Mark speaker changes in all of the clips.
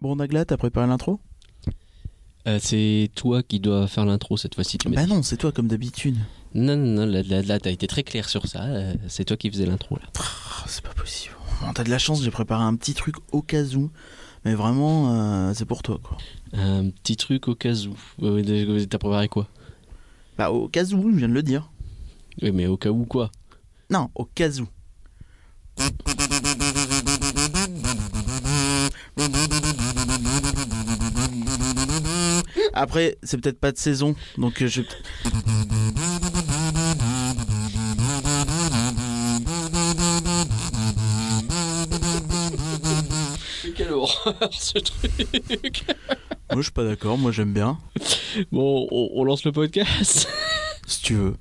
Speaker 1: Bon, Nagla, t'as préparé l'intro
Speaker 2: Euh, c'est toi qui dois faire l'intro cette fois-ci. tu m'as
Speaker 1: Bah
Speaker 2: dit.
Speaker 1: non, c'est toi comme d'habitude.
Speaker 2: Non, non, non, là, là, là, t'as été très clair sur ça. euh, C'est toi qui faisais l'intro. là.
Speaker 1: Oh, c'est pas possible. Bon, t'as de la chance, j'ai préparé un petit truc au cas où. Mais vraiment, euh, c'est pour toi, quoi.
Speaker 2: Un petit truc au cas où. Euh, Ouais, ouais, T'as préparé quoi
Speaker 1: Bah, au cas où, je viens de le dire.
Speaker 2: Oui, mais au cas où quoi
Speaker 1: Non, au cas où. Après, c'est peut-être pas de saison, donc euh, je.
Speaker 2: Quelle horreur ce truc
Speaker 1: Moi, je suis pas d'accord, moi j'aime bien.
Speaker 2: Bon, on, on lance le podcast.
Speaker 1: Si tu veux.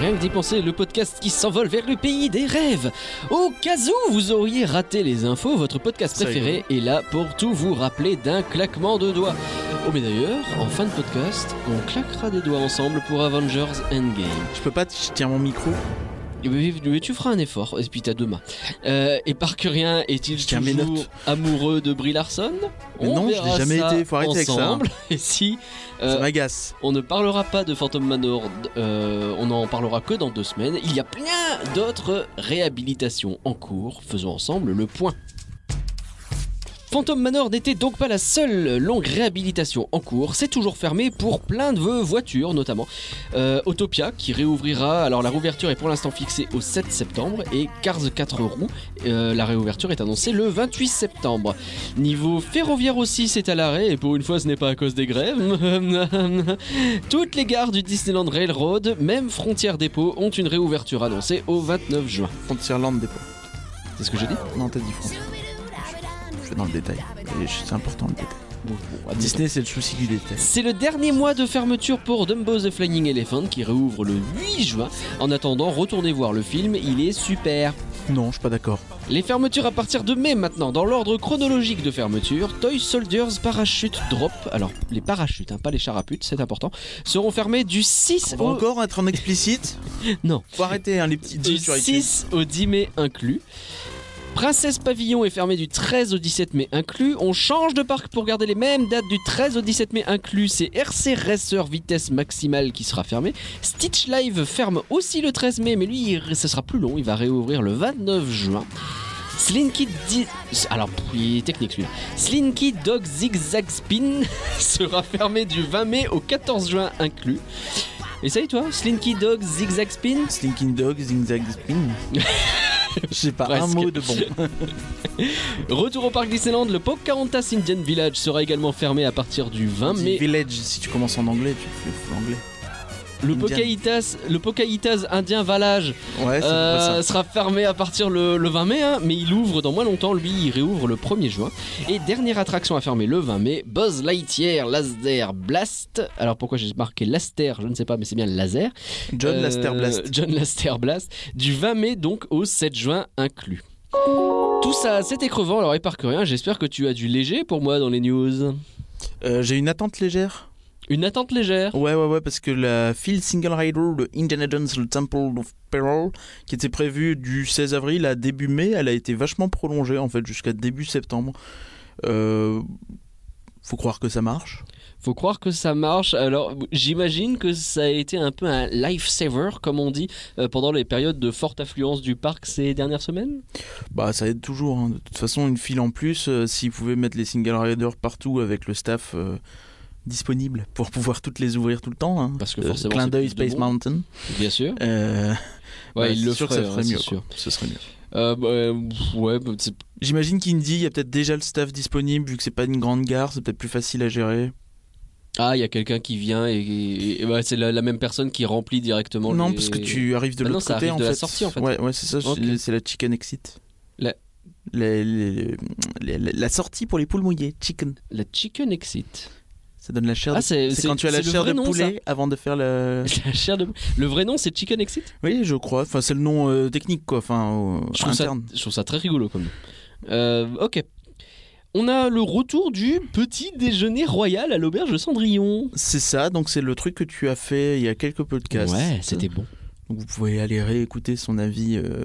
Speaker 2: Rien que d'y penser, le podcast qui s'envole vers le pays des rêves. Au cas où vous auriez raté les infos, votre podcast
Speaker 1: Ça y est.
Speaker 2: préféré est là pour tout vous rappeler d'un claquement de doigts. Oh mais d'ailleurs, en fin de podcast, on claquera des doigts ensemble pour Avengers Endgame.
Speaker 1: Je peux pas, je tiens mon micro.
Speaker 2: Et oui, Eh ben, Mais tu feras un effort, et puis t'as deux mains. Euh, et Parkerien est-il
Speaker 1: Je tiens mes
Speaker 2: toujours
Speaker 1: notes.
Speaker 2: amoureux de Brie Larson
Speaker 1: Mais non, je l'ai
Speaker 2: verra
Speaker 1: jamais
Speaker 2: ça
Speaker 1: été, faut arrêter avec ça, hein.
Speaker 2: ensemble. Et si euh,
Speaker 1: Ça m'agace.
Speaker 2: on ne parlera pas de Phantom Manor, euh, on en parlera que dans deux semaines. Il y a plein d'autres réhabilitations en cours, faisons ensemble le point. Phantom Manor n'était donc pas la seule longue réhabilitation en cours, c'est toujours fermé pour plein de voitures notamment. Euh, Autopia qui réouvrira, alors la réouverture est pour l'instant fixée au 7 septembre et Cars 4 roues, euh, la réouverture est annoncée le 28 septembre. Niveau ferroviaire aussi, c'est à l'arrêt, et pour une fois, ce n'est pas à cause des grèves. Toutes les gares du Disneyland Railroad, même Frontière Dépôt, ont une réouverture annoncée au 29 juin.
Speaker 1: Frontierland dépôt.
Speaker 2: C'est ce que j'ai dit
Speaker 1: Non, t'as dit Frontier. Je vais dans le détail. Et je- C'est important le détail.
Speaker 2: Bon, bon, à Disney.
Speaker 1: Disney, c'est le souci du détail.
Speaker 2: C'est le dernier mois de fermeture pour Dumbo the Flying Elephant qui réouvre le 8 juin. En attendant, retournez voir le film, il est super.
Speaker 1: Non, je suis pas d'accord.
Speaker 2: Les fermetures à partir de mai maintenant, dans l'ordre chronologique de fermeture, Toy Soldiers Parachute Drop, alors les parachutes, hein, pas les charaputes, c'est important, seront fermés du 6
Speaker 1: On va
Speaker 2: au
Speaker 1: encore être en explicite
Speaker 2: Non. Euh,
Speaker 1: Faut arrêter hein, les petits
Speaker 2: du
Speaker 1: deux sur iTunes.
Speaker 2: 6 au 10 mai inclus. Princesse Pavillon est fermée du 13 au 17 mai inclus. On change de parc pour garder les mêmes dates du 13 au 17 mai inclus. C'est RC Racer vitesse maximale qui sera fermé. Stitch Live ferme aussi le 13 mai, mais lui, il- ce sera plus long. Il va réouvrir le 29 juin. Slinky Di- alors pff, il est technique celui-là. Slinky Dog Zigzag Spin sera fermé du 20 mai au 14 juin inclus. Essaye toi, Slinky Dog Zigzag Spin.
Speaker 1: Slinking Dog, Zing Zag Spin. J'ai pas un
Speaker 2: Presque.
Speaker 1: mot de bon.
Speaker 2: Retour au parc Disneyland, le Pocahontas Indian Village sera également fermé à partir du 20
Speaker 1: Dis
Speaker 2: mai.
Speaker 1: Village, si tu commences en anglais, tu fais full anglais.
Speaker 2: Le
Speaker 1: Indian.
Speaker 2: Pocahontas, le Pocahontas Indien Village
Speaker 1: Ouais, c'est
Speaker 2: euh,
Speaker 1: vrai, ça.
Speaker 2: sera fermé à partir le, le 20 mai, hein, mais il ouvre dans moins longtemps, lui il réouvre le 1er juin. Et dernière attraction à fermer le 20 mai, Buzz Lightyear Laser Blast. Alors pourquoi j'ai marqué Laster, je ne sais pas, mais c'est bien laser.
Speaker 1: John
Speaker 2: Euh,
Speaker 1: Laster Blast.
Speaker 2: John Laster Blast, du 20 mai donc au 7 juin inclus. Tout ça, c'était crevant, alors épargne j'espère que tu as du léger pour moi dans les news.
Speaker 1: Euh, J'ai une attente légère.
Speaker 2: Une attente légère.
Speaker 1: Ouais, ouais, ouais, parce que la Phil Single Rider de Indiana Jones, le Temple of Peril, qui était prévue du 16 avril à début mai, elle a été vachement prolongée en fait jusqu'à début septembre. Euh, faut croire que ça marche.
Speaker 2: Faut croire que ça marche. Alors, j'imagine que ça a été un peu un lifesaver, comme on dit, euh, pendant les périodes de forte affluence du parc ces dernières semaines.
Speaker 1: Bah, ça aide toujours. hein. De toute façon, une file en plus, euh, s'ils pouvaient mettre les Single Rider partout avec le staff euh, disponible pour pouvoir toutes les ouvrir tout le temps. hein.
Speaker 2: Parce que
Speaker 1: Euh,
Speaker 2: forcément,
Speaker 1: clin
Speaker 2: c'est
Speaker 1: d'œil
Speaker 2: plus de
Speaker 1: Space
Speaker 2: monde.
Speaker 1: Mountain.
Speaker 2: Bien sûr.
Speaker 1: Euh,
Speaker 2: Ouais,
Speaker 1: bah,
Speaker 2: il
Speaker 1: c'est
Speaker 2: le
Speaker 1: sûr que
Speaker 2: ferait,
Speaker 1: ça
Speaker 2: hein,
Speaker 1: ferait mieux.
Speaker 2: c'est
Speaker 1: quoi.
Speaker 2: sûr.
Speaker 1: Ce serait mieux.
Speaker 2: Euh, bah, euh, ouais, bah, c'est-
Speaker 1: J'imagine qu'Indy, il y a peut-être déjà le staff disponible, vu que c'est pas une grande gare, c'est peut-être plus facile à gérer.
Speaker 2: ah, il y a quelqu'un qui vient et, et- et bah, c'est la, la même personne qui remplit directement.
Speaker 1: Non,
Speaker 2: les-
Speaker 1: parce que tu arrives de
Speaker 2: Ah non,
Speaker 1: l'autre
Speaker 2: ça
Speaker 1: côté
Speaker 2: arrive
Speaker 1: en
Speaker 2: de
Speaker 1: fait.
Speaker 2: la sortie, en fait.
Speaker 1: Ouais, ouais, c'est ça,
Speaker 2: Ok.
Speaker 1: c'est- c'est la chicken exit.
Speaker 2: La-
Speaker 1: Les- les- les- les- la sortie pour les poules mouillées, chicken.
Speaker 2: La Chicken Exit.
Speaker 1: Ça donne la chair.
Speaker 2: Ah,
Speaker 1: de-
Speaker 2: c'est
Speaker 1: c'est quand tu as la
Speaker 2: c'est le
Speaker 1: chair
Speaker 2: vrai
Speaker 1: de
Speaker 2: nom,
Speaker 1: poulet avant de faire le.
Speaker 2: ça. La chair de- Le vrai nom, c'est Chicken Exit
Speaker 1: Oui, je crois. Enfin, c'est le nom euh, technique, quoi. Enfin, au-
Speaker 2: je trouve, ça,
Speaker 1: interne.
Speaker 2: je trouve ça très rigolo comme nom. Euh, ok. On a le retour du petit déjeuner royal à l'auberge de Cendrillon.
Speaker 1: C'est ça, donc c'est le truc que tu as fait il y a quelques podcasts.
Speaker 2: Ouais, c'était bon.
Speaker 1: Donc vous pouvez aller réécouter son avis euh,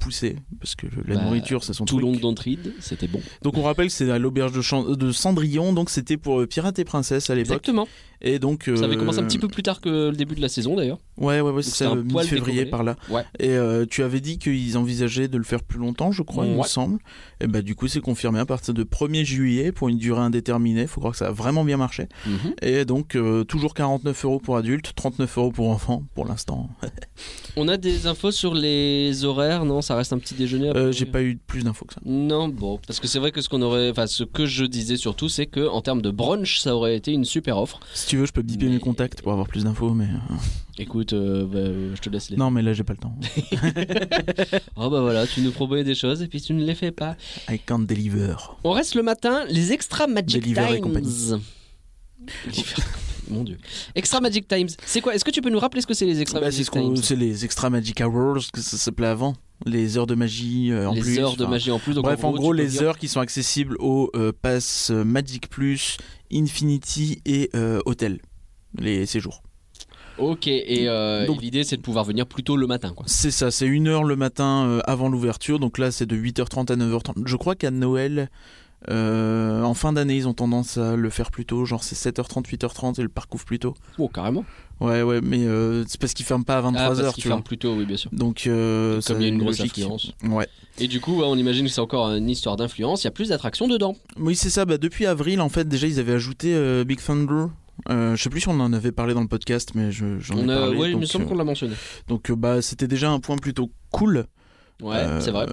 Speaker 1: poussé, parce que la
Speaker 2: Bah,
Speaker 1: nourriture, c'est son
Speaker 2: Tout
Speaker 1: truc.
Speaker 2: long d'Entride, c'était bon.
Speaker 1: Donc on rappelle que c'est à l'auberge de, Chan- de Cendrillon, donc c'était pour euh, Pirates et Princesse à l'époque.
Speaker 2: Exactement.
Speaker 1: Et donc
Speaker 2: Ça avait
Speaker 1: euh,
Speaker 2: commencé un petit peu plus tard que le début de la saison d'ailleurs.
Speaker 1: Ouais, ouais, ouais, c'est
Speaker 2: c'était
Speaker 1: ça,
Speaker 2: un
Speaker 1: euh,
Speaker 2: poil
Speaker 1: mi-février
Speaker 2: décoré.
Speaker 1: par là.
Speaker 2: Ouais.
Speaker 1: Et euh, tu avais dit qu'ils envisageaient de le faire plus longtemps, je crois, il me
Speaker 2: Ouais.
Speaker 1: semble. Et bah du coup, c'est confirmé à partir de 1er juillet pour une durée indéterminée. Faut croire que ça a vraiment bien marché.
Speaker 2: Mhm.
Speaker 1: Et donc euh, toujours 49 euros pour adultes, 39 euros pour enfants pour l'instant.
Speaker 2: On a des infos sur les horaires, non Ça reste un petit déjeuner. à peu
Speaker 1: Euh,
Speaker 2: près.
Speaker 1: J'ai pas eu plus d'infos que ça.
Speaker 2: Non, bon, parce que c'est vrai que ce qu'on aurait, enfin, ce que je disais surtout, c'est que en termes de brunch, ça aurait été une super offre.
Speaker 1: Si tu veux, je peux biper
Speaker 2: Mais-
Speaker 1: mes contacts pour avoir plus d'infos, mais euh,
Speaker 2: Écoute, euh, bah, je te laisse les.
Speaker 1: non, mais là j'ai pas le temps.
Speaker 2: Oh bah voilà, tu nous proposais des choses et puis tu ne les fais pas.
Speaker 1: I can't deliver.
Speaker 2: On reste le matin, les extra Magic
Speaker 1: Deliver et
Speaker 2: Times. Deliver et compagnie, Mon dieu. Extra Magic Times, c'est quoi Est-ce que tu peux nous rappeler ce que c'est les extra
Speaker 1: Bah, c'est
Speaker 2: Magic
Speaker 1: ce qu'on-
Speaker 2: Times
Speaker 1: c'est les extra magic hours que ça s'appelait avant, les heures de magie euh, en
Speaker 2: Les
Speaker 1: plus.
Speaker 2: heures de
Speaker 1: enfin,
Speaker 2: magie en plus. donc
Speaker 1: Bref, en gros,
Speaker 2: tu peux
Speaker 1: les
Speaker 2: dire-
Speaker 1: heures qui sont accessibles au euh, pass euh, Magic Plus, Infinity et euh, Hôtel, les séjours.
Speaker 2: Ok, et euh,
Speaker 1: Donc-
Speaker 2: l'idée c'est de pouvoir venir plus tôt le matin, quoi.
Speaker 1: C'est ça, c'est une heure le matin euh, avant l'ouverture, donc là c'est de 8h30 à 9h30. Je crois qu'à Noël, euh, en fin d'année, ils ont tendance à le faire plus tôt, genre c'est 7h30, 8h30 et le parc ouvre plus tôt.
Speaker 2: Oh, carrément.
Speaker 1: Ouais, ouais, mais euh, c'est parce qu'ils ferment pas à
Speaker 2: Ah,
Speaker 1: 23h,
Speaker 2: parce qu'ils
Speaker 1: tu vois.
Speaker 2: ferment plus tôt, oui, bien sûr.
Speaker 1: Donc, euh, ça
Speaker 2: Comme il y a une grosse
Speaker 1: logique.
Speaker 2: influence.
Speaker 1: Ouais.
Speaker 2: Et du coup, ouais, on imagine que c'est encore une histoire d'influence. Il y a plus d'attractions dedans.
Speaker 1: Oui, c'est ça. Bah, depuis avril, en fait, déjà, ils avaient ajouté euh, Big Thunder. Euh, je sais plus si on en avait parlé dans le podcast, mais je- j'en ai
Speaker 2: On a-
Speaker 1: parlé.
Speaker 2: ouais, il me
Speaker 1: donc,
Speaker 2: semble
Speaker 1: euh,
Speaker 2: qu'on l'a mentionné.
Speaker 1: donc, euh, bah, c'était déjà un point plutôt cool.
Speaker 2: Ouais,
Speaker 1: Euh,
Speaker 2: c'est vrai.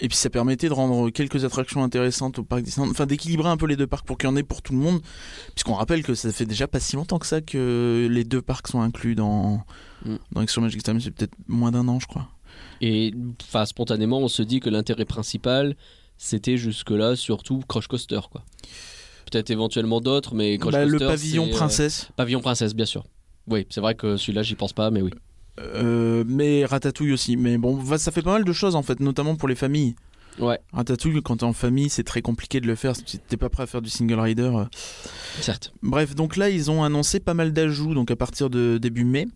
Speaker 1: Et puis, ça permettait de rendre quelques attractions intéressantes au parc Disneyland. Enfin, d'équilibrer un peu les deux parcs pour qu'il y en ait pour tout le monde. Puisqu'on rappelle que ça fait déjà pas si longtemps que ça que les deux parcs sont inclus dans,
Speaker 2: Mm.
Speaker 1: dans Extra Magic Time. C'est peut-être moins d'un an, je crois.
Speaker 2: Et enfin, spontanément, on se dit que l'intérêt principal, c'était jusque-là surtout Crush Coaster, quoi. Peut-être éventuellement d'autres, mais Crush
Speaker 1: Bah, le
Speaker 2: Coaster,
Speaker 1: pavillon
Speaker 2: c'est, euh,
Speaker 1: princesse.
Speaker 2: pavillon princesse, bien sûr. Oui, c'est vrai que celui-là, j'y pense pas, mais oui.
Speaker 1: Euh, mais Ratatouille aussi. Mais bon, va- ça fait pas mal de choses en fait, notamment pour les familles.
Speaker 2: Ouais.
Speaker 1: Ratatouille, quand t'es en famille, c'est très compliqué de le faire. Si t'es pas prêt à faire du single rider. euh.
Speaker 2: Certes.
Speaker 1: Bref, donc là, ils ont annoncé pas mal d'ajouts donc à partir de début mai.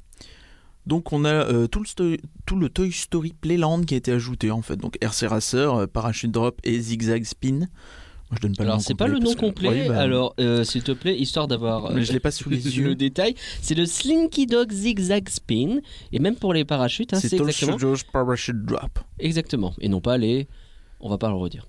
Speaker 1: Donc on a euh, tout, le sto- tout le Toy Story Playland qui a été ajouté en fait. Donc RC Racer, euh, Parachute Drop et Zigzag Spin. Moi, je donne pas
Speaker 2: alors,
Speaker 1: le nom
Speaker 2: c'est pas le nom
Speaker 1: parce que-
Speaker 2: complet.
Speaker 1: Oui, bah,
Speaker 2: Alors, euh, s'il te plaît, histoire d'avoir. euh,
Speaker 1: mais je l'ai pas sous les
Speaker 2: le
Speaker 1: yeux.
Speaker 2: détail, c'est le Slinky Dog Zigzag Spin. Et même pour les parachutes, hein,
Speaker 1: C'est
Speaker 2: c'est
Speaker 1: Toy
Speaker 2: exactement.
Speaker 1: Story Parachute Drop.
Speaker 2: Exactement. Et non pas les. On va pas le redire.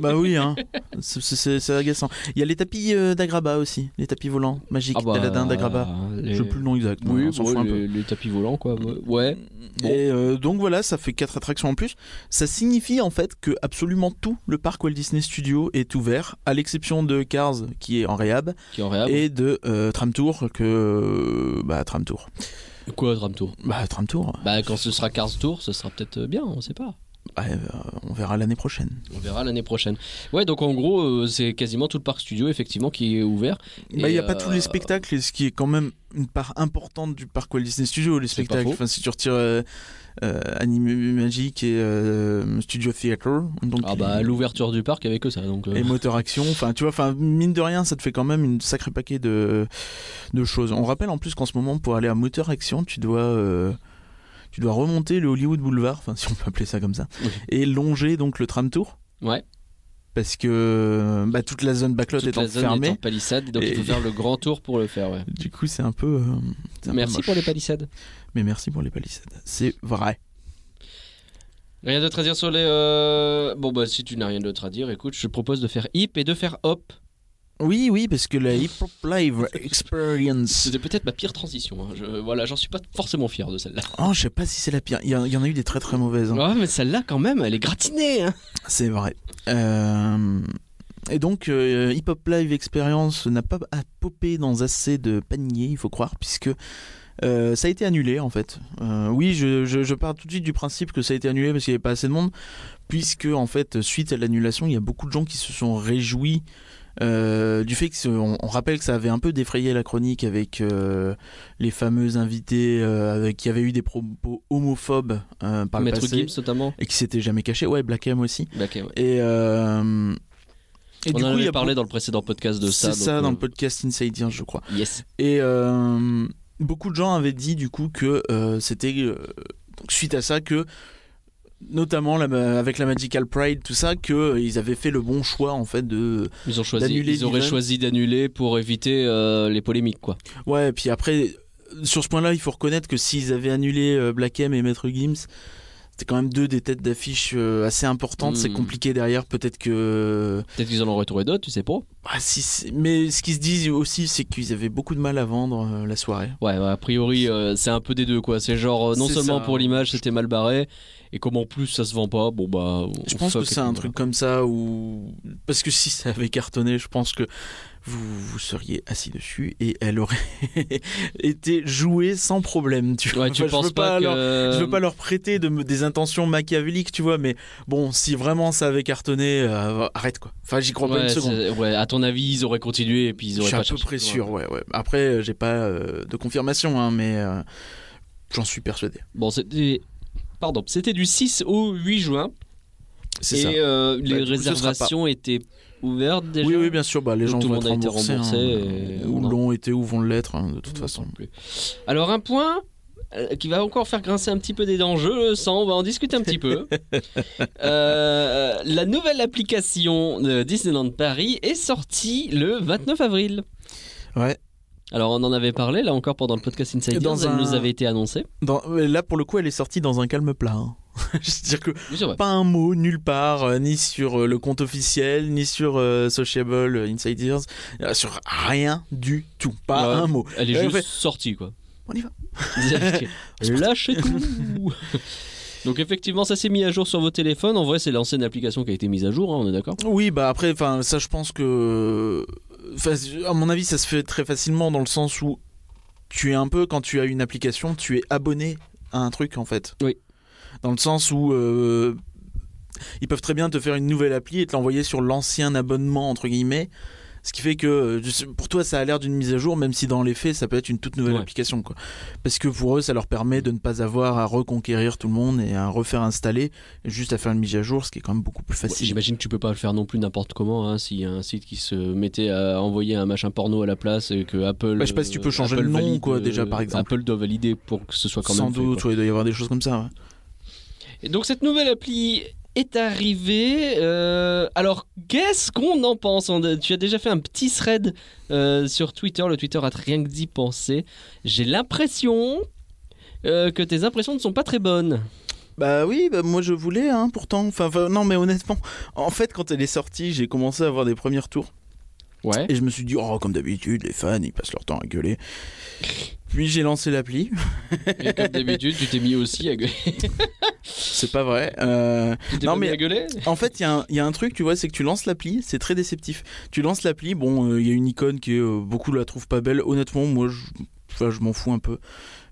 Speaker 1: Bah oui, hein. C'est- c'est c'est agaçant. Il y a les tapis euh, d'Agraba aussi, les tapis volants magiques
Speaker 2: Ah bah,
Speaker 1: d'Aladin d'Agraba.
Speaker 2: les-
Speaker 1: Je sais plus le nom exact. mais
Speaker 2: Oui,
Speaker 1: on s'en
Speaker 2: bon,
Speaker 1: fout un peu.
Speaker 2: les, les tapis volants, quoi. Ouais. Ouais. bon.
Speaker 1: Et euh, donc voilà, ça fait quatre attractions en plus. Ça signifie en fait que absolument tout le parc Walt Disney Studio est ouvert, à l'exception de Cars qui est en réhab
Speaker 2: Qui est en réhab.
Speaker 1: et de euh, Tram Tour que euh, bah Tram Tour.
Speaker 2: Quoi, Dram Tour
Speaker 1: Bah Tram Tour,
Speaker 2: Bah, quand ce sera 15 tours, ce sera peut-être euh, bien, on sait pas.
Speaker 1: bah, euh, on verra l'année prochaine.
Speaker 2: On verra l'année prochaine. Ouais, donc en gros, euh, c'est quasiment tout le parc studio, effectivement, qui est ouvert. Et,
Speaker 1: Bah, il n'y a pas
Speaker 2: euh,
Speaker 1: tous les spectacles, et ce qui est quand même une part importante du parc Walt Disney Studio, les
Speaker 2: C'est pas
Speaker 1: spectacles.
Speaker 2: faux.
Speaker 1: Enfin, si tu retires euh, euh, Anime Magic et euh, Studio Theater, donc
Speaker 2: Ah bah, à
Speaker 1: les-
Speaker 2: l'ouverture du parc, avec que ça. Donc, euh,
Speaker 1: les moteurs action, enfin tu vois, enfin mine de rien, ça te fait quand même une sacré paquet de, de choses. On rappelle en plus qu'en ce moment, pour aller à moteur action, tu dois euh, tu dois remonter le Hollywood Boulevard, enfin si on peut appeler ça comme ça,
Speaker 2: Oui.
Speaker 1: et longer donc le tram tour.
Speaker 2: Ouais.
Speaker 1: Parce que euh, bah, toute la zone backlot
Speaker 2: toute
Speaker 1: étant
Speaker 2: la zone
Speaker 1: fermée,
Speaker 2: est en palissade, donc
Speaker 1: Et-
Speaker 2: il faut faire le grand tour pour le faire, ouais.
Speaker 1: du coup c'est un peu. euh, c'est un peu
Speaker 2: Merci
Speaker 1: moche.
Speaker 2: pour les palissades.
Speaker 1: Mais merci pour les palissades. C'est vrai.
Speaker 2: Rien d'autre à dire sur les. euh, Bon, bah, si tu n'as rien d'autre à dire, écoute, je te propose de faire hip et de faire hop.
Speaker 1: Oui, oui, parce que la Hip Hop Live Experience.
Speaker 2: C'était peut-être ma pire transition. hein. Je... Voilà, j'en suis pas forcément fier de celle-là.
Speaker 1: Oh, je sais pas si c'est la pire. Il y, en- il y en a eu des très très mauvaises. hein.
Speaker 2: Ouais, mais celle-là, quand même, elle est gratinée, hein.
Speaker 1: C'est vrai. Euh, Et donc, euh, Hip Hop Live Experience n'a pas à popé dans assez de paniers, il faut croire, puisque euh, ça a été annulé en fait. Euh, oui, je, je, je pars tout de suite du principe que ça a été annulé parce qu'il n'y avait pas assez de monde, puisque en fait, suite à l'annulation, il y a beaucoup de gens qui se sont réjouis. euh, du fait que ce- on, on rappelle que ça avait un peu défrayé la chronique avec euh, les fameux invités euh, avec, qui avaient eu des propos homophobes euh, par le
Speaker 2: Maître
Speaker 1: passé
Speaker 2: Gibbs, notamment.
Speaker 1: et qui s'étaient jamais cachés ouais Black M aussi
Speaker 2: Bah, ok, ouais.
Speaker 1: et euh, Et
Speaker 2: on
Speaker 1: du
Speaker 2: en
Speaker 1: coup, il y
Speaker 2: avait
Speaker 1: a
Speaker 2: parlé dans le précédent podcast de ça.
Speaker 1: C'est ça
Speaker 2: donc,
Speaker 1: dans
Speaker 2: euh,
Speaker 1: le podcast Insidien, je crois.
Speaker 2: Yes.
Speaker 1: Et euh, beaucoup de gens avaient dit du coup que euh, c'était euh, donc suite à ça que notamment la ma- avec la Magical Pride tout ça que euh, ils avaient fait le bon choix en fait de
Speaker 2: Ils ont choisi.
Speaker 1: D'annuler
Speaker 2: Ils auraient
Speaker 1: l'event.
Speaker 2: choisi d'annuler pour éviter euh, les polémiques, quoi.
Speaker 1: ouais et puis après sur ce point-là il faut reconnaître que s'ils avaient annulé euh, Black M et Maître Gims c'était quand même deux des têtes d'affiche euh, assez importantes
Speaker 2: Mm.
Speaker 1: c'est complié derrière peut-être que
Speaker 2: Peut-être qu'ils en ont retrouvé d'autres, tu sais pas.
Speaker 1: Ah, si, c'est- mais ce qu'ils se disent aussi c'est qu'ils avaient beaucoup de mal à vendre euh, la soirée
Speaker 2: Ouais, bah, a priori, euh, c'est un peu des deux, quoi. C'est genre, euh, non
Speaker 1: C'est
Speaker 2: seulement
Speaker 1: ça.
Speaker 2: pour l'image, c'était mal barré, et comme en plus ça se vend pas, bon bah. on-
Speaker 1: Je
Speaker 2: on
Speaker 1: pense que
Speaker 2: fuck,
Speaker 1: c'est
Speaker 2: et
Speaker 1: un
Speaker 2: puis
Speaker 1: truc comme ça où. Parce que si ça avait cartonné, je pense que vous, vous seriez assis dessus et elle aurait été jouée sans problème. Tu vois,
Speaker 2: voilà. Ouais, tu
Speaker 1: Enfin, je
Speaker 2: penses
Speaker 1: veux pas
Speaker 2: pas, que. euh,
Speaker 1: leur- Je veux pas leur prêter de, des intentions machiavéliques, tu vois, mais bon, si vraiment ça avait cartonné, euh, arrête quoi. Enfin, j'y crois pas
Speaker 2: Ouais,
Speaker 1: une seconde.
Speaker 2: c'est- ouais, à ton avis, ils auraient continué et puis ils
Speaker 1: Je
Speaker 2: auraient
Speaker 1: suis
Speaker 2: pas
Speaker 1: à peu
Speaker 2: cherché
Speaker 1: près
Speaker 2: plus loin.
Speaker 1: sûr, ouais, ouais. Après, euh, j'ai pas euh, de confirmation, hein, mais euh, j'en suis persuadé.
Speaker 2: Bon, c'était. Pardon, c'était du 6 au 8 juin.
Speaker 1: C'est
Speaker 2: Et
Speaker 1: ça. Bah,
Speaker 2: euh, les
Speaker 1: du coup, ce sera pas.
Speaker 2: réservations étaient ouvertes déjà.
Speaker 1: Oui, oui, bien sûr, bah, les
Speaker 2: Donc,
Speaker 1: gens
Speaker 2: tout le
Speaker 1: vont
Speaker 2: monde
Speaker 1: être
Speaker 2: a été
Speaker 1: remboursés, hein,
Speaker 2: remboursé et
Speaker 1: ou
Speaker 2: on en-
Speaker 1: l'ont été ou vont l'être, hein, de toute
Speaker 2: Je
Speaker 1: façon.
Speaker 2: sais plus. Alors un point euh, qui va encore faire grincer un petit peu des dents, je le sens, on va en discuter un petit peu. Euh, la nouvelle application de Disneyland Paris est sortie le 29 avril.
Speaker 1: Ouais.
Speaker 2: Alors on en avait parlé là encore pendant le podcast Inside
Speaker 1: Dans
Speaker 2: elle
Speaker 1: un-
Speaker 2: nous avait été annoncée.
Speaker 1: Dans- euh, là, pour le coup, elle est sortie dans un calme plat. hein. C'est-à-dire que
Speaker 2: Oui, c'est vrai.
Speaker 1: pas un mot nulle part, euh, ni sur euh, le compte officiel, ni sur euh, Sociable euh, Insiders, euh, sur rien du tout. Pas
Speaker 2: Ouais.
Speaker 1: un mot.
Speaker 2: Elle est
Speaker 1: Elle
Speaker 2: juste
Speaker 1: fait-
Speaker 2: sortie quoi.
Speaker 1: Euh, On y va.
Speaker 2: Lâchez tout. Donc effectivement ça s'est mis à jour sur vos téléphones. En vrai c'est l'ancienne application qui a été mise à jour, hein, on est d'accord.
Speaker 1: Oui, bah après, enfin, ça, je pense que, enfin, à mon avis, ça se fait très facilement dans le sens où tu es un peu quand tu as une application, tu es abonné à un truc en fait.
Speaker 2: Oui.
Speaker 1: Dans le sens où euh, ils peuvent très bien te faire une nouvelle appli et te l'envoyer sur l'ancien abonnement entre guillemets. Ce qui fait que euh, je sais- pour toi ça a l'air d'une mise à jour, même si dans les faits ça peut être une toute nouvelle
Speaker 2: Ouais.
Speaker 1: application. Quoi. Parce que pour eux ça leur permet de ne pas avoir à reconquérir tout le monde et à refaire installer, juste à faire une mise à jour, ce qui est quand même beaucoup plus
Speaker 2: Ouais,
Speaker 1: facile.
Speaker 2: J'imagine que tu peux pas le faire non plus n'importe comment. Hein, S'il y a un site qui se mettait à envoyer un machin porno à la place et que Apple.
Speaker 1: Bah, je sais pas si tu peux
Speaker 2: euh,
Speaker 1: changer
Speaker 2: Apple
Speaker 1: le nom,
Speaker 2: valide,
Speaker 1: quoi,
Speaker 2: euh,
Speaker 1: déjà, par exemple.
Speaker 2: Apple doit valider pour que ce soit quand
Speaker 1: Sans
Speaker 2: même. fait,
Speaker 1: doute,
Speaker 2: quoi.
Speaker 1: ouais, il doit y avoir des choses comme ça. ouais.
Speaker 2: Et donc cette nouvelle appli est arrivée. euh, alors qu'est-ce qu'on en pense On a- Tu as déjà fait un petit thread euh, sur Twitter, le Twitter a rien que d'y penser. J'ai l'impression. euh, que tes impressions ne sont pas très bonnes.
Speaker 1: Bah oui, bah moi je voulais, hein, pourtant. Enfin, enfin, non, mais honnêtement, en fait, quand elle est sortie, j'ai commencé à avoir des premiers tours.
Speaker 2: Ouais.
Speaker 1: Et je me suis dit, oh, comme d'habitude, les fans, ils passent leur temps à gueuler. Puis j'ai lancé l'appli.
Speaker 2: Et comme d'habitude, tu t'es mis aussi à gueuler.
Speaker 1: C'est pas vrai. Euh,
Speaker 2: Tu t'es
Speaker 1: Non,
Speaker 2: pas mis
Speaker 1: mais-
Speaker 2: à gueuler
Speaker 1: En fait, il y, a un- il y a un truc, tu vois, c'est que tu lances l'appli, c'est très déceptif. Tu lances l'appli, bon, euh, il y a une icône qui est, euh, beaucoup la trouvent pas belle. Honnêtement, moi, je, enfin, je m'en fous un peu.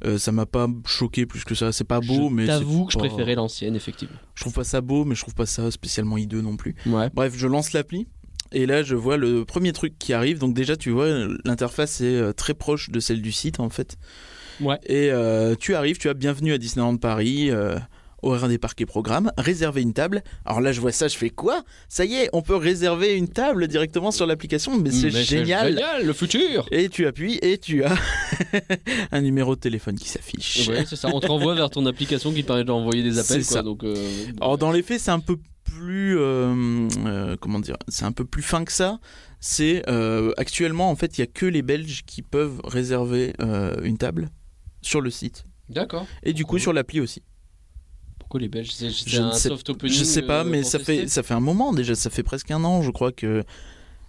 Speaker 1: Euh, ça m'a pas choqué plus que ça. C'est pas beau,
Speaker 2: Je
Speaker 1: mais. c'est
Speaker 2: T'avoue que je
Speaker 1: pas-
Speaker 2: préférais l'ancienne, effectivement.
Speaker 1: Je trouve pas ça beau, mais je trouve pas ça spécialement hideux non plus.
Speaker 2: Ouais.
Speaker 1: Bref, je lance l'appli. Et là, je vois le premier truc qui arrive. Donc déjà, tu vois, l'interface est euh, très proche de celle du site, en fait.
Speaker 2: Ouais.
Speaker 1: Et euh, tu arrives, tu as bienvenue à Disneyland Paris, euh, horaire des parcs et programmes, réserver une table. Alors là, je vois ça, je fais quoi Ça y est, on peut réserver une table directement sur l'application, mais c'est
Speaker 2: Mais
Speaker 1: génial.
Speaker 2: génial, le futur
Speaker 1: Et tu appuies et tu as un numéro de téléphone qui s'affiche.
Speaker 2: Ouais, c'est ça. On te renvoie vers ton application qui te permet d'envoyer des appels.
Speaker 1: C'est
Speaker 2: quoi,
Speaker 1: ça.
Speaker 2: Donc, euh,
Speaker 1: Alors dans les faits, c'est un peu plus euh, euh, comment dire, c'est un peu plus fin que ça. C'est euh, actuellement en fait, il y a que les Belges qui peuvent réserver euh, une table sur le site
Speaker 2: D'accord.
Speaker 1: et du coup
Speaker 2: Cool.
Speaker 1: sur l'appli aussi.
Speaker 2: Pourquoi les Belges C'est c'est
Speaker 1: Je
Speaker 2: un
Speaker 1: ne sais-
Speaker 2: soft opening.
Speaker 1: je sais pas,
Speaker 2: euh,
Speaker 1: mais
Speaker 2: pour
Speaker 1: ça fait
Speaker 2: tester
Speaker 1: ça fait un moment déjà, ça fait presque un an, je crois que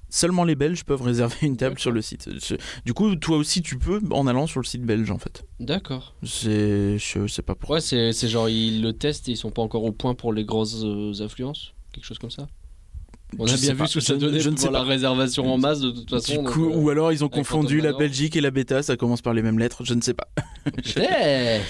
Speaker 1: seulement les Belges peuvent réserver une table
Speaker 2: D'accord.
Speaker 1: sur le site. Je- Du coup, toi aussi tu peux en allant sur le site belge en fait.
Speaker 2: D'accord.
Speaker 1: C'est je sais pas pourquoi.
Speaker 2: Ouais, c'est c'est genre ils le testent et ils sont pas encore au point pour les grosses euh, affluences Quelque chose comme ça On a
Speaker 1: Je sais
Speaker 2: bien vu
Speaker 1: pas.
Speaker 2: ce que ça
Speaker 1: Je-
Speaker 2: donnait
Speaker 1: je ne
Speaker 2: pour
Speaker 1: sais
Speaker 2: la
Speaker 1: pas.
Speaker 2: réservation en masse de toute façon.
Speaker 1: Du
Speaker 2: donc,
Speaker 1: coup,
Speaker 2: euh,
Speaker 1: ou alors ils ont
Speaker 2: avec Phantom
Speaker 1: confondu la
Speaker 2: Manor.
Speaker 1: Belgique et la Beta, ça commence par les mêmes lettres, je ne sais pas.
Speaker 2: peut-être.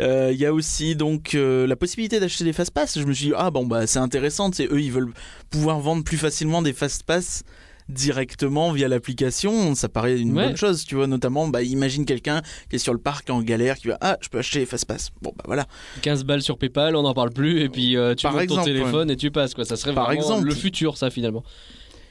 Speaker 1: Euh, Il y a aussi donc euh, la possibilité d'acheter des fast pass. Je me suis dit ah bon bah c'est intéressant, c'est eux ils veulent pouvoir vendre plus facilement des fast pass directement via l'application, ça paraît une
Speaker 2: Ouais.
Speaker 1: bonne chose, tu vois. Notamment, bah, imagine quelqu'un qui est sur le parc en galère, qui va Ah, je peux acheter Fast Pass. Bon, bah voilà.
Speaker 2: 15 balles sur PayPal, on n'en parle plus, et puis euh, tu
Speaker 1: Par
Speaker 2: montes ton
Speaker 1: exemple,
Speaker 2: téléphone et tu passes. Quoi. Ça serait
Speaker 1: Par
Speaker 2: vraiment
Speaker 1: exemple.
Speaker 2: le futur, ça, finalement.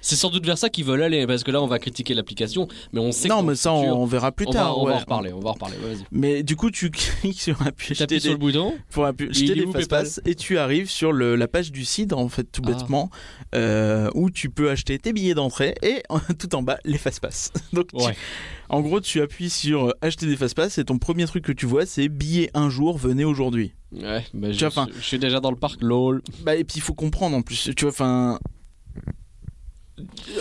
Speaker 2: C'est sans doute vers ça qu'ils veulent aller, parce que là, on va critiquer l'application, mais on sait que
Speaker 1: Non,
Speaker 2: dans
Speaker 1: mais
Speaker 2: le
Speaker 1: ça,
Speaker 2: futur,
Speaker 1: on, on verra plus
Speaker 2: on
Speaker 1: tard.
Speaker 2: va, on va
Speaker 1: ouais.
Speaker 2: en reparler, on va en reparler. Ouais, vas-y.
Speaker 1: Mais du coup, tu cliques sur appuyer
Speaker 2: T'appuies
Speaker 1: acheter
Speaker 2: sur
Speaker 1: des,
Speaker 2: le bouton,
Speaker 1: pour appu-
Speaker 2: Il
Speaker 1: jeter
Speaker 2: est
Speaker 1: des
Speaker 2: où,
Speaker 1: fast
Speaker 2: PayPal
Speaker 1: pass et tu arrives sur le- la page du site en fait tout
Speaker 2: Ah.
Speaker 1: bêtement euh, où tu peux acheter tes billets d'entrée et tout en bas les fast pass. Donc tu-
Speaker 2: Ouais.
Speaker 1: en gros tu appuies sur euh, acheter des fast pass et ton premier truc que tu vois c'est billets un jour venez aujourd'hui.
Speaker 2: Ouais, bah, je,
Speaker 1: Tu as faim.
Speaker 2: je suis déjà dans le parc, lol.
Speaker 1: Bah et puis il faut comprendre en plus tu vois enfin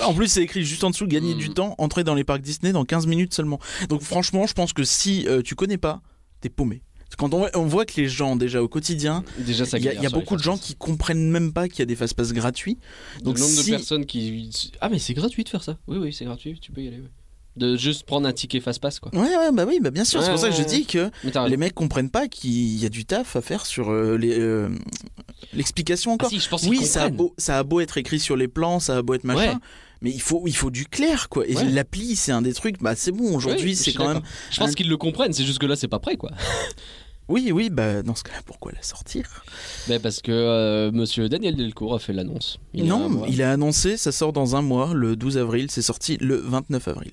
Speaker 1: en plus, c'est écrit juste en dessous, gagner
Speaker 2: Hmm.
Speaker 1: du temps, entrer dans les parcs Disney dans 15 minutes seulement. Donc franchement, je pense que si euh, tu connais pas, t'es paumé. Parce que Quand on- on voit que les gens déjà au quotidien
Speaker 2: Déjà, ça
Speaker 1: Il y a,
Speaker 2: galère
Speaker 1: il y a
Speaker 2: sur les
Speaker 1: beaucoup de gens
Speaker 2: fast-pass.
Speaker 1: qui comprennent même pas qu'il y a des fast pass gratuits.
Speaker 2: Donc
Speaker 1: Donc
Speaker 2: le nombre de
Speaker 1: si-
Speaker 2: personnes qui ah mais c'est gratuit de faire ça. Oui oui c'est gratuit, tu peux y aller. ouais. De juste prendre un ticket fast pass quoi.
Speaker 1: Ouais, ouais, bah oui, bah bien sûr. c'est
Speaker 2: Ouais,
Speaker 1: pour ça que
Speaker 2: ouais,
Speaker 1: je dis que
Speaker 2: Mais t'as
Speaker 1: les
Speaker 2: raison.
Speaker 1: mecs comprennent pas qu'il y a du taf à faire sur euh, les, euh, l'explication
Speaker 2: Ah
Speaker 1: encore.
Speaker 2: si je pense qu'ils
Speaker 1: oui, ça a,
Speaker 2: comprennent.
Speaker 1: beau, ça a beau être écrit sur les plans, ça a beau être machin,
Speaker 2: Ouais.
Speaker 1: mais il faut, il faut du clair, quoi. Et
Speaker 2: Ouais.
Speaker 1: l'appli, c'est un des trucs, bah c'est bon, aujourd'hui,
Speaker 2: Oui, je
Speaker 1: c'est
Speaker 2: suis
Speaker 1: quand même.
Speaker 2: d'accord. Je pense
Speaker 1: un-
Speaker 2: qu'ils le comprennent, c'est juste que là c'est pas prêt quoi.
Speaker 1: Oui, oui, bah dans ce cas-là, pourquoi la sortir
Speaker 2: Mais parce que euh, Monsieur Daniel Delcourt a fait l'annonce. Il y a un
Speaker 1: Non,
Speaker 2: mois.
Speaker 1: il a annoncé, ça sort dans un mois, le 12 avril, c'est sorti le 29 avril.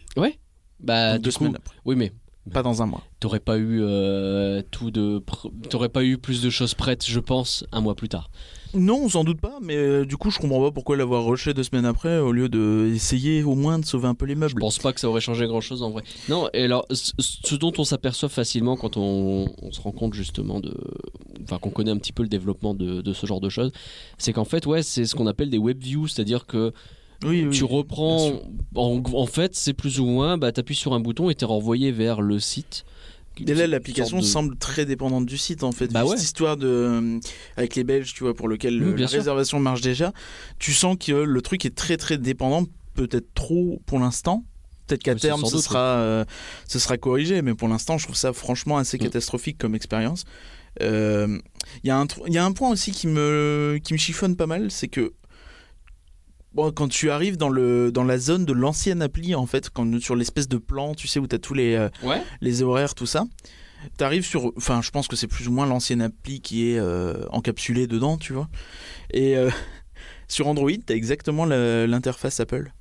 Speaker 2: bah
Speaker 1: Donc
Speaker 2: du
Speaker 1: deux
Speaker 2: coup,
Speaker 1: semaines après.
Speaker 2: Oui mais
Speaker 1: Pas dans un mois.
Speaker 2: t'aurais pas eu euh, tout de pr- t'aurais pas eu plus de choses prêtes je pense un mois plus tard.
Speaker 1: Non, sans doute pas, mais euh, du coup, je comprends pas pourquoi l'avoir rushé deux semaines après au lieu d'essayer au moins de sauver un peu les
Speaker 2: Je
Speaker 1: meubles.
Speaker 2: pense pas que ça aurait changé grand chose en vrai. Non, et alors, ce ce dont on s'aperçoit facilement quand on, on se rend compte justement de. Enfin, qu'on connaît un petit peu le développement de, de ce genre de choses, c'est qu'en fait, ouais, c'est ce qu'on appelle des web views, c'est-à-dire que
Speaker 1: Oui, oui.
Speaker 2: tu reprends.
Speaker 1: bien
Speaker 2: En, en fait, c'est plus ou moins, bah, t'appuies sur un bouton et t'es renvoyé vers le site.
Speaker 1: Et là, l'application
Speaker 2: Une sorte de-
Speaker 1: semble très dépendante du site en fait.
Speaker 2: Bah
Speaker 1: Vu
Speaker 2: ouais.
Speaker 1: Cette histoire de euh, avec les Belges, tu vois, pour lequel
Speaker 2: Oui,
Speaker 1: euh,
Speaker 2: bien
Speaker 1: la
Speaker 2: sûr.
Speaker 1: réservation marche déjà, tu sens que euh, le truc est très très dépendant, peut-être trop pour l'instant. Peut-être qu'à
Speaker 2: Oui, ça,
Speaker 1: terme,
Speaker 2: sans
Speaker 1: ce
Speaker 2: doute,
Speaker 1: sera, euh, ce sera corrigé, mais pour l'instant, je trouve ça franchement assez
Speaker 2: Mm.
Speaker 1: catastrophique comme expérience. Euh, Il y, a un tr- il y a un point aussi qui me, qui me chiffonne pas mal, c'est que bon, quand tu arrives dans, le, dans la zone de l'ancienne appli, en fait, quand, sur l'espèce de plan, tu sais, où tu as tous les, euh,
Speaker 2: Ouais.
Speaker 1: les horaires, tout ça, tu arrives sur. Enfin, je pense que c'est plus ou moins l'ancienne appli qui est euh, encapsulée dedans, tu vois. Et euh, sur Android, tu as exactement la- l'interface Apple.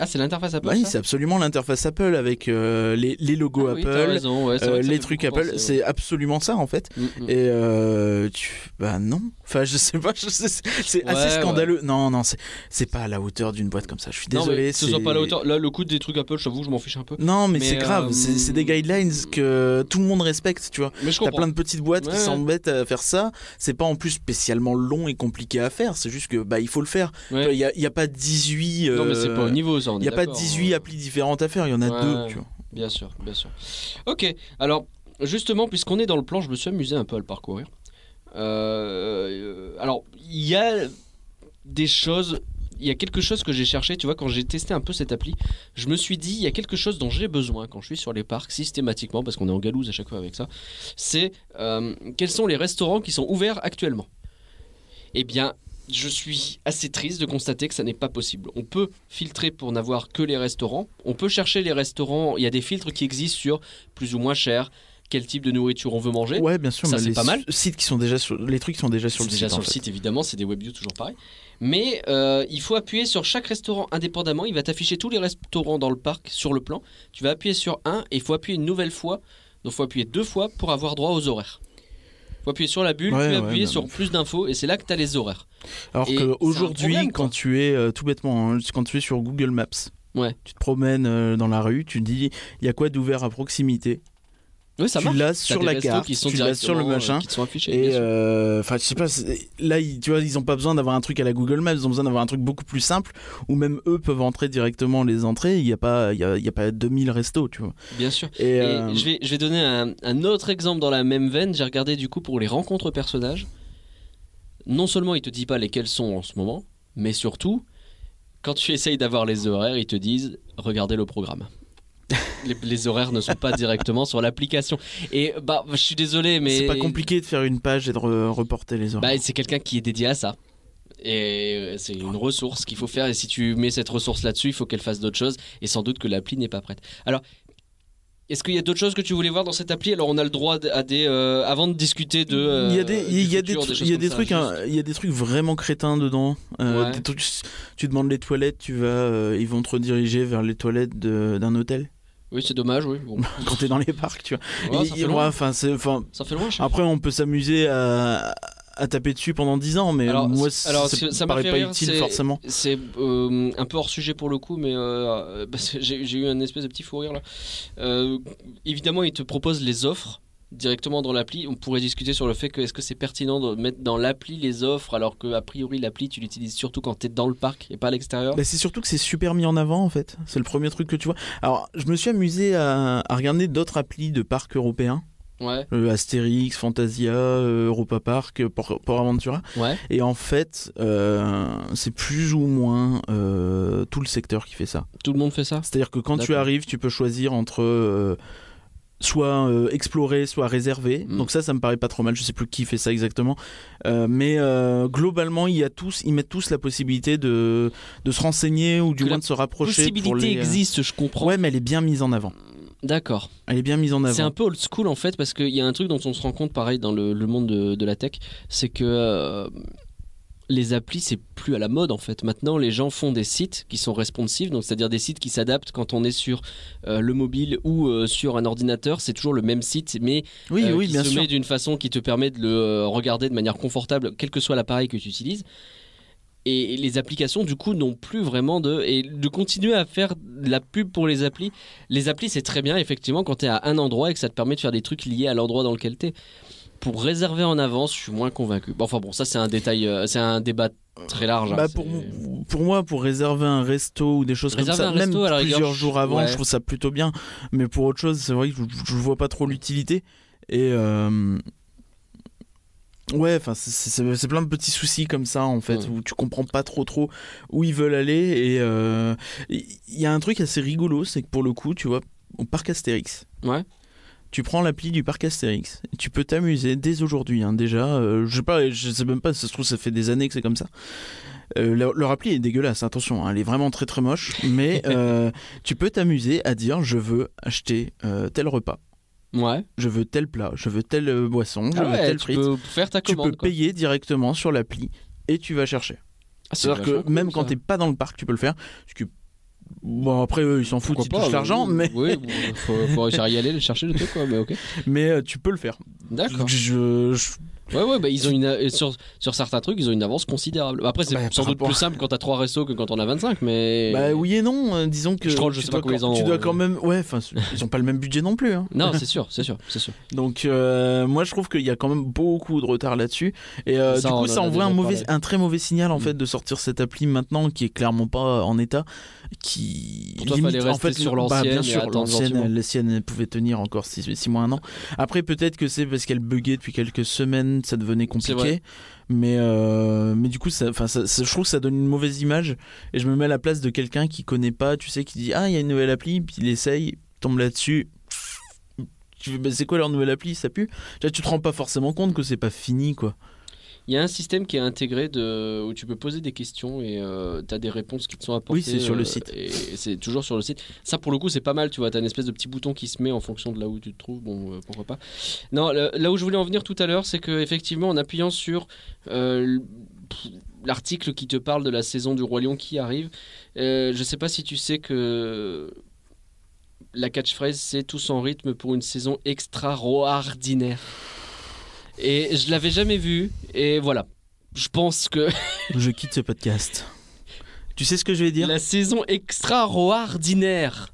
Speaker 2: Ah, c'est l'interface Apple.
Speaker 1: oui,
Speaker 2: ça
Speaker 1: c'est absolument l'interface Apple avec euh, les, les logos
Speaker 2: Ah oui, t'as
Speaker 1: Apple.
Speaker 2: raison, ouais, c'est vrai
Speaker 1: euh,
Speaker 2: que ça
Speaker 1: les
Speaker 2: fait
Speaker 1: trucs
Speaker 2: beaucoup
Speaker 1: Apple,
Speaker 2: penser, ouais.
Speaker 1: c'est absolument ça en fait.
Speaker 2: Mm, mm.
Speaker 1: Et euh, tu... bah non, enfin je sais pas, je sais- c'est
Speaker 2: Ouais, ouais.
Speaker 1: assez scandaleux. Non non, c'est- c'est pas à la hauteur d'une boîte comme ça. Je suis
Speaker 2: Non, mais
Speaker 1: désolé.
Speaker 2: que ce soit
Speaker 1: c'est-
Speaker 2: pas à la hauteur. Là, le coût des trucs Apple, je t'avoue, je m'en fiche un peu.
Speaker 1: Non mais,
Speaker 2: Mais,
Speaker 1: c'est
Speaker 2: euh,
Speaker 1: grave, c'est c'est des guidelines que tout le monde respecte, tu vois.
Speaker 2: Mais je
Speaker 1: T'as
Speaker 2: comprends.
Speaker 1: plein de petites boîtes
Speaker 2: Ouais.
Speaker 1: qui s'embêtent à faire ça. C'est pas en plus spécialement long et compliqué à faire. C'est juste que bah il faut le faire.
Speaker 2: Ouais.
Speaker 1: Il y, a- il y a pas 18.
Speaker 2: Non, mais c'est
Speaker 1: euh,
Speaker 2: pas au niveau, ça. on
Speaker 1: Il y
Speaker 2: est
Speaker 1: a pas
Speaker 2: d'accord. hein.
Speaker 1: 18 applis différentes à faire. Il y en a
Speaker 2: Ouais.
Speaker 1: deux. Tu vois.
Speaker 2: Bien sûr, bien sûr. Ok, alors justement, puisqu'on est dans le plan, je me suis amusé un peu à le parcourir. Euh, euh, alors, il y a des choses, il y a quelque chose que j'ai cherché, tu vois, quand j'ai testé un peu cette appli, je me suis dit, il y a quelque chose dont j'ai besoin quand je suis sur les parcs systématiquement, parce qu'on est en galouse à chaque fois avec ça, c'est euh, quels sont les restaurants qui sont ouverts actuellement Eh bien, je suis assez triste de constater que ça n'est pas possible. On peut filtrer pour n'avoir que les restaurants. On peut chercher les restaurants. Il y a des filtres qui existent sur plus ou moins cher, quel type de nourriture on veut manger.
Speaker 1: Ouais, bien sûr.
Speaker 2: Ça,
Speaker 1: mais
Speaker 2: c'est
Speaker 1: les
Speaker 2: pas mal.
Speaker 1: su- Sites qui sont déjà sur les trucs qui sont déjà sur
Speaker 2: C'est
Speaker 1: le
Speaker 2: déjà
Speaker 1: site.
Speaker 2: sur
Speaker 1: en
Speaker 2: le
Speaker 1: fait.
Speaker 2: site, évidemment, c'est des webviews toujours pareil. Mais euh, il faut appuyer sur chaque restaurant indépendamment. Il va t'afficher tous les restaurants dans le parc sur le plan. Tu vas appuyer sur un et il faut appuyer une nouvelle fois. Donc il faut appuyer deux fois pour avoir droit aux horaires. Il faut appuyer sur la bulle,
Speaker 1: Ouais,
Speaker 2: puis
Speaker 1: ouais,
Speaker 2: appuyer
Speaker 1: bah,
Speaker 2: sur plus d'infos et c'est là que tu as les horaires.
Speaker 1: Alors
Speaker 2: Et c'est un
Speaker 1: que aujourd'hui,
Speaker 2: problème, quoi.
Speaker 1: quand tu es euh, tout bêtement, hein, quand tu es sur Google Maps,
Speaker 2: Ouais.
Speaker 1: tu te promènes euh, dans la rue, tu dis il y a quoi d'ouvert à proximité.
Speaker 2: Oui, ça
Speaker 1: tu
Speaker 2: marche.
Speaker 1: l'as
Speaker 2: T'as
Speaker 1: sur
Speaker 2: des
Speaker 1: la
Speaker 2: restos
Speaker 1: carte,
Speaker 2: qui sont
Speaker 1: tu l'as sur le
Speaker 2: directement, euh,
Speaker 1: machin.
Speaker 2: qui te sont affichés, bien
Speaker 1: Et
Speaker 2: sûr.
Speaker 1: euh, enfin, je sais pas, c'est- là, ils- tu vois, ils ont pas besoin d'avoir un truc à la Google Maps, ils ont besoin d'avoir un truc beaucoup plus simple où même eux peuvent entrer directement les entrées. Il n'y a pas, il y a, il y a pas 2000 restos, tu vois.
Speaker 2: Bien sûr.
Speaker 1: Et,
Speaker 2: Et
Speaker 1: euh,
Speaker 2: je, vais, je vais donner un, un autre exemple dans la même veine. J'ai regardé du coup pour les rencontres personnages. Non seulement il te dit pas lesquels sont en ce moment, mais surtout, quand tu essayes d'avoir les horaires, ils te disent regardez le programme. les, les horaires ne sont pas directement sur l'application. Et bah, je suis désolé, mais
Speaker 1: c'est pas compliqué de faire une page et de re- reporter les horaires.
Speaker 2: Bah, c'est quelqu'un qui est dédié à ça. Et c'est une ressource qu'il faut faire. Et si tu mets cette ressource là-dessus, il faut qu'elle fasse d'autres choses. Et sans doute que l'appli n'est pas prête. Alors, est-ce qu'il y a d'autres choses que tu voulais voir dans cette appli Alors, on a le droit à des. euh, avant de discuter de. euh,
Speaker 1: il y a des,
Speaker 2: du
Speaker 1: il y a des,
Speaker 2: futur,
Speaker 1: tru-
Speaker 2: choses
Speaker 1: il y a
Speaker 2: comme
Speaker 1: des
Speaker 2: ça,
Speaker 1: trucs,
Speaker 2: juste-
Speaker 1: hein, il y a des trucs vraiment crétins dedans. Euh,
Speaker 2: Ouais.
Speaker 1: des trucs- tu demandes les toilettes, tu vas, euh, ils vont te rediriger vers les toilettes de- d'un hôtel
Speaker 2: Oui, c'est dommage, oui. Bon.
Speaker 1: quand t'es dans les parcs, tu vois.
Speaker 2: Ouais,
Speaker 1: Et-
Speaker 2: ça,
Speaker 1: et-
Speaker 2: fait
Speaker 1: ouais,
Speaker 2: loin.
Speaker 1: enfin, c'est, enfin,
Speaker 2: ça fait loin, je sais.
Speaker 1: après, on peut s'amuser à, à taper dessus pendant 10 ans, mais
Speaker 2: Alors,
Speaker 1: moi,
Speaker 2: c'est- alors,
Speaker 1: ça,
Speaker 2: c'est- ça
Speaker 1: me
Speaker 2: m'a
Speaker 1: paraît
Speaker 2: fait
Speaker 1: pas
Speaker 2: rire,
Speaker 1: utile
Speaker 2: c'est-
Speaker 1: forcément.
Speaker 2: C'est euh, un peu hors sujet pour le coup, mais euh, parce que j'ai j'ai eu un espèce de petit fou rire là. Euh, évidemment, ils te proposent les offres directement dans l'appli. On pourrait discuter sur le fait que est-ce que c'est pertinent de mettre dans l'appli les offres alors que a priori l'appli tu l'utilises surtout quand t'es dans le parc et pas à l'extérieur.
Speaker 1: Bah, c'est surtout que c'est super mis en avant en fait. C'est le premier truc que tu vois. Alors, je me suis amusé à, à regarder d'autres applis de parcs européens,
Speaker 2: Ouais,
Speaker 1: Euh, Astérix, Fantasia, euh, Europa Park, euh, Port, Port Aventura.
Speaker 2: ouais.
Speaker 1: Et en fait, euh, c'est plus ou moins euh, tout le secteur qui fait ça.
Speaker 2: Tout le monde fait ça.
Speaker 1: C'est-à-dire que quand tu
Speaker 2: D'accord.
Speaker 1: arrives, tu peux choisir entre euh, soit euh, explorer, soit réserver.
Speaker 2: Mm.
Speaker 1: Donc ça, ça me paraît pas trop mal. Je sais plus qui fait ça exactement, Euh, mais euh, globalement, il y a tous, ils mettent tous la possibilité de, de se renseigner ou du
Speaker 2: Que
Speaker 1: moins
Speaker 2: la
Speaker 1: de se rapprocher.
Speaker 2: Possibilité
Speaker 1: pour les, euh,
Speaker 2: existe, je comprends.
Speaker 1: Ouais, mais elle est bien mise en avant.
Speaker 2: D'accord.
Speaker 1: Elle est bien mise en avant.
Speaker 2: C'est un peu old school en fait, parce qu'il y a un truc dont on se rend compte pareil dans le, le monde de, de la tech, c'est que euh, les applis, c'est plus à la mode en fait. Maintenant, les gens font des sites qui sont responsives, donc c'est-à-dire des sites qui s'adaptent quand on est sur euh, le mobile ou euh, sur un ordinateur. C'est toujours le même site, mais
Speaker 1: Oui,
Speaker 2: euh,
Speaker 1: oui,
Speaker 2: qui
Speaker 1: bien
Speaker 2: se
Speaker 1: sûr.
Speaker 2: met d'une façon qui te permet de le euh, regarder de manière confortable, quel que soit l'appareil que tu utilises. Et les applications, du coup, n'ont plus vraiment de... Et de continuer à faire de la pub pour les applis. Les applis, c'est très bien, effectivement, quand tu es à un endroit et que ça te permet de faire des trucs liés à l'endroit dans lequel tu es. Pour réserver en avance, je suis moins convaincu. Bon, enfin bon, ça, c'est un détail, euh, c'est un débat très large. hein,
Speaker 1: Bah,
Speaker 2: c'est-
Speaker 1: pour, pour moi, pour réserver un resto ou des choses
Speaker 2: Réserver
Speaker 1: comme
Speaker 2: un
Speaker 1: ça, même
Speaker 2: resto, à la rigueur,
Speaker 1: plusieurs
Speaker 2: je-
Speaker 1: jours avant,
Speaker 2: ouais.
Speaker 1: je trouve ça plutôt bien. Mais pour autre chose, c'est vrai que je, je vois pas trop l'utilité. Et euh, ouais, enfin, c'est- c'est c'est- c'est plein de petits soucis comme ça en fait,
Speaker 2: Ouais.
Speaker 1: où tu comprends pas trop trop où ils veulent aller. Et euh, il y, a un truc assez rigolo, c'est que pour le coup, tu vois, au parc Astérix.
Speaker 2: Ouais.
Speaker 1: Tu prends l'appli du parc Astérix, et tu peux t'amuser dès aujourd'hui hein, déjà. euh, je sais pas, je sais même pas, ça se trouve ça fait des années que c'est comme ça. Euh, leur, leur appli est dégueulasse, attention, hein, elle est vraiment très très moche, mais euh, tu peux t'amuser à dire je veux acheter euh, tel repas,
Speaker 2: Ouais.
Speaker 1: je veux tel plat, je veux telle euh, boisson, je
Speaker 2: Ah
Speaker 1: veux
Speaker 2: ouais,
Speaker 1: telle
Speaker 2: tu
Speaker 1: frite.
Speaker 2: peux faire ta
Speaker 1: Tu
Speaker 2: commande.
Speaker 1: peux
Speaker 2: quoi.
Speaker 1: payer directement sur l'appli et tu vas chercher.
Speaker 2: Ah, c'est
Speaker 1: C'est-à-dire que
Speaker 2: vachement cool,
Speaker 1: même quand
Speaker 2: ça.
Speaker 1: t'es pas dans le parc, tu peux le faire. Parce que, bon, après eux ils s'en foutent,
Speaker 2: Pourquoi
Speaker 1: ils touchent
Speaker 2: pas,
Speaker 1: l'argent,
Speaker 2: oui,
Speaker 1: mais,
Speaker 2: Oui, bon, faut, faut réussir à y aller, le chercher, le truc, quoi, mais ok.
Speaker 1: mais euh, tu peux le faire.
Speaker 2: D'accord.
Speaker 1: Je- je-
Speaker 2: Ouais, ouais, bah, ils ont une, euh, sur, sur certains trucs, ils ont une avance considérable. Après, c'est
Speaker 1: Bah,
Speaker 2: sans
Speaker 1: par
Speaker 2: doute
Speaker 1: rapport-
Speaker 2: plus simple quand t'as 3 restos que quand on a 25, mais.
Speaker 1: Bah oui et non, euh, disons que
Speaker 2: Je crois que je
Speaker 1: tu,
Speaker 2: sais pas
Speaker 1: dois
Speaker 2: combien ils en
Speaker 1: quand, tu
Speaker 2: ont,
Speaker 1: dois
Speaker 2: euh.
Speaker 1: quand même. Ouais, enfin, ils ont pas le même budget non plus. hein.
Speaker 2: Non, c'est sûr, c'est sûr, c'est sûr.
Speaker 1: Donc euh, moi je trouve qu'il y a quand même beaucoup de retard là-dessus et euh,
Speaker 2: Ça,
Speaker 1: du
Speaker 2: on en
Speaker 1: coup
Speaker 2: a
Speaker 1: ça envoie un
Speaker 2: déjà
Speaker 1: mauvais,
Speaker 2: parlé.
Speaker 1: un très mauvais signal en
Speaker 2: Mm.
Speaker 1: fait de sortir cette appli maintenant qui est clairement pas en état, qui
Speaker 2: Pour toi, fallait
Speaker 1: en
Speaker 2: rester
Speaker 1: fait
Speaker 2: sur
Speaker 1: bah,
Speaker 2: l'ancienne et
Speaker 1: bien sûr
Speaker 2: attendre
Speaker 1: l'ancienne,
Speaker 2: gentiment.
Speaker 1: elle- l'ancienne, elle pouvait tenir encore 6 mois un an. Après peut-être que c'est parce qu'elle buguait depuis quelques semaines, ça devenait
Speaker 2: C'est vrai.
Speaker 1: compliqué, mais euh, mais du coup ça, enfin ça- ça- je trouve que ça donne une mauvaise image et je me mets à la place de quelqu'un qui connaît pas, tu sais, qui dit ah il y a une nouvelle appli, puis il essaye, tombe là-dessus. Tu fais, bah, c'est quoi leur nouvelle appli Ça pue. Tu vois, tu te rends pas forcément compte que c'est pas fini, quoi.
Speaker 2: Il y a un système qui est intégré de, où tu peux poser des questions et euh, t'as des réponses qui te sont apportées.
Speaker 1: Oui, c'est sur le
Speaker 2: euh,
Speaker 1: site.
Speaker 2: Et c'est toujours sur le site. Ça, pour le coup, c'est pas mal, tu vois. T'as une espèce de petit bouton qui se met en fonction de là où tu te trouves. Bon, euh, pourquoi pas. Non, le- là où je voulais en venir tout à l'heure, c'est que effectivement, en appuyant sur euh, l- pff, l'article qui te parle de la saison du Roi Lion qui arrive, euh, je sais pas si tu sais que. La catchphrase, c'est tous en rythme pour une saison extraordinaire. Et je l'avais jamais vu. Et voilà. Je pense que
Speaker 1: Je quitte ce podcast. Tu sais ce que je vais dire
Speaker 2: la saison extraordinaire.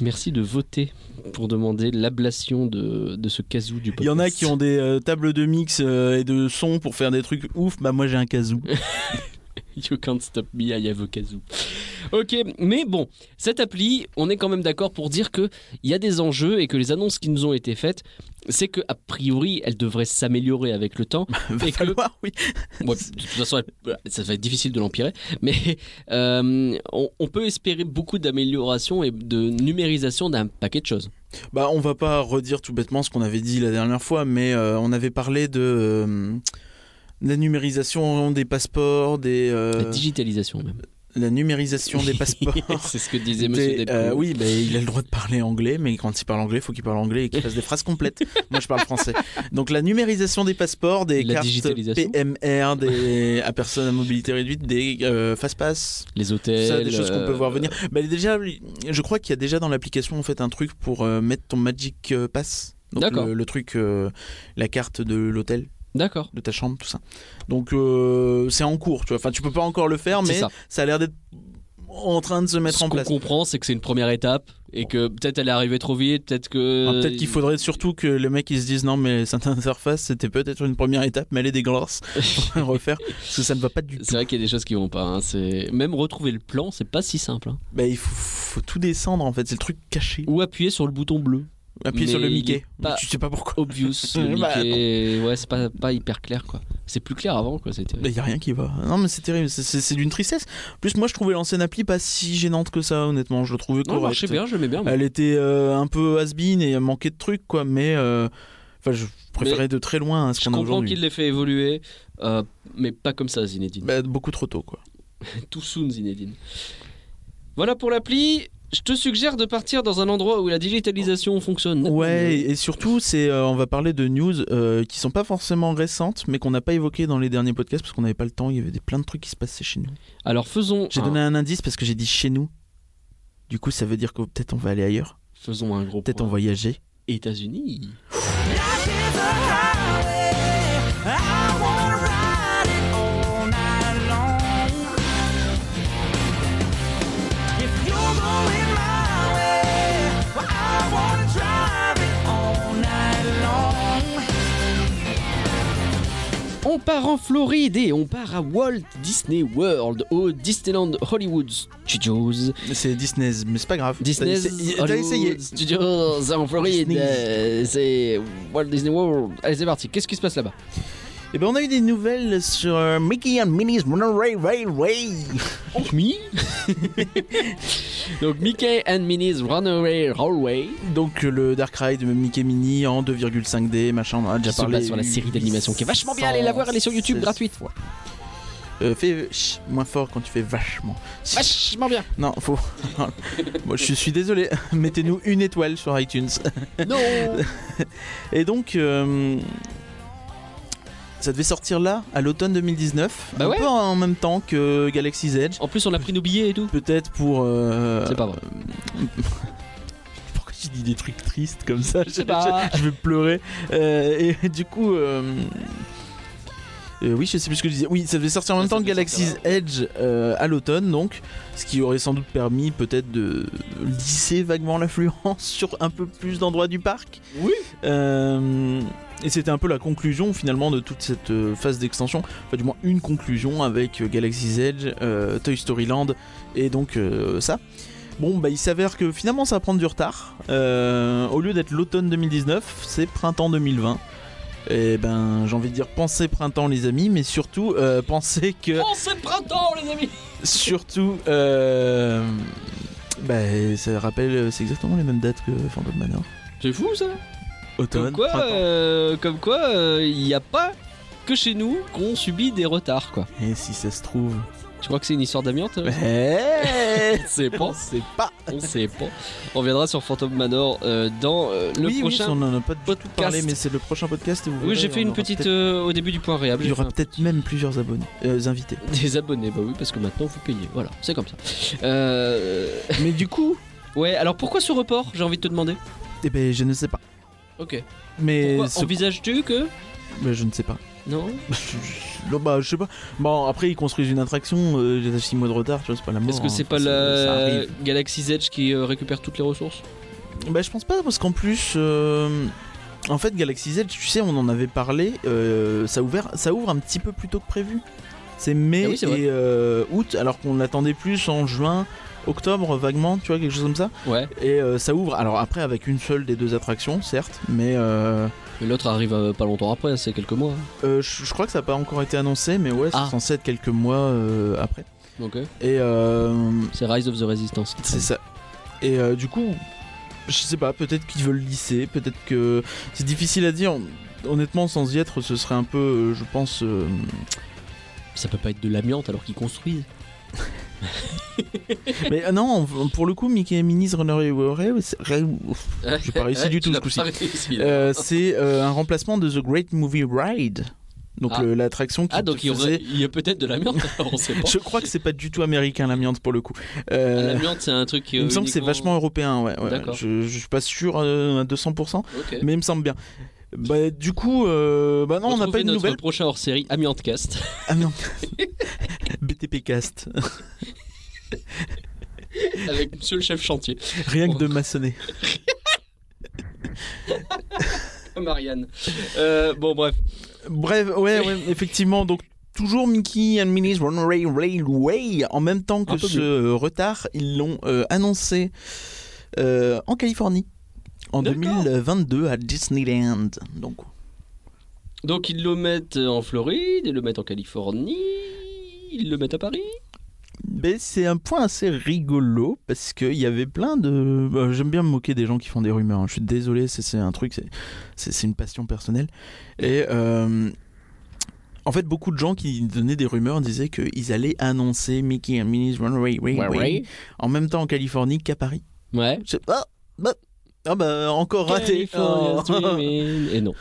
Speaker 2: Merci de voter pour demander l'ablation de, de ce casou du podcast.
Speaker 1: Il y en a qui ont des euh, tables de mix euh, et de son pour faire des trucs ouf. Bah moi j'ai un kazoo.
Speaker 2: You can't stop me, I have a kazoo. Ok, mais bon, cette appli, on est quand même d'accord pour dire que il y a des enjeux et que les annonces qui nous ont été faites, c'est que a priori, elles devraient s'améliorer avec le temps.
Speaker 1: Va
Speaker 2: Et que-
Speaker 1: falloir, Ah oui.
Speaker 2: Bon, de toute façon, ça va être difficile de l'empirer, mais euh, on, on peut espérer beaucoup d'améliorations et de numérisation d'un paquet de choses.
Speaker 1: Bah, on va pas redire tout bêtement ce qu'on avait dit la dernière fois, mais euh, on avait parlé de euh, la numérisation des passeports, des euh,
Speaker 2: La digitalisation même.
Speaker 1: la numérisation des passeports.
Speaker 2: C'est ce que disait
Speaker 1: des-
Speaker 2: Monsieur Delcourt.
Speaker 1: euh, oui, bah, il a le droit de parler anglais, mais quand il parle anglais, il faut qu'il parle anglais et qu'il fasse des phrases complètes. Moi, je parle français. Donc, la numérisation des passeports, des
Speaker 2: La
Speaker 1: cartes
Speaker 2: digitalisation
Speaker 1: PMR, des à personnes à mobilité réduite, des euh, fast-pass,
Speaker 2: Les
Speaker 1: tout
Speaker 2: hôtels.
Speaker 1: ça, des choses qu'on peut voir
Speaker 2: euh,
Speaker 1: venir. Bah, déjà, je crois qu'il y a déjà dans l'application en fait un truc pour euh, mettre ton Magic euh, Pass. Donc
Speaker 2: D'accord.
Speaker 1: le, le truc, euh, la carte de l'hôtel,
Speaker 2: D'accord.
Speaker 1: de ta chambre, tout ça. Donc euh, c'est en cours, tu vois. Enfin, tu peux pas encore le faire,
Speaker 2: C'est
Speaker 1: mais
Speaker 2: ça.
Speaker 1: ça. a l'air d'être en train de se mettre
Speaker 2: Ce
Speaker 1: en
Speaker 2: qu'on
Speaker 1: place.
Speaker 2: comprend, c'est que c'est une première étape et que peut-être elle est arrivée trop vite, peut-être que.
Speaker 1: Alors, Ah, peut-être qu'il faudrait surtout que les mecs ils se disent non mais cette interface c'était peut-être une première étape mais elle est dégueulasse Faudrait refaire parce que ça ne va pas du tout.
Speaker 2: C'est vrai qu'il y a des choses qui vont pas. hein, c'est- Même retrouver le plan, c'est pas si simple. hein.
Speaker 1: Bah, il faut, faut tout descendre en fait c'est le truc caché.
Speaker 2: Ou appuyer sur le bouton bleu.
Speaker 1: Appuyer
Speaker 2: Mais
Speaker 1: sur le
Speaker 2: il est
Speaker 1: Mickey.
Speaker 2: pas-
Speaker 1: Tu sais pas pourquoi.
Speaker 2: Obvious. le
Speaker 1: Bah,
Speaker 2: Mickey, ouais, c'est pas, pas hyper clair quoi. C'est plus clair avant quoi. C'était.
Speaker 1: Il n'y Bah, a rien qui va. Non, mais c'est terrible, c'est- c'est c'est d'une tristesse. En plus, moi, je trouvais l'ancienne appli pas si gênante que ça, honnêtement. Je le trouvais
Speaker 2: Non, elle
Speaker 1: correct.
Speaker 2: marchait bien, je l'aimais bien. moi.
Speaker 1: Elle était euh, un peu has-been et elle manquait de trucs, quoi. Mais euh, enfin, je préférais de très loin à ce
Speaker 2: Je
Speaker 1: qu'on a
Speaker 2: comprends
Speaker 1: aujourd'hui.
Speaker 2: qu'il l'ait fait évoluer, euh, mais pas comme ça, Zinedine.
Speaker 1: Bah, beaucoup trop tôt, quoi.
Speaker 2: Tout soon, Zinedine. Voilà pour l'appli. Je te suggère de partir dans un endroit où la digitalisation fonctionne.
Speaker 1: Ouais, et et surtout, c'est euh, on va parler de news euh, qui sont pas forcément récentes, mais qu'on n'a pas évoquées dans les derniers podcasts parce qu'on n'avait pas le temps. Il y avait des, plein de trucs qui se passaient chez nous.
Speaker 2: Alors faisons.
Speaker 1: J'ai
Speaker 2: un-
Speaker 1: donné un indice parce que j'ai dit chez nous. Du coup, ça veut dire que peut-être on va aller ailleurs,
Speaker 2: Faisons un gros.
Speaker 1: peut-être
Speaker 2: point.
Speaker 1: on va voyager.
Speaker 2: États-Unis. On part en Floride et on part à Walt Disney World au Disneyland Hollywood Studios.
Speaker 1: C'est Disney, mais c'est pas grave.
Speaker 2: Disney
Speaker 1: T'as essayé- T'as essayé.
Speaker 2: Hollywood Studios en Floride.
Speaker 1: Disney.
Speaker 2: Euh, C'est Walt Disney World. Allez, c'est parti. Qu'est-ce qui se passe là-bas
Speaker 1: Et ben on a eu des nouvelles sur euh, Mickey and Minnie's Monorail Railway. Oh.
Speaker 2: Mi Donc Mickey and Minnie's Runaway Railway.
Speaker 1: Donc euh, le Dark Ride de Mickey Minnie en 2,5D, machin, on en a déjà
Speaker 2: Qui se
Speaker 1: parlé.
Speaker 2: base sur la série d'animation qui est vachement bien, allez la voir, elle est sur YouTube,
Speaker 1: 116
Speaker 2: gratuite.
Speaker 1: fois. Euh, fais euh, chut, moins fort quand tu fais vachement. Chut.
Speaker 2: Vachement bien.
Speaker 1: Non, faut. Moi je suis désolé, mettez-nous une étoile sur iTunes.
Speaker 2: Non.
Speaker 1: Et donc, euh, ça devait sortir là, à l'automne 2019,
Speaker 2: Bah
Speaker 1: un
Speaker 2: ouais.
Speaker 1: peu en même temps que Galaxy's Edge.
Speaker 2: En plus, on a pris nos billets et tout.
Speaker 1: Peut-être pour. euh,
Speaker 2: C'est pas vrai.
Speaker 1: Pourquoi tu dis des trucs tristes comme ça
Speaker 2: sais pas.
Speaker 1: je vais pleurer. Euh, et du coup. euh, euh, oui, je sais plus ce que je disais. Oui, ça devait sortir en
Speaker 2: Ouais,
Speaker 1: même
Speaker 2: Ah, ça
Speaker 1: temps que
Speaker 2: devait
Speaker 1: Galaxy's
Speaker 2: sortir
Speaker 1: Edge euh, à l'automne, donc. Ce qui aurait sans doute permis peut-être de lisser vaguement l'affluence sur un peu plus d'endroits du parc.
Speaker 2: Oui.
Speaker 1: Euh, et c'était un peu la conclusion finalement de toute cette euh, phase d'extension. Enfin, du moins une conclusion avec euh, Galaxy's Edge, euh, Toy Story Land et donc euh, ça. Bon, bah, il s'avère que finalement ça va prendre du retard. Euh, au lieu d'être l'automne 2019, c'est printemps 2020. Et ben, j'ai envie de dire, pensez printemps, les amis, mais surtout, euh, pensez que.
Speaker 2: Oh, c'est printemps, les amis.
Speaker 1: Surtout, euh, bah, ça rappelle, c'est exactement les mêmes dates que Phantom Manor.
Speaker 2: C'est fou ça.
Speaker 1: Automne,
Speaker 2: Comme quoi,
Speaker 1: printemps.
Speaker 2: euh, comme quoi, il n'y a pas que chez nous qu'on subit des retards, quoi.
Speaker 1: Et si ça se trouve.
Speaker 2: Tu crois que c'est une histoire d'amiante euh
Speaker 1: Eh,
Speaker 2: On sait pas,
Speaker 1: On sait pas.
Speaker 2: on sait pas. On reviendra sur Phantom Manor euh, dans euh, le
Speaker 1: oui,
Speaker 2: prochain.
Speaker 1: oui, on en a pas du tout
Speaker 2: podcast.
Speaker 1: parlé, mais c'est le prochain podcast. et vous
Speaker 2: Oui,
Speaker 1: verrez,
Speaker 2: j'ai fait
Speaker 1: on
Speaker 2: une
Speaker 1: aura
Speaker 2: petite
Speaker 1: peut-être-
Speaker 2: euh, au début du point réel.
Speaker 1: Il y aura peut-être même plusieurs abonnés, euh, invités.
Speaker 2: des abonnés, bah oui, parce que maintenant vous payez. Voilà, c'est comme ça. Euh,
Speaker 1: Mais du coup,
Speaker 2: Ouais, alors pourquoi ce report J'ai envie de te demander.
Speaker 1: eh ben, je ne sais pas.
Speaker 2: Ok.
Speaker 1: Mais
Speaker 2: Pourquoi
Speaker 1: ce-
Speaker 2: envisages-tu que
Speaker 1: mais je ne sais pas.
Speaker 2: Non.
Speaker 1: Non, bah, je sais pas. Bon, après, ils construisent une attraction. Euh, j'ai 6 mois de retard, tu vois, c'est pas la mort.
Speaker 2: Est-ce que
Speaker 1: hein.
Speaker 2: c'est pas
Speaker 1: Ça- ça
Speaker 2: la
Speaker 1: arrive.
Speaker 2: Galaxy's Edge qui euh, récupère toutes les ressources
Speaker 1: Bah, je pense pas, parce qu'en plus. euh, En fait, Galaxy Z, tu sais, on en avait parlé, euh, ça, a ouvert, ça ouvre un petit peu plus tôt que prévu. C'est mai
Speaker 2: Ah oui, c'est vrai.
Speaker 1: et euh, août, alors qu'on l'attendait plus en juin, octobre, vaguement, tu vois, quelque chose comme ça.
Speaker 2: Ouais.
Speaker 1: Et euh, ça ouvre, alors après, avec une seule des deux attractions, certes, mais euh,
Speaker 2: Mais l'autre arrive euh, pas longtemps après, c'est quelques mois. hein.
Speaker 1: euh, je je crois que ça n'a pas encore été annoncé, mais ouais, c'est
Speaker 2: Ah.
Speaker 1: censé être quelques mois euh, après.
Speaker 2: Donc
Speaker 1: Et euh,
Speaker 2: c'est Rise of the Resistance.
Speaker 1: C'est ça. Et euh, du coup, je sais pas, peut-être qu'ils veulent lisser, peut-être que. C'est difficile à dire. Honnêtement, sans y être, ce serait un peu, euh, je pense. euh,
Speaker 2: Ça peut pas être de l'amiante alors qu'ils construisent.
Speaker 1: Mais euh, non, pour le coup, Mickey et Minnie's Runaway Railway, c'est- Rail- ouf, j'ai pas réussi du tout ce coup-ci. Euh, c'est euh, un remplacement de The Great Movie Ride. Donc
Speaker 2: Ah.
Speaker 1: le- l'attraction qui
Speaker 2: Ah, donc
Speaker 1: te
Speaker 2: il y, aurait-
Speaker 1: faisait...
Speaker 2: il y a peut-être de l'amiante, alors on sait pas.
Speaker 1: Je crois que c'est pas du tout américain l'amiante pour le coup.
Speaker 2: Ah,
Speaker 1: Euh,
Speaker 2: L'amiante, c'est un truc.
Speaker 1: il me semble que c'est vachement européen, ouais. ouais.
Speaker 2: D'accord.
Speaker 1: Je, je suis pas sûr euh, à 200%, mais il me semble bien. Bah, du coup, euh, bah non, on n'a pas eu de
Speaker 2: notre
Speaker 1: nouvelles.
Speaker 2: prochain hors série, Amiante Cast.
Speaker 1: Ah non. BTP Cast,
Speaker 2: avec monsieur le chef chantier,
Speaker 1: rien que de maçonner. Oh,
Speaker 2: Marianne. Euh, bon, bref.
Speaker 1: Bref, ouais, ouais, effectivement, donc toujours Mickey and Minnie's Runaway Railway, en même temps que
Speaker 2: Un peu
Speaker 1: ce euh, retard, ils l'ont euh, annoncé euh, en Californie en
Speaker 2: D'accord.
Speaker 1: 2022 à Disneyland. Donc,
Speaker 2: Donc ils le mettent euh, en Floride, ils le mettent en Californie, ils le mettent à Paris.
Speaker 1: mais Ben, c'est un point assez rigolo parce qu'il y avait plein de. bah, J'aime bien me moquer des gens qui font des rumeurs. hein. Je suis désolé, c'est- c'est un truc, c'est- c'est c'est une passion personnelle. Et euh, en fait, beaucoup de gens qui donnaient des rumeurs disaient qu'ils allaient annoncer Mickey and Minnie's Runaway Railway. en même temps en Californie qu'à Paris.
Speaker 2: Ouais.
Speaker 1: Je- Ah, bah, ah bah, encore raté.
Speaker 2: California
Speaker 1: Oh,
Speaker 2: Streaming. Et non,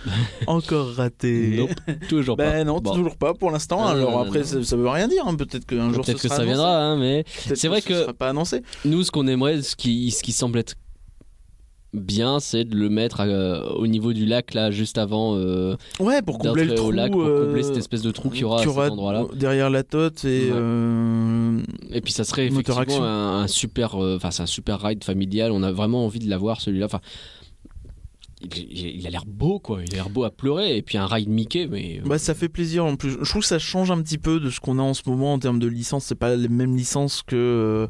Speaker 1: encore raté.
Speaker 2: Nope, toujours pas.
Speaker 1: Ben non,
Speaker 2: Bon.
Speaker 1: toujours pas pour l'instant. hein.
Speaker 2: Ah,
Speaker 1: Alors
Speaker 2: non, non,
Speaker 1: après,
Speaker 2: non.
Speaker 1: ça, ça veut rien dire. hein. Peut-être qu'un jour
Speaker 2: Bah, Peut-être
Speaker 1: ce
Speaker 2: que
Speaker 1: sera
Speaker 2: ça
Speaker 1: annoncé.
Speaker 2: viendra, hein, mais
Speaker 1: Peut-être
Speaker 2: C'est vrai
Speaker 1: ce
Speaker 2: que-
Speaker 1: sera pas annoncé.
Speaker 2: nous, ce qu'on aimerait, ce qui, ce qui semble être bien, c'est de le mettre euh, au niveau du lac, là, juste avant euh,
Speaker 1: Ouais, pour combler le
Speaker 2: d'entrer
Speaker 1: trou.
Speaker 2: au lac, pour combler
Speaker 1: euh,
Speaker 2: cette espèce de trou qu'il y aura
Speaker 1: qu'il
Speaker 2: à cet endroit-là.
Speaker 1: derrière la tote et
Speaker 2: Ouais.
Speaker 1: euh,
Speaker 2: Et puis ça serait
Speaker 1: Moteur action.
Speaker 2: effectivement un, un super, euh, enfin c'est un super ride familial. On a vraiment envie de l'avoir celui-là. Enfin, il, il- il a l'air beau quoi. Il a l'air beau à pleurer. Et puis un ride Mickey, mais euh,
Speaker 1: bah, ça fait plaisir en plus. Je trouve que ça change un petit peu de ce qu'on a en ce moment en termes de licence. C'est pas les mêmes licences que. euh,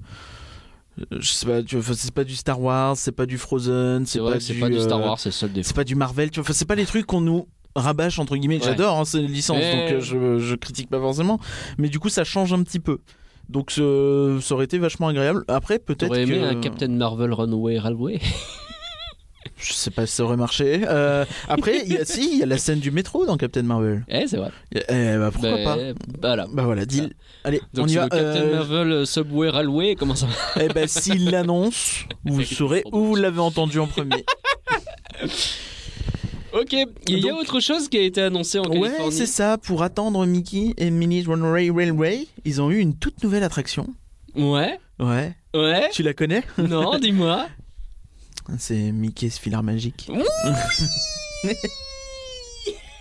Speaker 1: Je sais pas, tu vois, enfin, c'est pas du Star Wars, c'est pas du Frozen,
Speaker 2: c'est vrai, que c'est pas du Star
Speaker 1: euh,
Speaker 2: Wars, c'est le seul défaut.
Speaker 1: c'est pas du Marvel, tu vois. Enfin, c'est pas les trucs qu'on nous rabâche entre guillemets.
Speaker 2: Ouais.
Speaker 1: J'adore hein, ces licences,
Speaker 2: Ouais.
Speaker 1: donc euh, je, je critique pas forcément. Mais du coup, ça change un petit peu. Donc, ce- ça aurait été vachement agréable. Après, peut-être
Speaker 2: T'aurais aimé
Speaker 1: que-
Speaker 2: un Captain Marvel Runaway Railway
Speaker 1: Je sais pas si ça aurait marché. Euh, après, il y a, si, il y a la scène du métro dans Captain Marvel.
Speaker 2: Eh, c'est vrai.
Speaker 1: Eh bah, pourquoi
Speaker 2: Ben,
Speaker 1: pas
Speaker 2: Voilà.
Speaker 1: Bah voilà, deal. Allez,
Speaker 2: ah. Donc
Speaker 1: on y
Speaker 2: si
Speaker 1: va.
Speaker 2: le Captain
Speaker 1: Euh,
Speaker 2: Marvel Subway Railway, comment ça va
Speaker 1: Eh ben, s'il l'annonce, vous saurez où vous l'avez entendu en premier.
Speaker 2: Ok. Il y a
Speaker 1: Donc-
Speaker 2: autre chose qui a été annoncé en
Speaker 1: Ouais,
Speaker 2: Californie.
Speaker 1: c'est ça. Pour attendre Mickey et Minnie's Runaway Railway, ils ont eu une toute nouvelle attraction.
Speaker 2: Ouais.
Speaker 1: Ouais.
Speaker 2: Ouais.
Speaker 1: Tu la connais
Speaker 2: non, dis-moi.
Speaker 1: C'est Mickey's Filar Magique.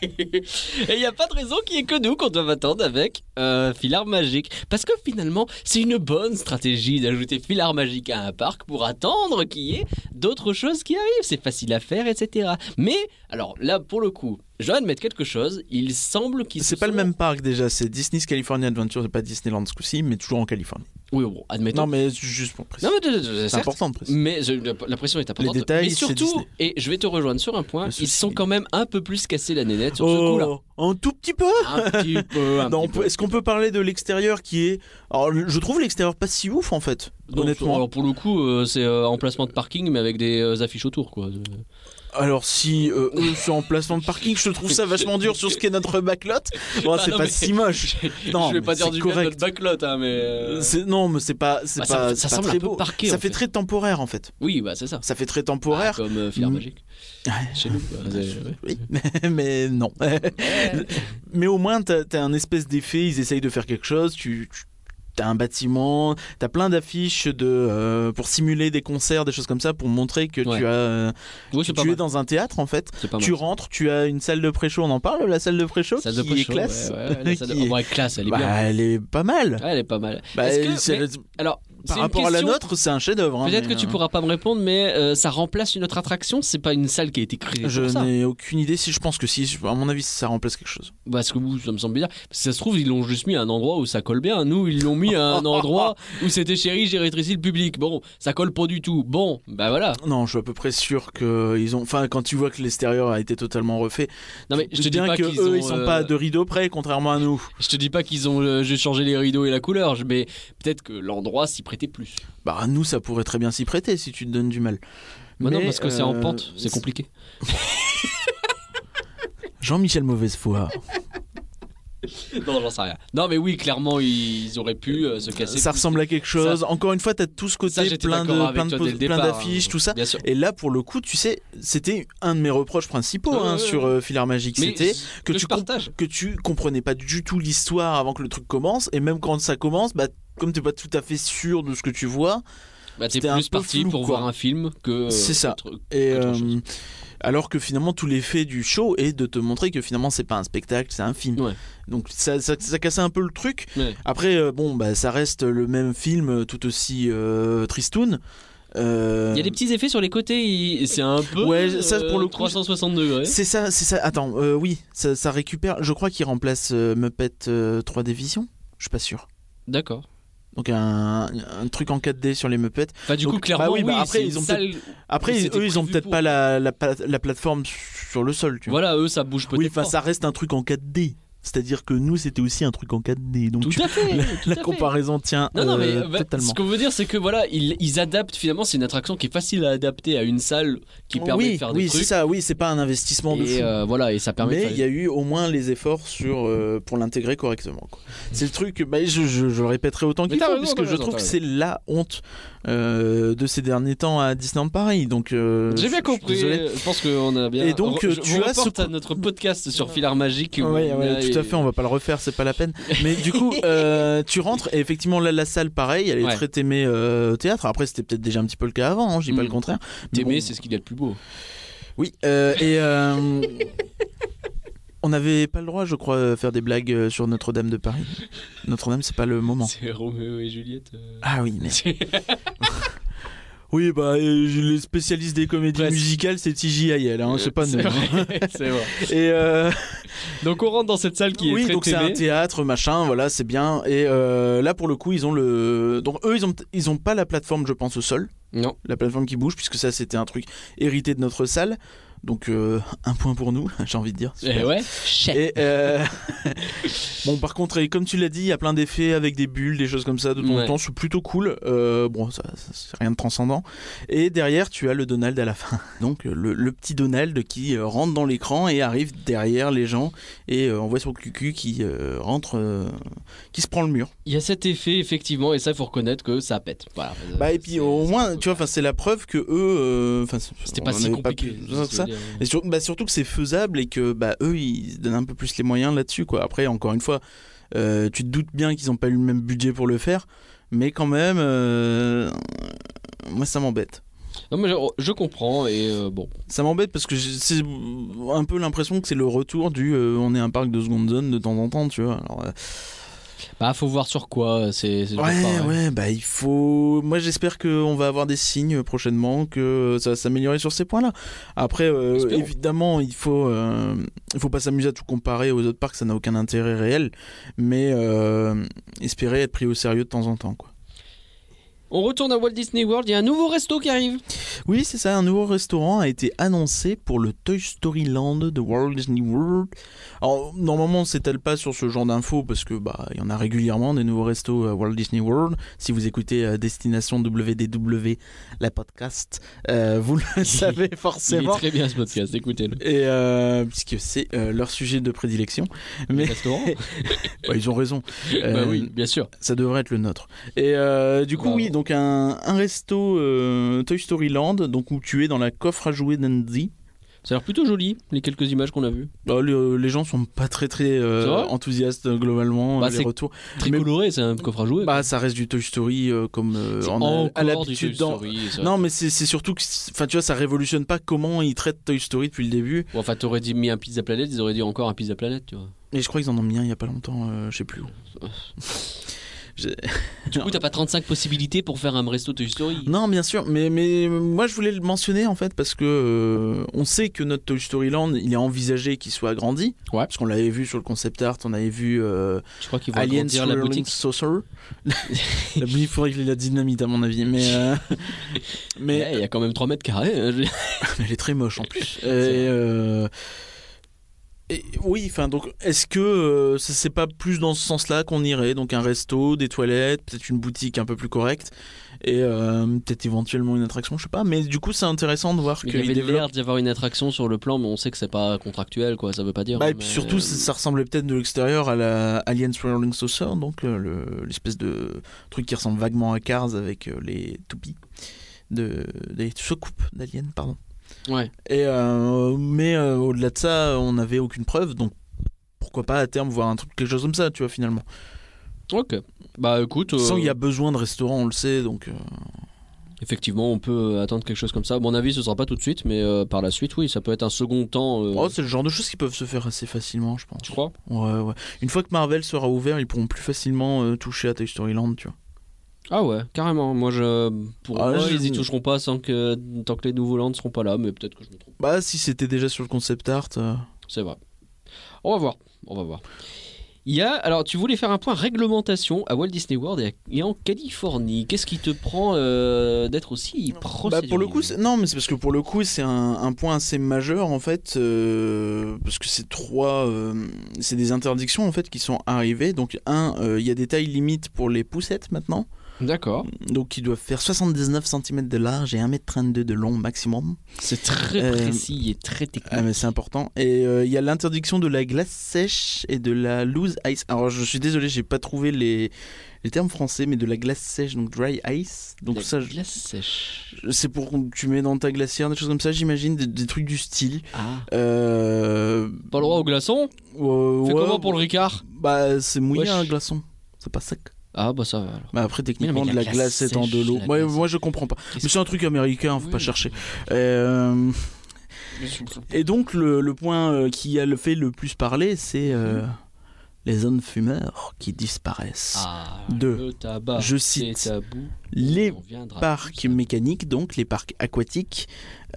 Speaker 2: Et il n'y a pas de raison qu'il n'y ait que nous qu'on doive attendre avec euh, Filard Magique. Parce que finalement, c'est une bonne stratégie d'ajouter Filard Magique à un parc pour attendre qu'il y ait d'autres choses qui arrivent. C'est facile à faire, etc. Mais, alors là, pour le coup, je dois admettre quelque chose. Il semble qu'ils
Speaker 1: C'est
Speaker 2: se
Speaker 1: pas le
Speaker 2: sont-
Speaker 1: même parc déjà, c'est Disney's California Adventure, c'est pas Disneyland ce coup-ci, mais toujours en Californie.
Speaker 2: Oui, bon, admettons.
Speaker 1: Non, mais juste pour préciser.
Speaker 2: Non, mais, c'est
Speaker 1: C'est important de préciser.
Speaker 2: Mais je- la, la pression est importante.
Speaker 1: Les détails,
Speaker 2: mais
Speaker 1: c'est
Speaker 2: surtout,
Speaker 1: Disney.
Speaker 2: et je vais te rejoindre sur un point,
Speaker 1: Le
Speaker 2: ils
Speaker 1: souci.
Speaker 2: sont quand même un peu plus cassés la nénette sur ce
Speaker 1: Oh,
Speaker 2: coup-là.
Speaker 1: un tout petit peu
Speaker 2: Un petit peu, un
Speaker 1: Non, on
Speaker 2: petit peu.
Speaker 1: peut- Est-ce qu'on peut parler de l'extérieur qui est. Alors, je trouve l'extérieur pas si ouf en fait,
Speaker 2: Donc,
Speaker 1: honnêtement. Alors,
Speaker 2: Alors pour le coup, euh, c'est euh, emplacement de parking mais avec des euh, affiches autour quoi. Euh,
Speaker 1: si euh, eux sont en placement de parking, je trouve ça vachement dur sur ce qu'est notre backlot. Bon,
Speaker 2: Ah,
Speaker 1: c'est
Speaker 2: non,
Speaker 1: pas
Speaker 2: mais-
Speaker 1: si moche. Non,
Speaker 2: je vais
Speaker 1: mais
Speaker 2: pas dire
Speaker 1: c'est
Speaker 2: du bien de
Speaker 1: correct.
Speaker 2: notre backlot hein, mais. euh,
Speaker 1: C'est- Non, mais c'est pas. c'est
Speaker 2: bah, ça-
Speaker 1: pas
Speaker 2: ça
Speaker 1: c'est pas
Speaker 2: semble
Speaker 1: très
Speaker 2: un peu
Speaker 1: beau.
Speaker 2: parqué,
Speaker 1: Ça
Speaker 2: en
Speaker 1: fait
Speaker 2: fait.
Speaker 1: très temporaire en fait.
Speaker 2: Oui bah c'est ça.
Speaker 1: Ça fait très
Speaker 2: Ah,
Speaker 1: temporaire.
Speaker 2: comme euh, Filard
Speaker 1: Mm.
Speaker 2: magique. Chez nous. quoi. C'est- ouais.
Speaker 1: Oui, mais non. mais au moins, t'as as un espèce d'effet, ils essayent de faire quelque chose, tu... tu- T'as un bâtiment, t'as plein d'affiches de euh, pour simuler des concerts, des choses comme ça, pour montrer que
Speaker 2: Ouais.
Speaker 1: tu as euh,
Speaker 2: Oui, c'est pas
Speaker 1: tu es
Speaker 2: mal.
Speaker 1: dans un théâtre en fait.
Speaker 2: C'est pas mal.
Speaker 1: Tu rentres, tu as une salle de pré-show, on en parle, la salle de pré-show
Speaker 2: Salle
Speaker 1: qui
Speaker 2: de poche,
Speaker 1: est classe.
Speaker 2: Ouais, ouais, la salle de-
Speaker 1: Qui est-
Speaker 2: Ouais, classe, elle est
Speaker 1: Bah,
Speaker 2: bien.
Speaker 1: elle est pas mal.
Speaker 2: Ouais, elle est pas mal.
Speaker 1: Bah,
Speaker 2: Est-ce que-
Speaker 1: c'est-
Speaker 2: mais- Alors, c'est
Speaker 1: Par
Speaker 2: une
Speaker 1: rapport à la
Speaker 2: question-
Speaker 1: nôtre, c'est un chef-d'œuvre. hein,
Speaker 2: Peut-être
Speaker 1: mais,
Speaker 2: que tu
Speaker 1: euh,
Speaker 2: pourras pas me répondre, mais euh, ça remplace une autre attraction. C'est pas une salle qui a été créée
Speaker 1: Je
Speaker 2: pour ça.
Speaker 1: n'ai aucune idée si je pense que si, à mon avis, ça remplace quelque chose.
Speaker 2: Bah, Parce que vous, ça me semble bizarre. Si ça se trouve, ils l'ont juste mis à un endroit où ça colle bien. Nous, ils l'ont mis à un endroit où c'était chéri, j'ai rétréci le public. Bon, ça colle pas du tout. Bon, bah voilà.
Speaker 1: Non, je suis à peu près sûr que ils ont. Enfin, quand tu vois que l'extérieur a été totalement refait,
Speaker 2: Non mais je te
Speaker 1: tu
Speaker 2: dis
Speaker 1: bien
Speaker 2: pas
Speaker 1: que
Speaker 2: qu'ils
Speaker 1: eux,
Speaker 2: ont,
Speaker 1: ils sont
Speaker 2: euh,
Speaker 1: pas de rideau près, contrairement à nous.
Speaker 2: Je te dis pas qu'ils ont euh, juste changé les rideaux et la couleur, je- mais peut-être que l'endroit s'y prêtait plus.
Speaker 1: Bah, nous, ça pourrait très bien s'y prêter si tu te donnes du mal.
Speaker 2: Bah non,
Speaker 1: Mais,
Speaker 2: parce que c'est en
Speaker 1: euh,
Speaker 2: pente, c'est compliqué.
Speaker 1: Jean-Michel Mauvaise Foi.
Speaker 2: Non, j'en sais rien. Non, mais oui, clairement, ils auraient pu euh, se casser.
Speaker 1: ça ressemble à quelque chose. Encore une fois, t'as tout ce
Speaker 2: Ça,
Speaker 1: côté
Speaker 2: j'étais
Speaker 1: plein
Speaker 2: d'accord
Speaker 1: de
Speaker 2: avec
Speaker 1: plein de
Speaker 2: toi dès le
Speaker 1: pos- plein
Speaker 2: départ,
Speaker 1: d'affiches,
Speaker 2: hein.
Speaker 1: tout ça.
Speaker 2: Bien sûr.
Speaker 1: Et là, pour le coup, tu sais, c'était un de mes reproches principaux
Speaker 2: Ouais,
Speaker 1: hein,
Speaker 2: ouais,
Speaker 1: sur
Speaker 2: ouais.
Speaker 1: euh, Filaire Magique.
Speaker 2: Mais
Speaker 1: C'était
Speaker 2: ce
Speaker 1: que tu
Speaker 2: je
Speaker 1: comp-
Speaker 2: partages.
Speaker 1: que tu comprenais pas du tout l'histoire avant que le truc commence. Et même quand ça commence, bah, comme t'es pas tout à fait sûr de ce que tu vois.
Speaker 2: Bah, t'es
Speaker 1: c'était un
Speaker 2: plus
Speaker 1: peu
Speaker 2: parti
Speaker 1: flou,
Speaker 2: pour
Speaker 1: quoi.
Speaker 2: voir un film que. euh,
Speaker 1: C'est ça.
Speaker 2: autre-
Speaker 1: Et,
Speaker 2: Autre
Speaker 1: euh,
Speaker 2: chose.
Speaker 1: alors que finalement, tout l'effet du show est de te montrer que finalement, c'est pas un spectacle, c'est un film.
Speaker 2: Ouais.
Speaker 1: Donc ça, ça, ça cassait un peu le truc.
Speaker 2: Ouais.
Speaker 1: Après, euh, bon, bah, ça reste le même film euh, tout aussi euh, tristoun. Euh,
Speaker 2: Il y a des petits effets sur les côtés, il- c'est un peu.
Speaker 1: Ouais, ça, pour le
Speaker 2: euh,
Speaker 1: coup,
Speaker 2: 360 degrés.
Speaker 1: C'est ça, c'est ça. Attends, euh, oui, ça, ça récupère. Je crois qu'il remplace euh, Muppet euh, 3D Vision. Je suis pas sûr.
Speaker 2: D'accord.
Speaker 1: Donc un, un truc en 4D sur les Muppets.
Speaker 2: Bah, du
Speaker 1: Donc,
Speaker 2: coup,
Speaker 1: bah
Speaker 2: clairement,
Speaker 1: oui, bah, après,
Speaker 2: c'est
Speaker 1: ils ont
Speaker 2: une salle-
Speaker 1: Après,
Speaker 2: C'était
Speaker 1: eux, ils ont
Speaker 2: prévu
Speaker 1: peut-être
Speaker 2: pour.
Speaker 1: pas la, la, pa- la plateforme sur le sol, tu vois.
Speaker 2: Voilà, eux, ça bouge peut-être.
Speaker 1: oui, enfin,
Speaker 2: pas.
Speaker 1: ça reste un truc en 4D. C'est-à-dire que nous, c'était aussi un truc en 4D. Donc
Speaker 2: Tout
Speaker 1: tu-
Speaker 2: à fait.
Speaker 1: la,
Speaker 2: tout
Speaker 1: la
Speaker 2: à fait.
Speaker 1: comparaison tient
Speaker 2: Non, non, mais
Speaker 1: euh,
Speaker 2: bah,
Speaker 1: totalement.
Speaker 2: ce qu'on veut dire, c'est que voilà, ils, ils adaptent finalement. C'est une attraction qui est facile à adapter à une salle qui permet
Speaker 1: oui,
Speaker 2: de faire
Speaker 1: oui,
Speaker 2: des
Speaker 1: c'est
Speaker 2: trucs.
Speaker 1: ça. Oui, c'est pas un investissement de
Speaker 2: Et
Speaker 1: fou.
Speaker 2: euh, voilà, et ça permet. de
Speaker 1: Mais
Speaker 2: faire-
Speaker 1: il y a eu au moins les efforts sur, euh, pour l'intégrer correctement. quoi. C'est le truc, bah, je, je- je le répéterai autant
Speaker 2: Mais
Speaker 1: qu'il
Speaker 2: t'as
Speaker 1: faut,
Speaker 2: raison,
Speaker 1: parce
Speaker 2: t'as
Speaker 1: que je
Speaker 2: raison,
Speaker 1: trouve
Speaker 2: t'as
Speaker 1: que c'est la honte euh, de ces derniers temps à Disneyland Paris. Donc, euh, je-
Speaker 2: J'ai bien
Speaker 1: je suis
Speaker 2: compris.
Speaker 1: désolé.
Speaker 2: Je pense qu'on a bien.
Speaker 1: Et donc,
Speaker 2: Re-
Speaker 1: euh,
Speaker 2: je
Speaker 1: tu
Speaker 2: vous
Speaker 1: as
Speaker 2: reporte
Speaker 1: ce-
Speaker 2: à notre podcast sur Filar Magique. où
Speaker 1: Ouais,
Speaker 2: on
Speaker 1: ouais,
Speaker 2: a-
Speaker 1: tout à fait, on va pas le refaire, c'est pas la peine. Mais du coup, euh, tu rentres et effectivement, là, la salle, pareil, elle est
Speaker 2: Ouais.
Speaker 1: très aimée euh, au théâtre. Après, c'était peut-être déjà un petit peu le cas avant, hein, je dis pas
Speaker 2: Mm.
Speaker 1: le contraire. Mais bon.
Speaker 2: T'aimer, c'est ce qu'il y a de plus beau.
Speaker 1: Oui, euh, et euh, on n'avait pas le droit, je crois, de faire des blagues euh, sur Notre-Dame de Paris. Notre-Dame, c'est pas le moment.
Speaker 2: C'est Roméo et Juliette. euh.
Speaker 1: Ah oui, mais. Oui, bah, euh, les spécialistes des comédies
Speaker 2: Presque.
Speaker 1: musicales, c'est TJ Ayel, hein, c'est pas nous.
Speaker 2: vrai, Euh, c'est vrai.
Speaker 1: Et euh,
Speaker 2: Donc on rentre dans cette salle qui est
Speaker 1: oui,
Speaker 2: très
Speaker 1: donc c'est un
Speaker 2: aimée.
Speaker 1: théâtre, machin, voilà, c'est bien. Et euh, là, pour le coup, ils ont le. Donc eux, ils ont, ils ont pas la plateforme, je pense, au sol,
Speaker 2: Non,
Speaker 1: la plateforme qui bouge, puisque ça, c'était un truc hérité de notre salle. Donc euh, un point pour nous, j'ai envie de dire.
Speaker 2: eh
Speaker 1: Super.
Speaker 2: ouais.
Speaker 1: Et euh, bon, par contre, et comme tu l'as dit, il y a plein d'effets avec des bulles, des choses comme ça de temps
Speaker 2: Ouais.
Speaker 1: en temps. C'est plutôt cool. Euh, bon, ça, ça, c'est rien de transcendant. Et derrière, tu as le Donald à la fin. Donc, euh, le, le petit Donald qui euh, rentre dans l'écran et arrive derrière les gens. Et euh, on voit son cucu qui euh, rentre, euh, qui se prend le mur.
Speaker 2: Il y a cet effet effectivement, et ça faut reconnaître que ça pète. Voilà.
Speaker 1: Bah, et puis,
Speaker 2: C'est-
Speaker 1: au
Speaker 2: c'est-
Speaker 1: moins, tu vois, enfin, c'est la preuve que eux. euh, enfin, c'est-
Speaker 2: c'était
Speaker 1: on
Speaker 2: pas
Speaker 1: en
Speaker 2: si
Speaker 1: avait
Speaker 2: compliqué.
Speaker 1: plus
Speaker 2: c'est
Speaker 1: besoin
Speaker 2: ce
Speaker 1: que ça.
Speaker 2: que je veux dire.
Speaker 1: Et sur- bah, surtout que c'est faisable et que bah, eux, ils se donnent un peu plus les moyens là-dessus. quoi. Après, encore une fois, euh, tu te doutes bien qu'ils n'ont pas eu le même budget pour le faire, mais quand même, euh, moi, ça m'embête.
Speaker 2: Non, mais je, je comprends et euh, bon.
Speaker 1: Ça m'embête parce que j'ai- c'est un peu l'impression que c'est le retour du euh, on est un parc de seconde zone de temps en temps, tu vois. Alors, euh,
Speaker 2: Bah faut voir sur quoi. C'est c'est toujours
Speaker 1: ouais,
Speaker 2: pareil.
Speaker 1: ouais, bah il faut. Moi, j'espère qu'on va avoir des signes prochainement, que ça va s'améliorer sur ces points-là. Après, euh,
Speaker 2: Espérons.
Speaker 1: évidemment, il faut, euh, il faut pas s'amuser à tout comparer aux autres parcs, ça n'a aucun intérêt réel, mais euh, espérer être pris au sérieux de temps en temps, quoi.
Speaker 2: On retourne à Walt Disney World. Il y a un nouveau resto qui arrive.
Speaker 1: Oui, c'est ça, un nouveau restaurant a été annoncé pour le Toy Story Land de Walt Disney World. Alors, normalement, on s'étale pas sur ce genre d'infos parce que bah, il y en a régulièrement des nouveaux restos à Walt Disney World. Si vous écoutez euh, Destination WDW, la podcast, euh, vous le savez
Speaker 2: Il est
Speaker 1: forcément.
Speaker 2: très bien ce podcast. Écoutez-le.
Speaker 1: Et euh, puisque c'est euh, leur sujet de prédilection, Mais-
Speaker 2: Le restaurant.
Speaker 1: Bah, ils ont raison.
Speaker 2: bah
Speaker 1: Euh,
Speaker 2: oui, bien sûr.
Speaker 1: ça devrait être le nôtre. Et euh, du coup,
Speaker 2: Bravo.
Speaker 1: oui, donc un, un resto euh, Toy Story Land, donc où tu es dans la coffre à jouer d'Andy.
Speaker 2: Ça a l'air plutôt joli les quelques images qu'on a vues.
Speaker 1: Bah, le- les gens sont pas très très euh,
Speaker 2: C'est vrai
Speaker 1: enthousiastes euh, globalement
Speaker 2: Bah,
Speaker 1: euh, les
Speaker 2: c'est-
Speaker 1: retours.
Speaker 2: Très
Speaker 1: Mais-
Speaker 2: coloré, c'est un coffre à jouer.
Speaker 1: Bah ça reste du Toy Story euh, comme euh,
Speaker 2: C'est
Speaker 1: on a-
Speaker 2: encore
Speaker 1: à
Speaker 2: du
Speaker 1: l'habitude
Speaker 2: Toy
Speaker 1: dans-
Speaker 2: Story, ça.
Speaker 1: Non mais c'est c'est surtout que c'est- enfin tu vois ça révolutionne pas comment ils traitent Toy Story depuis le début.
Speaker 2: Bon, enfin, t'aurais dit mis un Pizza Planet, ils auraient dit encore un Pizza Planet, tu vois.
Speaker 1: Et je crois qu'ils en ont mis un il y a pas longtemps, euh, je sais plus où.
Speaker 2: Du coup, t'as pas 35 possibilités pour faire un resto Toy Story.
Speaker 1: Non bien sûr, mais mais moi je voulais le mentionner en fait parce que euh, on sait que notre Toy Story Land il est envisagé qu'il soit agrandi.
Speaker 2: Ouais.
Speaker 1: Parce qu'on l'avait vu sur le concept art, on avait vu. euh,
Speaker 2: Je crois qu'ils vont
Speaker 1: Alien
Speaker 2: agrandir la
Speaker 1: Swirling
Speaker 2: boutique.
Speaker 1: Saucer. La- Il faudrait qu'il ait la dynamite à mon avis, mais euh,
Speaker 2: Eh, Il
Speaker 1: mais
Speaker 2: y a quand même 3 mètres carrés. hein, je-
Speaker 1: elle est très moche en plus. Et,
Speaker 2: vrai.
Speaker 1: euh, Et oui, enfin, donc, est-ce que euh, ça- c'est pas plus dans ce sens-là qu'on irait Donc, un resto, des toilettes, peut-être une boutique un peu plus correcte, et euh, peut-être éventuellement une attraction, je sais pas. Mais du coup, c'est intéressant de voir
Speaker 2: Il y avait
Speaker 1: qu'ils développent.
Speaker 2: l'air d'y avoir une attraction sur le plan, mais on sait que c'est pas contractuel, quoi. Ça veut pas dire. hein,
Speaker 1: Bah, et
Speaker 2: mais- euh,
Speaker 1: puis surtout, ça, ça ressemblait peut-être de l'extérieur à la Alien Swirling Saucer, donc euh, le- l'espèce de truc qui ressemble vaguement à Cars avec euh, les toupies de, des soucoupes d'Alien, pardon.
Speaker 2: Ouais.
Speaker 1: Et euh, mais euh, au-delà de ça, on n'avait aucune preuve, donc pourquoi pas à terme voir un truc quelque chose comme ça, tu vois finalement.
Speaker 2: Ok. Bah écoute. euh,
Speaker 1: Sans qu'il y a besoin de restaurant, on le sait, donc euh,
Speaker 2: Effectivement, on peut euh, attendre quelque chose comme ça. À mon avis, ce sera pas tout de suite, mais euh, par la suite, oui, ça peut être un second temps. euh,
Speaker 1: oh, c'est le genre de choses qui peuvent se faire assez facilement, je pense.
Speaker 2: tu crois
Speaker 1: Ouais, ouais. Une fois que Marvel sera ouvert, ils pourront plus facilement euh, toucher à Toy Story Land, tu vois.
Speaker 2: Ah ouais, carrément. Moi, je. Pour
Speaker 1: Ah,
Speaker 2: moi,
Speaker 1: je-
Speaker 2: ils y toucheront pas sans que... tant que les nouveaux lands seront pas là, mais peut-être que je me trompe.
Speaker 1: Bah, si c'était déjà sur le concept art. euh,
Speaker 2: C'est vrai. On va voir. On va voir. Il y a, alors tu voulais faire un point réglementation à Walt Disney World et, à- et en Californie. Qu'est-ce qui te prend euh, d'être aussi proche
Speaker 1: Bah, pour le coup, c'est- non, mais c'est parce que pour le coup, c'est un, un point assez majeur en fait, euh, parce que c'est trois, euh, c'est des interdictions en fait qui sont arrivées. Donc un, euh, il y a des tailles limites pour les poussettes maintenant,
Speaker 2: D'accord.
Speaker 1: donc ils doivent faire 79 cm de large et 1m32 de long maximum.
Speaker 2: C'est très
Speaker 1: Euh,
Speaker 2: précis et très technique.
Speaker 1: Ah, mais c'est important. Et euh, il y a l'interdiction de la glace sèche et de la loose ice. Alors je suis désolé, j'ai pas trouvé les, les termes français, mais de la glace sèche, donc dry ice. Donc
Speaker 2: La
Speaker 1: ça, je-
Speaker 2: glace sèche.
Speaker 1: c'est pour tu mets dans ta glacière des choses comme ça, j'imagine, des- des trucs du style.
Speaker 2: Ah.
Speaker 1: Euh...
Speaker 2: Pas le droit au glaçon
Speaker 1: ouais, ouais,
Speaker 2: Fais comment pour le Ricard
Speaker 1: Bah, c'est mouillé
Speaker 2: Wesh.
Speaker 1: un glaçon. C'est pas sec.
Speaker 2: Ah bah ça va alors.
Speaker 1: Bah après, techniquement,
Speaker 2: Mais non, mais
Speaker 1: de la
Speaker 2: la glace
Speaker 1: glace étant de
Speaker 2: sèche,
Speaker 1: l'eau.
Speaker 2: la
Speaker 1: Ouais,
Speaker 2: glace.
Speaker 1: moi, je comprends pas. Mais c'est un truc américain, faut pas
Speaker 2: Oui.
Speaker 1: chercher. Euh, Et donc, le, le point euh, qui a le fait le plus parler, c'est euh, les hommes fumeurs qui disparaissent.
Speaker 2: Ah,
Speaker 1: Deux.
Speaker 2: le tabac.
Speaker 1: Je
Speaker 2: c'est
Speaker 1: cite
Speaker 2: tabou.
Speaker 1: les
Speaker 2: On reviendra
Speaker 1: parcs
Speaker 2: plus tard.
Speaker 1: mécaniques, donc les parcs aquatiques,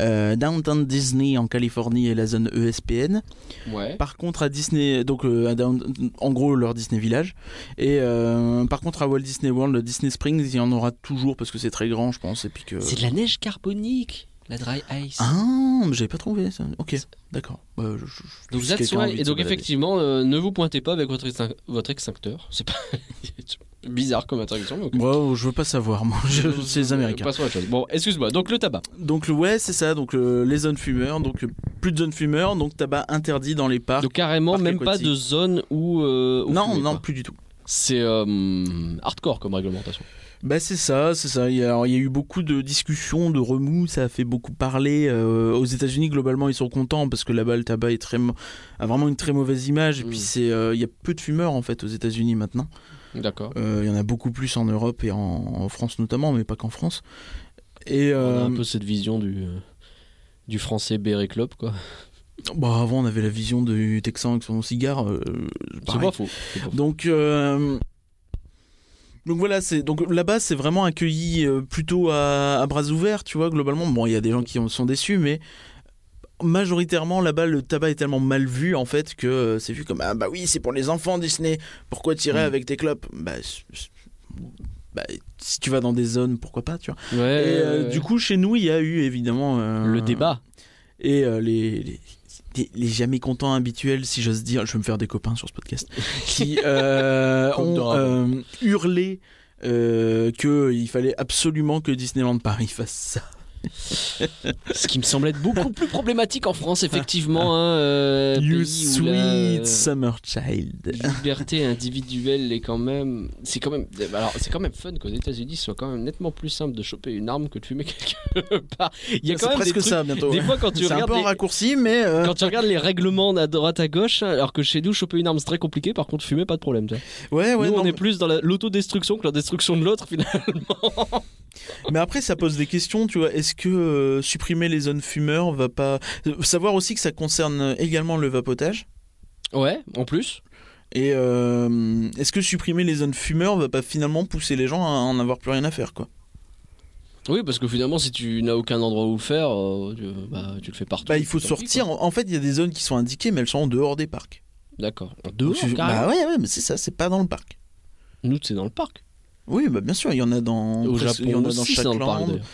Speaker 1: euh, Downtown Disney en Californie et la zone E ESPN,
Speaker 2: Ouais.
Speaker 1: Par contre, à Disney, donc euh, à Down- en gros leur Disney Village, et euh, par contre à Walt Disney World, le Disney Springs, il y en aura toujours parce que c'est très grand, je pense, et puis que.
Speaker 2: C'est de la neige carbonique, la dry ice.
Speaker 1: Ah, mais j'avais pas trouvé ça. Ok, d'accord. Bah, je- je- je-
Speaker 2: Donc
Speaker 1: si
Speaker 2: that's
Speaker 1: quelqu'un a
Speaker 2: why.
Speaker 1: envie
Speaker 2: Et
Speaker 1: de se
Speaker 2: donc
Speaker 1: balader.
Speaker 2: effectivement, euh, ne vous pointez pas avec votre, extin- votre extincteur. C'est pas c'est bizarre comme interdiction. mais ok.
Speaker 1: Wow, je veux pas savoir, moi, je- c'est les
Speaker 2: Euh,
Speaker 1: Américains.
Speaker 2: Passons à autre chose. Bon, excuse-moi. Donc le tabac.
Speaker 1: Donc le- ouais, c'est ça. Donc euh, les zones fumeurs, donc euh, plus de zones fumeurs, donc tabac interdit dans les parcs.
Speaker 2: donc carrément,
Speaker 1: parc
Speaker 2: même pas
Speaker 1: aquatique.
Speaker 2: de zone où. euh, où
Speaker 1: non,
Speaker 2: fumer,
Speaker 1: non,
Speaker 2: quoi.
Speaker 1: plus du tout.
Speaker 2: C'est euh, hardcore comme réglementation.
Speaker 1: Bah c'est ça, c'est ça. Il y, a, alors, il y a eu beaucoup de discussions, de remous, ça a fait beaucoup parler. Euh, aux États-Unis, globalement, ils sont contents parce que là-bas, le tabac est très, mo- a vraiment une très mauvaise image. Et
Speaker 2: Mm.
Speaker 1: puis c'est, euh, il y a peu de fumeurs en fait aux États-Unis maintenant.
Speaker 2: D'accord.
Speaker 1: Euh, il y en a beaucoup plus en Europe et en, en France notamment, mais pas qu'en France. Et
Speaker 2: On a
Speaker 1: euh,
Speaker 2: un peu cette vision du euh, du français béret club quoi.
Speaker 1: bah, avant, on avait la vision du Texan avec son cigare. euh,
Speaker 2: C'est
Speaker 1: pareil.
Speaker 2: pas faux. c'est pas faux.
Speaker 1: Donc, euh, donc voilà, c'est donc là-bas c'est vraiment accueilli euh, plutôt à, à bras ouverts, tu vois. Globalement, bon, il y a des gens qui en sont déçus, mais majoritairement là-bas le tabac est tellement mal vu en fait que euh, c'est vu comme ah bah oui c'est pour les enfants Disney. Pourquoi tirer
Speaker 2: Mm.
Speaker 1: avec tes clopes Bah, c- c- bah, si tu vas dans des zones, pourquoi pas, tu vois.
Speaker 2: Ouais,
Speaker 1: Et euh,
Speaker 2: ouais,
Speaker 1: du
Speaker 2: ouais.
Speaker 1: coup, chez nous, il y a eu évidemment euh,
Speaker 2: le débat.
Speaker 1: et euh, les, les, les- les jamais contents habituels, si j'ose dire, je vais me faire des copains sur ce podcast, qui euh,
Speaker 2: Comme
Speaker 1: ont
Speaker 2: dans-
Speaker 1: euh, hurlé euh, qu'il fallait absolument que Disneyland Paris fasse ça.
Speaker 2: Ce qui me semble être beaucoup plus problématique en France, effectivement. hein, euh,
Speaker 1: you
Speaker 2: pays où la- euh,
Speaker 1: sweet summer child.
Speaker 2: liberté individuelle est quand même c'est quand même alors c'est quand même fun qu'aux États-Unis ce soit quand même nettement plus simple de choper une arme que de fumer quelque part il y a
Speaker 1: C'est
Speaker 2: quand même des,
Speaker 1: presque
Speaker 2: trucs-
Speaker 1: ça bientôt.
Speaker 2: des fois quand tu
Speaker 1: C'est un
Speaker 2: regardes
Speaker 1: peu en
Speaker 2: les-
Speaker 1: raccourci, mais euh,
Speaker 2: quand tu regardes les règlements à droite à gauche alors que chez nous choper une arme c'est très compliqué par contre fumer pas de problème tu vois.
Speaker 1: ouais, ouais,
Speaker 2: nous
Speaker 1: non,
Speaker 2: on est plus dans la- l'autodestruction que la destruction de l'autre finalement
Speaker 1: Mais après, ça pose des questions, tu vois. Est-ce que euh, supprimer les zones fumeurs va pas Euh, savoir aussi que ça concerne également le vapotage?
Speaker 2: ouais en plus
Speaker 1: Et euh, est-ce que supprimer les zones fumeurs va pas finalement pousser les gens à en avoir plus rien à faire quoi
Speaker 2: oui parce que finalement si tu n'as aucun endroit où le faire euh, tu, bah, tu le fais partout
Speaker 1: Bah il faut
Speaker 2: Tant pis,
Speaker 1: sortir.
Speaker 2: quoi.
Speaker 1: en fait, il y a des zones qui sont indiquées, mais elles sont en dehors des parcs.
Speaker 2: d'accord dehors
Speaker 1: Donc, c'est- bah
Speaker 2: carrément.
Speaker 1: ouais, ouais, mais c'est ça, c'est pas dans le parc.
Speaker 2: nous c'est dans le parc
Speaker 1: Oui, bah bien sûr, il y en a dans
Speaker 2: au
Speaker 1: presque-
Speaker 2: Japon
Speaker 1: il y en a dans
Speaker 2: aussi, c'est
Speaker 1: chaque
Speaker 2: dans le parc
Speaker 1: land.
Speaker 2: d'ailleurs.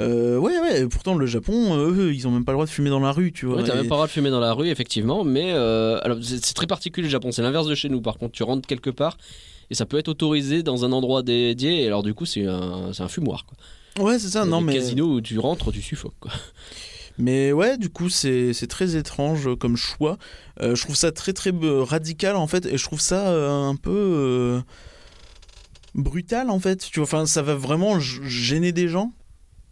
Speaker 1: Euh, ouais, ouais, pourtant le Japon, euh, eux, ils ont même pas le droit de fumer dans la rue, tu vois.
Speaker 2: Ouais, t'as
Speaker 1: et-
Speaker 2: même pas le droit de fumer dans la rue, effectivement, mais euh, alors c'est c'est très particulier le Japon, c'est l'inverse de chez nous. Par contre, tu rentres quelque part et ça peut être autorisé dans un endroit dédié, et alors du coup, c'est un, c'est un fumoir. Quoi.
Speaker 1: Ouais, c'est ça,
Speaker 2: Il y a
Speaker 1: non,
Speaker 2: des
Speaker 1: mais.
Speaker 2: casinos où tu rentres, tu suffoques. Quoi.
Speaker 1: Mais ouais, du coup, c'est c'est très étrange euh, comme choix. Euh, je trouve ça très très euh, radical en fait, et je trouve ça euh, un peu euh, brutal en fait. Tu vois, enfin, ça va vraiment g- gêner des gens.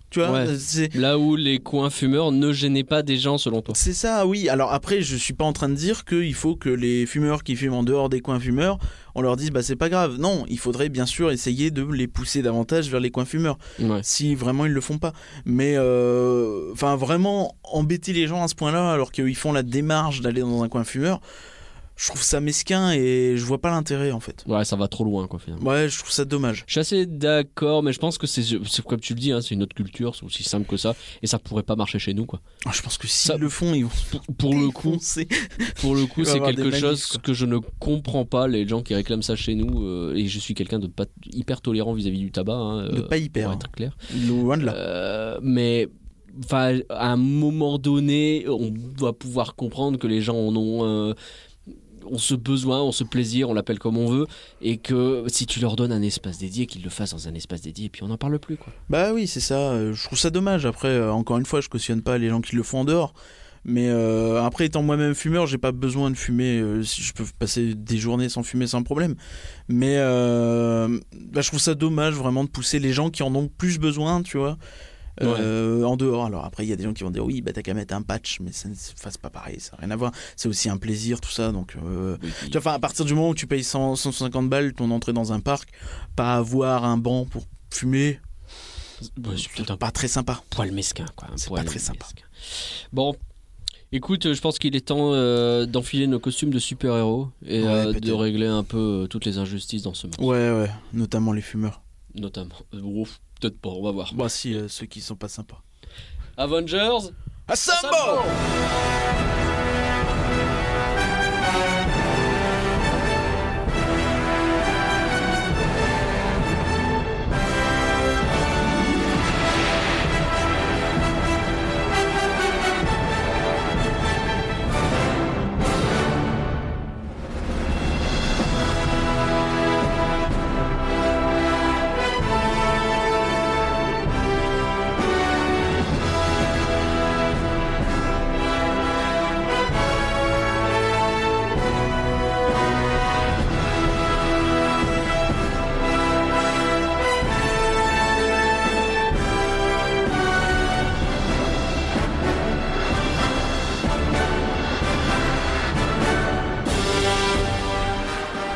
Speaker 1: Tu vois,
Speaker 2: Ouais.
Speaker 1: euh, c'est
Speaker 2: Là où les coins fumeurs ne gênaient pas des gens, selon toi.
Speaker 1: c'est ça, oui. Alors après, je suis pas en train de dire qu'il faut que les fumeurs qui fument en dehors des coins fumeurs, on leur dise bah c'est pas grave. Non, il faudrait bien sûr essayer de les pousser davantage vers les coins fumeurs.
Speaker 2: Ouais.
Speaker 1: si vraiment ils le font pas. Mais euh, enfin vraiment embêter les gens à ce point-là alors qu'ils font la démarche d'aller dans un coin fumeur, je trouve ça mesquin et je vois pas l'intérêt en fait.
Speaker 2: ouais, ça va trop loin, quoi, finalement.
Speaker 1: Ouais, je trouve ça dommage.
Speaker 2: Je suis assez d'accord, mais je pense que c'est, c'est comme tu le dis, hein, c'est une autre culture, c'est aussi simple que ça, et ça pourrait pas marcher chez nous, quoi.
Speaker 1: Ah, Je pense que s'ils
Speaker 2: Ça-
Speaker 1: le font, ils vont se
Speaker 2: Pour, pour le coup,
Speaker 1: défoncer.
Speaker 2: pour le coup,
Speaker 1: Il va y
Speaker 2: c'est
Speaker 1: avoir
Speaker 2: quelque
Speaker 1: des
Speaker 2: chose
Speaker 1: manifs, quoi.
Speaker 2: que je ne comprends pas, les gens qui réclament ça chez nous, euh, et je suis quelqu'un de pas hyper tolérant vis-à-vis du tabac. hein,
Speaker 1: De
Speaker 2: euh,
Speaker 1: pas hyper,
Speaker 2: pour
Speaker 1: hein.
Speaker 2: être clair.
Speaker 1: Loin de là.
Speaker 2: Euh, mais enfin, à un moment donné, on doit pouvoir comprendre que les gens en ont. euh, ont ce besoin, ont ce plaisir, on l'appelle comme on veut, et que si tu leur donnes un espace dédié, qu'ils le fassent dans un espace dédié, et puis on n'en parle plus. Quoi.
Speaker 1: Bah oui, c'est ça. euh, Je trouve ça dommage. Après, euh, encore une fois, je cautionne pas les gens qui le font en dehors. Mais euh, après, étant moi-même fumeur, j'ai pas besoin de fumer. euh, si- je peux passer des journées sans fumer sans problème. Mais euh, bah, je trouve ça dommage vraiment de pousser les gens qui en ont plus besoin, tu vois, euh, en dehors. Alors après, il y a des gens qui vont dire oui, bah t'as qu'à mettre un patch, mais ça ne fasse pas pareil, ça n'a rien à voir. C'est aussi un plaisir, tout ça. Donc euh, tu vois, enfin, à partir du moment où tu payes 100, 150 balles ton entrée dans un parc, pas avoir un banc pour fumer,
Speaker 2: Ouais, c'est peut-être un
Speaker 1: pas très sympa.
Speaker 2: poil mesquin, quoi. un
Speaker 1: C'est
Speaker 2: poil
Speaker 1: pas très sympa.
Speaker 2: mesquin. Bon. Écoute, je pense qu'il est temps euh, d'enfiler nos costumes de super-héros et
Speaker 1: Ouais,
Speaker 2: euh, de
Speaker 1: peut-être.
Speaker 2: régler un peu euh, toutes les injustices dans ce monde.
Speaker 1: Ouais, ouais, notamment les fumeurs.
Speaker 2: Notamment. Euh, ouf, peut-être pas, on va voir.
Speaker 1: Bah si, euh, ceux qui sont pas sympas.
Speaker 2: Avengers
Speaker 1: Ah, Assemble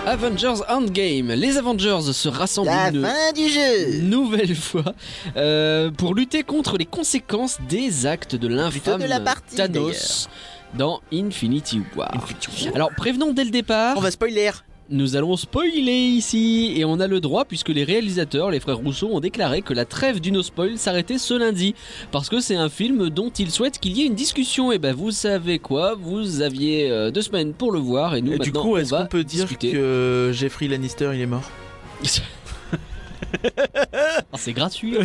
Speaker 2: Avengers Endgame Les Avengers se rassemblent une
Speaker 1: du jeu
Speaker 2: nouvelle fois euh, pour lutter contre les conséquences des actes de l'infâme
Speaker 1: de la partie,
Speaker 2: Thanos dans Infinity War. Alors prévenons dès le départ,
Speaker 1: On va spoiler
Speaker 2: nous allons spoiler ici et on a le droit puisque les réalisateurs, les frères Rousseau, ont déclaré que la trêve du no spoil s'arrêtait ce lundi parce que c'est un film dont ils souhaitent qu'il y ait une discussion. Et ben vous savez quoi, vous aviez euh, deux semaines pour le voir et nous
Speaker 1: Et
Speaker 2: maintenant
Speaker 1: du coup,
Speaker 2: on
Speaker 1: est-ce
Speaker 2: va
Speaker 1: qu'on peut dire
Speaker 2: discuter.
Speaker 1: que Jeffrey Lannister, il est mort
Speaker 2: Ah, c'est gratuit.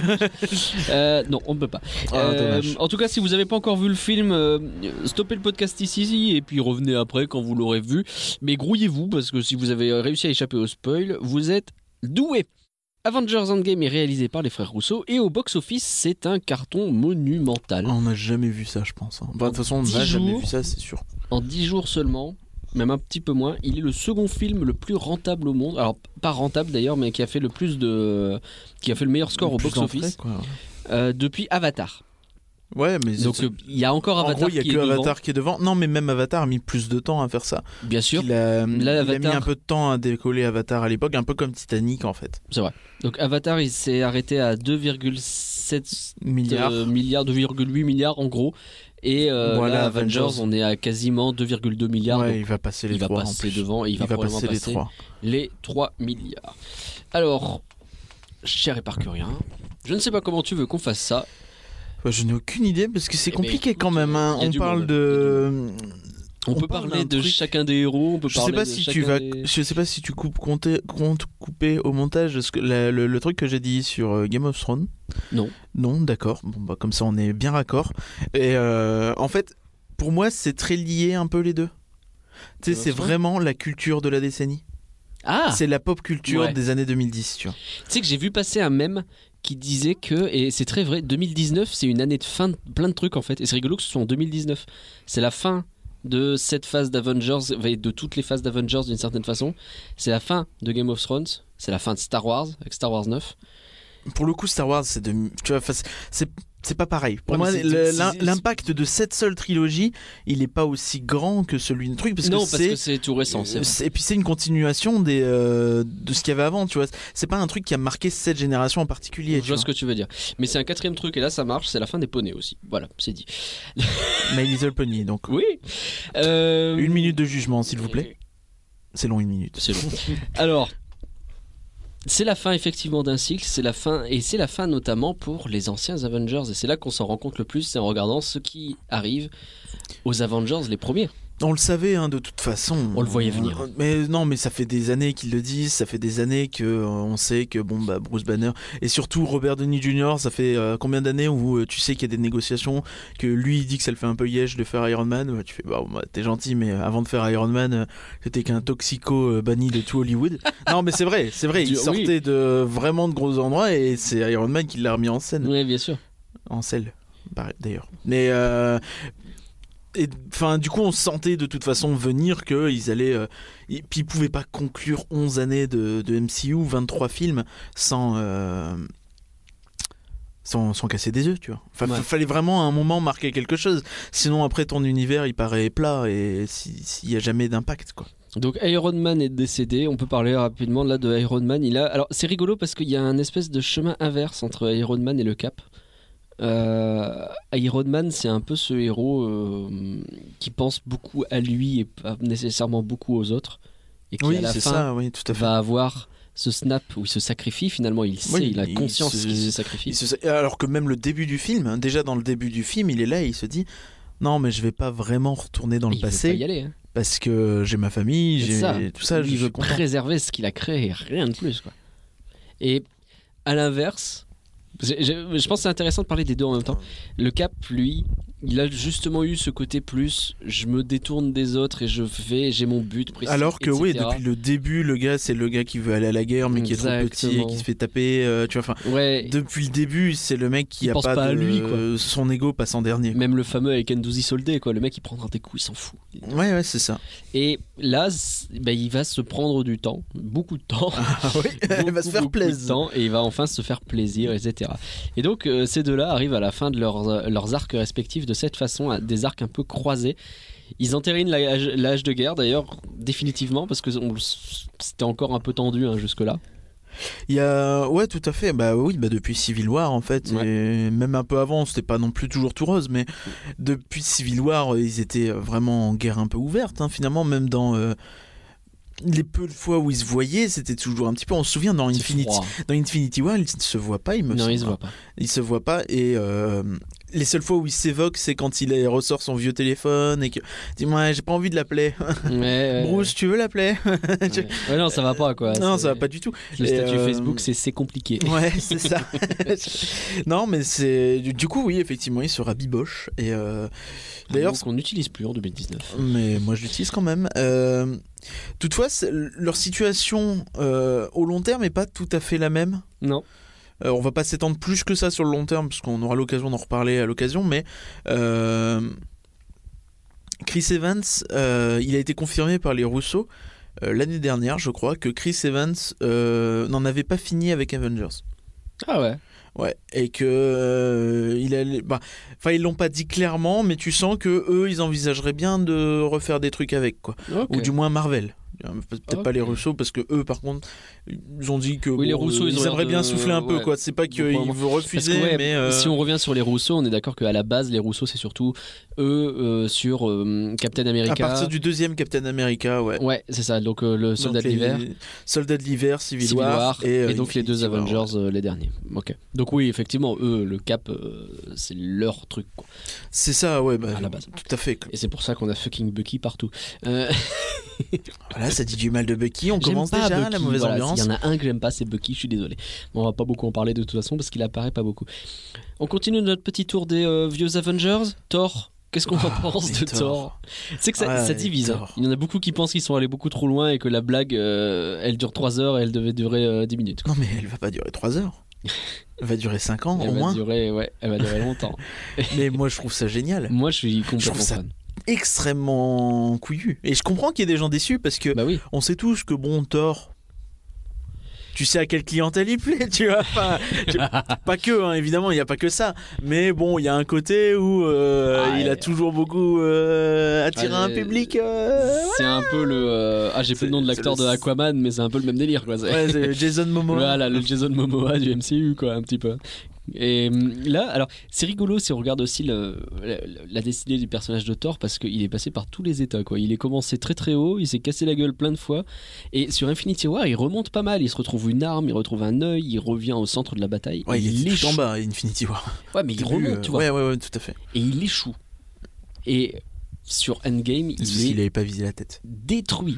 Speaker 2: Euh, non, on ne peut pas.
Speaker 1: Ah,
Speaker 2: Euh,
Speaker 1: dommage.
Speaker 2: en tout cas, si vous n'avez pas encore vu le film, euh, stoppez le podcast ici et puis revenez après quand vous l'aurez vu. Mais grouillez-vous parce que si vous avez euh, réussi à échapper au spoil, vous êtes doué. Avengers Endgame est réalisé par les frères Rousseau et au box-office, c'est un carton monumental.
Speaker 1: On n'a jamais vu ça, je pense. hein. Bah, de toute façon, on
Speaker 2: Dix
Speaker 1: n'a jamais
Speaker 2: jours.
Speaker 1: vu ça, c'est sûr.
Speaker 2: En 10 jours seulement, même un petit peu moins, il est le second film le plus rentable au monde. Alors, pas rentable d'ailleurs, mais qui a fait le plus de. qui a fait le meilleur score au
Speaker 1: Plus d'entrées,
Speaker 2: box-office.
Speaker 1: quoi.
Speaker 2: Euh, depuis Avatar.
Speaker 1: Ouais, mais
Speaker 2: Donc
Speaker 1: c'est-
Speaker 2: euh, il y a encore
Speaker 1: en gros,
Speaker 2: Avatar
Speaker 1: il y a
Speaker 2: qui
Speaker 1: que
Speaker 2: est devant,
Speaker 1: Avatar qui est devant. Non, mais même Avatar a mis plus de temps à faire ça.
Speaker 2: bien sûr.
Speaker 1: Il a, il a mis
Speaker 2: Avatar-
Speaker 1: un peu de temps à décoller Avatar à l'époque, un peu comme Titanic en fait.
Speaker 2: Donc Avatar, il s'est arrêté à 2,7
Speaker 1: Milliard.
Speaker 2: euh, milliards, 2,8 milliards en gros. Et euh,
Speaker 1: Voilà,
Speaker 2: là, Avengers,
Speaker 1: Avengers.
Speaker 2: on est à quasiment 2,2 milliards.
Speaker 1: ouais,
Speaker 2: donc
Speaker 1: il va passer les
Speaker 2: il va
Speaker 1: trois en
Speaker 2: passer
Speaker 1: plus.
Speaker 2: devant et il,
Speaker 1: Il va
Speaker 2: probablement
Speaker 1: passer les trois.
Speaker 2: les 3 milliards. Alors, cher éparcurien, je ne sais pas comment tu veux qu'on fasse ça.
Speaker 1: Ouais, je Bah, n'ai aucune idée parce que c'est
Speaker 2: Eh ben,
Speaker 1: compliqué
Speaker 2: écoute,
Speaker 1: quand même. hein.
Speaker 2: y a
Speaker 1: On
Speaker 2: du
Speaker 1: parle
Speaker 2: monde,
Speaker 1: de.
Speaker 2: On,
Speaker 1: On
Speaker 2: peut
Speaker 1: parle
Speaker 2: parler
Speaker 1: d'un
Speaker 2: de
Speaker 1: truc-
Speaker 2: chacun des héros, on peut
Speaker 1: Je sais
Speaker 2: parler
Speaker 1: pas
Speaker 2: de
Speaker 1: si
Speaker 2: chacun
Speaker 1: tu vas,
Speaker 2: des-
Speaker 1: je sais pas si tu coupes compter- comptes couper au montage ce que- la- le, le truc que j'ai dit sur euh, Game of Thrones.
Speaker 2: Non.
Speaker 1: Non, d'accord. Bon bah comme ça on est bien raccord. Et euh, en fait, pour moi c'est très lié un peu les deux. Tu
Speaker 2: Game
Speaker 1: sais,
Speaker 2: of
Speaker 1: c'est
Speaker 2: Thrones
Speaker 1: vraiment la culture de la décennie.
Speaker 2: Ah
Speaker 1: C'est la pop culture
Speaker 2: Ouais.
Speaker 1: des années 2010, tu vois.
Speaker 2: Tu sais que j'ai vu passer un mème qui disait que, et c'est très vrai, 2019 c'est une année de fin de plein de trucs en fait. Et c'est rigolo que ce soit en 2019. C'est la fin de cette phase d'Avengers, et de toutes les phases d'Avengers d'une certaine façon. C'est la fin de Game of Thrones, c'est la fin de Star Wars, avec Star Wars 9.
Speaker 1: Pour le coup, Star Wars, c'est de, tu vois, enfin, c'est- c'est c'est pas pareil. Pour
Speaker 2: Ouais,
Speaker 1: moi,
Speaker 2: mais c'est-
Speaker 1: le-
Speaker 2: c'est-
Speaker 1: l'im-
Speaker 2: c'est-
Speaker 1: l'impact de cette seule trilogie, il est pas aussi grand que celui d'un truc parce
Speaker 2: non,
Speaker 1: que
Speaker 2: parce
Speaker 1: c'est
Speaker 2: que c'est tout récent. c'est
Speaker 1: Euh,
Speaker 2: vrai.
Speaker 1: c'est- Et puis c'est une continuation des, euh, de ce qu'il y avait avant, tu vois. C'est pas un truc qui a marqué cette génération en particulier.
Speaker 2: Je
Speaker 1: Tu
Speaker 2: vois
Speaker 1: vois.
Speaker 2: ce que tu veux dire. Mais c'est un quatrième truc, et là ça marche, c'est la fin des poneys aussi. Voilà, c'est dit.
Speaker 1: My Little Pony, donc.
Speaker 2: Oui Euh,
Speaker 1: Une minute de jugement, s'il vous plaît. C'est long, une minute.
Speaker 2: C'est long. Alors, c'est la fin effectivement d'un cycle, c'est la fin et c'est la fin notamment pour les anciens Avengers et c'est là qu'on s'en rend compte le plus, c'est en regardant ce qui arrive aux Avengers les premiers.
Speaker 1: On le savait, hein, de toute façon.
Speaker 2: On le voyait venir.
Speaker 1: Mais non, mais ça fait des années qu'ils le disent, ça fait des années que euh, on sait que bon bah Bruce Banner et surtout Robert Downey Jr. Ça fait euh, combien d'années où euh, tu sais qu'il y a des négociations, que lui il dit que ça le fait un peu yèche de faire Iron Man. Ouais, tu fais bah, bah, t'es gentil, mais avant de faire Iron Man, euh, t'étais qu'un toxico euh, banni de tout Hollywood. non, mais c'est vrai, c'est vrai.
Speaker 2: Du-
Speaker 1: Il
Speaker 2: oui.
Speaker 1: sortait de vraiment de gros endroits et c'est Iron Man qui l'a remis en scène
Speaker 2: Oui, bien sûr.
Speaker 1: en selle pareil, d'ailleurs mais euh, et enfin du coup on sentait de toute façon venir que ils allaient euh, et puis ils pouvaient pas conclure 11 années de, de MCU 23 films sans euh, sans, sans casser des yeux, tu vois. Enfin,
Speaker 2: Ouais.
Speaker 1: fa- fallait vraiment à un moment marquer quelque chose. Sinon, après, ton univers, il paraît plat et si- s'il y a jamais d'impact, quoi.
Speaker 2: Donc Iron Man est décédé, on peut parler rapidement là de Iron Man, il a alors c'est rigolo parce qu'il y a un espèce de chemin inverse entre Iron Man et le Cap. Euh, Iron Man, c'est un peu ce héros euh, qui pense beaucoup à lui et pas nécessairement beaucoup aux autres, et qui à la
Speaker 1: c'est
Speaker 2: fin
Speaker 1: ça, oui, tout à fait.
Speaker 2: va avoir ce snap où il se sacrifie finalement, il sait,
Speaker 1: Oui,
Speaker 2: il a
Speaker 1: il
Speaker 2: conscience
Speaker 1: se-
Speaker 2: qu'il se
Speaker 1: Il
Speaker 2: sacrifie.
Speaker 1: se- Alors que même le début du film, hein, déjà dans le début du film, il est là et il se dit Non, mais je vais pas vraiment retourner dans
Speaker 2: Il
Speaker 1: le
Speaker 2: veut
Speaker 1: passé
Speaker 2: pas y aller. hein.
Speaker 1: parce que j'ai ma famille,
Speaker 2: C'est
Speaker 1: j'ai
Speaker 2: ça.
Speaker 1: tout ça.
Speaker 2: Lui,
Speaker 1: je
Speaker 2: il veut
Speaker 1: suis content.
Speaker 2: préserver ce qu'il a créé, rien de plus. Quoi. Et à l'inverse, j'ai- j'ai- je, pense que c'est intéressant de parler des deux en même temps. Le Cap, lui, il a justement eu ce côté plus je me détourne des autres et je vais, j'ai mon but précis.
Speaker 1: Alors que oui,
Speaker 2: etc..
Speaker 1: depuis le début, le gars, c'est le gars qui veut aller à la guerre mais qui est trop petit et
Speaker 2: Exactement.
Speaker 1: qui se fait taper. euh, tu vois, enfin,
Speaker 2: Ouais,
Speaker 1: depuis le début, c'est le mec qui
Speaker 2: Il
Speaker 1: a
Speaker 2: pense
Speaker 1: pas,
Speaker 2: pas à
Speaker 1: de-
Speaker 2: lui, quoi.
Speaker 1: Son ego passe en dernier. quoi.
Speaker 2: même le fameux avec Ndouzi Soldé, quoi. le mec il prendra des coups, il s'en fout.
Speaker 1: Ouais, ouais, c'est ça.
Speaker 2: Et là, c- bah, il va se prendre du temps, beaucoup de temps.
Speaker 1: Ah oui, il va
Speaker 2: beaucoup,
Speaker 1: se faire
Speaker 2: beaucoup de
Speaker 1: plaisir.
Speaker 2: temps, et il va enfin se faire plaisir, etc. Et donc, euh, ces deux-là arrivent à la fin de leurs, euh, leurs arcs respectifs de cette façon, à des arcs un peu croisés. Ils entérinent la- l'âge de guerre, d'ailleurs, définitivement, parce que on- c'était encore un peu tendu hein, jusque-là.
Speaker 1: Il y a... Ouais, tout à fait. Bah oui, bah depuis Civil War, en fait,
Speaker 2: Ouais.
Speaker 1: et même un peu avant, c'était pas non plus toujours tout rose, mais depuis Civil War, euh, ils étaient vraiment en guerre un peu ouverte, hein, finalement, même dans... euh, Les peu de fois où ils se voyaient, c'était toujours un petit peu. On se souvient dans
Speaker 2: C'est
Speaker 1: Infinity,
Speaker 2: froid.
Speaker 1: dans Infinity War, ils ne se voient pas, il me
Speaker 2: Non,
Speaker 1: semble. hein.
Speaker 2: ils se voient pas.
Speaker 1: Ils se voient pas et euh, les seules fois où ils s'évoquent, c'est quand il euh, ressort son vieux téléphone et que dis-moi, j'ai pas envie de l'appeler.
Speaker 2: Ouais, ouais, ouais.
Speaker 1: Bruce, tu veux l'appeler tu-
Speaker 2: Ouais. Ouais, non, ça va pas, quoi.
Speaker 1: Non,
Speaker 2: C'est-
Speaker 1: ça va pas du tout.
Speaker 2: Le
Speaker 1: Et,
Speaker 2: statut
Speaker 1: euh,
Speaker 2: Facebook, c'est- c'est compliqué.
Speaker 1: Ouais, c'est ça. non, mais c'est du, du coup oui, effectivement, il se rabiboche et euh, d'ailleurs,
Speaker 2: qu'on n'utilise plus en 2019.
Speaker 1: mais moi je l'utilise quand même. Euh, Toutefois, c'est- leur situation euh, au long terme est pas tout à fait la même.
Speaker 2: Non.
Speaker 1: Euh, on va pas s'étendre plus que ça sur le long terme, parce qu'on aura l'occasion d'en reparler à l'occasion, mais euh, Chris Evans, euh, il a été confirmé par les Rousseau euh, l'année dernière, je crois, que Chris Evans euh, n'en avait pas fini avec Avengers.
Speaker 2: Ah ouais.
Speaker 1: Ouais, et que euh, il allait- bah, enfin ils l'ont pas dit clairement, mais tu sens que eux ils envisageraient bien de refaire des trucs avec quoi,
Speaker 2: Ok.
Speaker 1: ou du moins Marvel. Hein, Peut-être
Speaker 2: Ok.
Speaker 1: pas les Russo, parce que eux, par contre, ils ont dit que
Speaker 2: Oui, les
Speaker 1: bon,
Speaker 2: Russo, ils ont l'air
Speaker 1: aimeraient
Speaker 2: de-
Speaker 1: bien souffler un peu.
Speaker 2: ouais.
Speaker 1: quoi. C'est pas qu'ils veulent
Speaker 2: Bon, Parce que,
Speaker 1: refuser,
Speaker 2: ouais,
Speaker 1: mais euh,
Speaker 2: si on revient sur les Rousseau, on est d'accord qu'à la base, les Rousseau, c'est surtout eux euh, sur euh, Captain America.
Speaker 1: à partir du deuxième Captain America, ouais.
Speaker 2: Ouais, c'est ça, donc euh, le soldat
Speaker 1: Donc,
Speaker 2: de l'hiver.
Speaker 1: les- Soldat de l'hiver, Civil,
Speaker 2: Civil War, et,
Speaker 1: euh,
Speaker 2: donc les
Speaker 1: Infinity
Speaker 2: deux
Speaker 1: War,
Speaker 2: Avengers,
Speaker 1: ouais.
Speaker 2: euh, les derniers. Ok. Donc oui, effectivement, eux, le cap, euh, c'est leur truc, quoi,
Speaker 1: C'est ça, ouais, bah,
Speaker 2: à la base.
Speaker 1: tout à fait. quoi.
Speaker 2: Et c'est pour ça qu'on a fucking Bucky partout. Euh,
Speaker 1: Voilà, ça dit du mal de Bucky, on
Speaker 2: j'aime
Speaker 1: commence
Speaker 2: pas
Speaker 1: déjà
Speaker 2: Bucky,
Speaker 1: la mauvaise
Speaker 2: voilà,
Speaker 1: ambiance.
Speaker 2: S'il y en a un que j'aime pas, c'est Bucky, je suis désolé. Mais on va pas beaucoup en parler de toute façon parce qu'il apparaît pas beaucoup. On continue notre petit tour des euh, vieux Avengers. Thor, qu'est-ce qu'on en
Speaker 1: Ah,
Speaker 2: pense
Speaker 1: mais
Speaker 2: de
Speaker 1: Thor.
Speaker 2: Thor C'est que ça,
Speaker 1: Ouais,
Speaker 2: ça divise. hein.
Speaker 1: Thor.
Speaker 2: Il y en a beaucoup qui pensent qu'ils sont allés beaucoup trop loin et que la blague, euh, elle dure 3 heures et elle devait durer euh, 10 minutes. quoi.
Speaker 1: Non, mais elle va pas durer 3 heures. Elle va durer 5 ans
Speaker 2: Elle
Speaker 1: au
Speaker 2: va
Speaker 1: moins.
Speaker 2: durer, ouais, elle va durer longtemps.
Speaker 1: Mais moi, je trouve ça génial.
Speaker 2: Moi, je suis complètement
Speaker 1: Je trouve ça-
Speaker 2: fan.
Speaker 1: Extrêmement couillu. Et je comprends qu'il y ait des gens déçus parce que
Speaker 2: Bah oui.
Speaker 1: on sait tous que bon, Thor. Tu sais à quelle clientèle il plaît, tu vois. Enfin, tu- pas que, hein, évidemment, il n'y a pas que ça. Mais bon, il y a un côté où euh,
Speaker 2: Ah,
Speaker 1: il
Speaker 2: et-
Speaker 1: a toujours beaucoup euh, attiré
Speaker 2: Ah,
Speaker 1: un
Speaker 2: et-
Speaker 1: public. euh,
Speaker 2: C'est un peu le. euh, Ah, j'ai plus
Speaker 1: C'est-
Speaker 2: le nom de
Speaker 1: c'est
Speaker 2: l'acteur
Speaker 1: le-
Speaker 2: de Aquaman, mais c'est un peu le même délire, quoi. C'est-
Speaker 1: Ouais, c'est Jason Momoa.
Speaker 2: Voilà, le Jason Momoa du MCU, quoi, un petit peu. Et hum, là, alors, c'est rigolo si on regarde aussi le- la, la destinée du personnage de Thor, parce qu'il est passé par tous les états, quoi. Il est commencé très très haut, il s'est cassé la gueule plein de fois, et sur Infinity War, il remonte pas mal. Il se retrouve une arme, il retrouve un œil, il revient au centre de la bataille.
Speaker 1: Ouais,
Speaker 2: et
Speaker 1: il est
Speaker 2: échoue.
Speaker 1: tout en bas, Infinity War.
Speaker 2: Ouais, mais il
Speaker 1: Début,
Speaker 2: remonte,
Speaker 1: euh,
Speaker 2: tu vois,
Speaker 1: Ouais, ouais, ouais, tout à fait.
Speaker 2: et il échoue. Et sur Endgame,
Speaker 1: C'est parce
Speaker 2: il est
Speaker 1: qu'il avait pas visé la tête.
Speaker 2: détruit.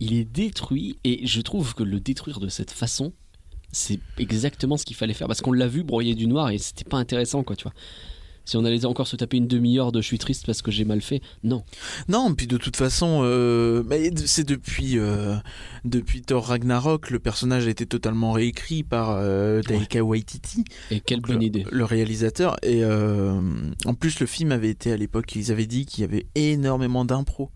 Speaker 2: Il est détruit et je trouve que le détruire de cette façon, c'est exactement ce qu'il fallait faire parce qu'on l'a vu broyer du noir et c'était pas intéressant quoi, tu vois. Si on allait encore se taper une demi-heure de je suis triste parce que j'ai mal fait, non.
Speaker 1: Non, puis de toute façon, euh, bah, c'est depuis, euh, depuis Thor Ragnarok, le personnage a été totalement réécrit par euh, Taika Waititi,
Speaker 2: Et quelle
Speaker 1: Donc, euh,
Speaker 2: bonne
Speaker 1: le,
Speaker 2: idée.
Speaker 1: le réalisateur. Et euh, en plus, le film avait été à l'époque, ils avaient dit qu'il y avait énormément d'impro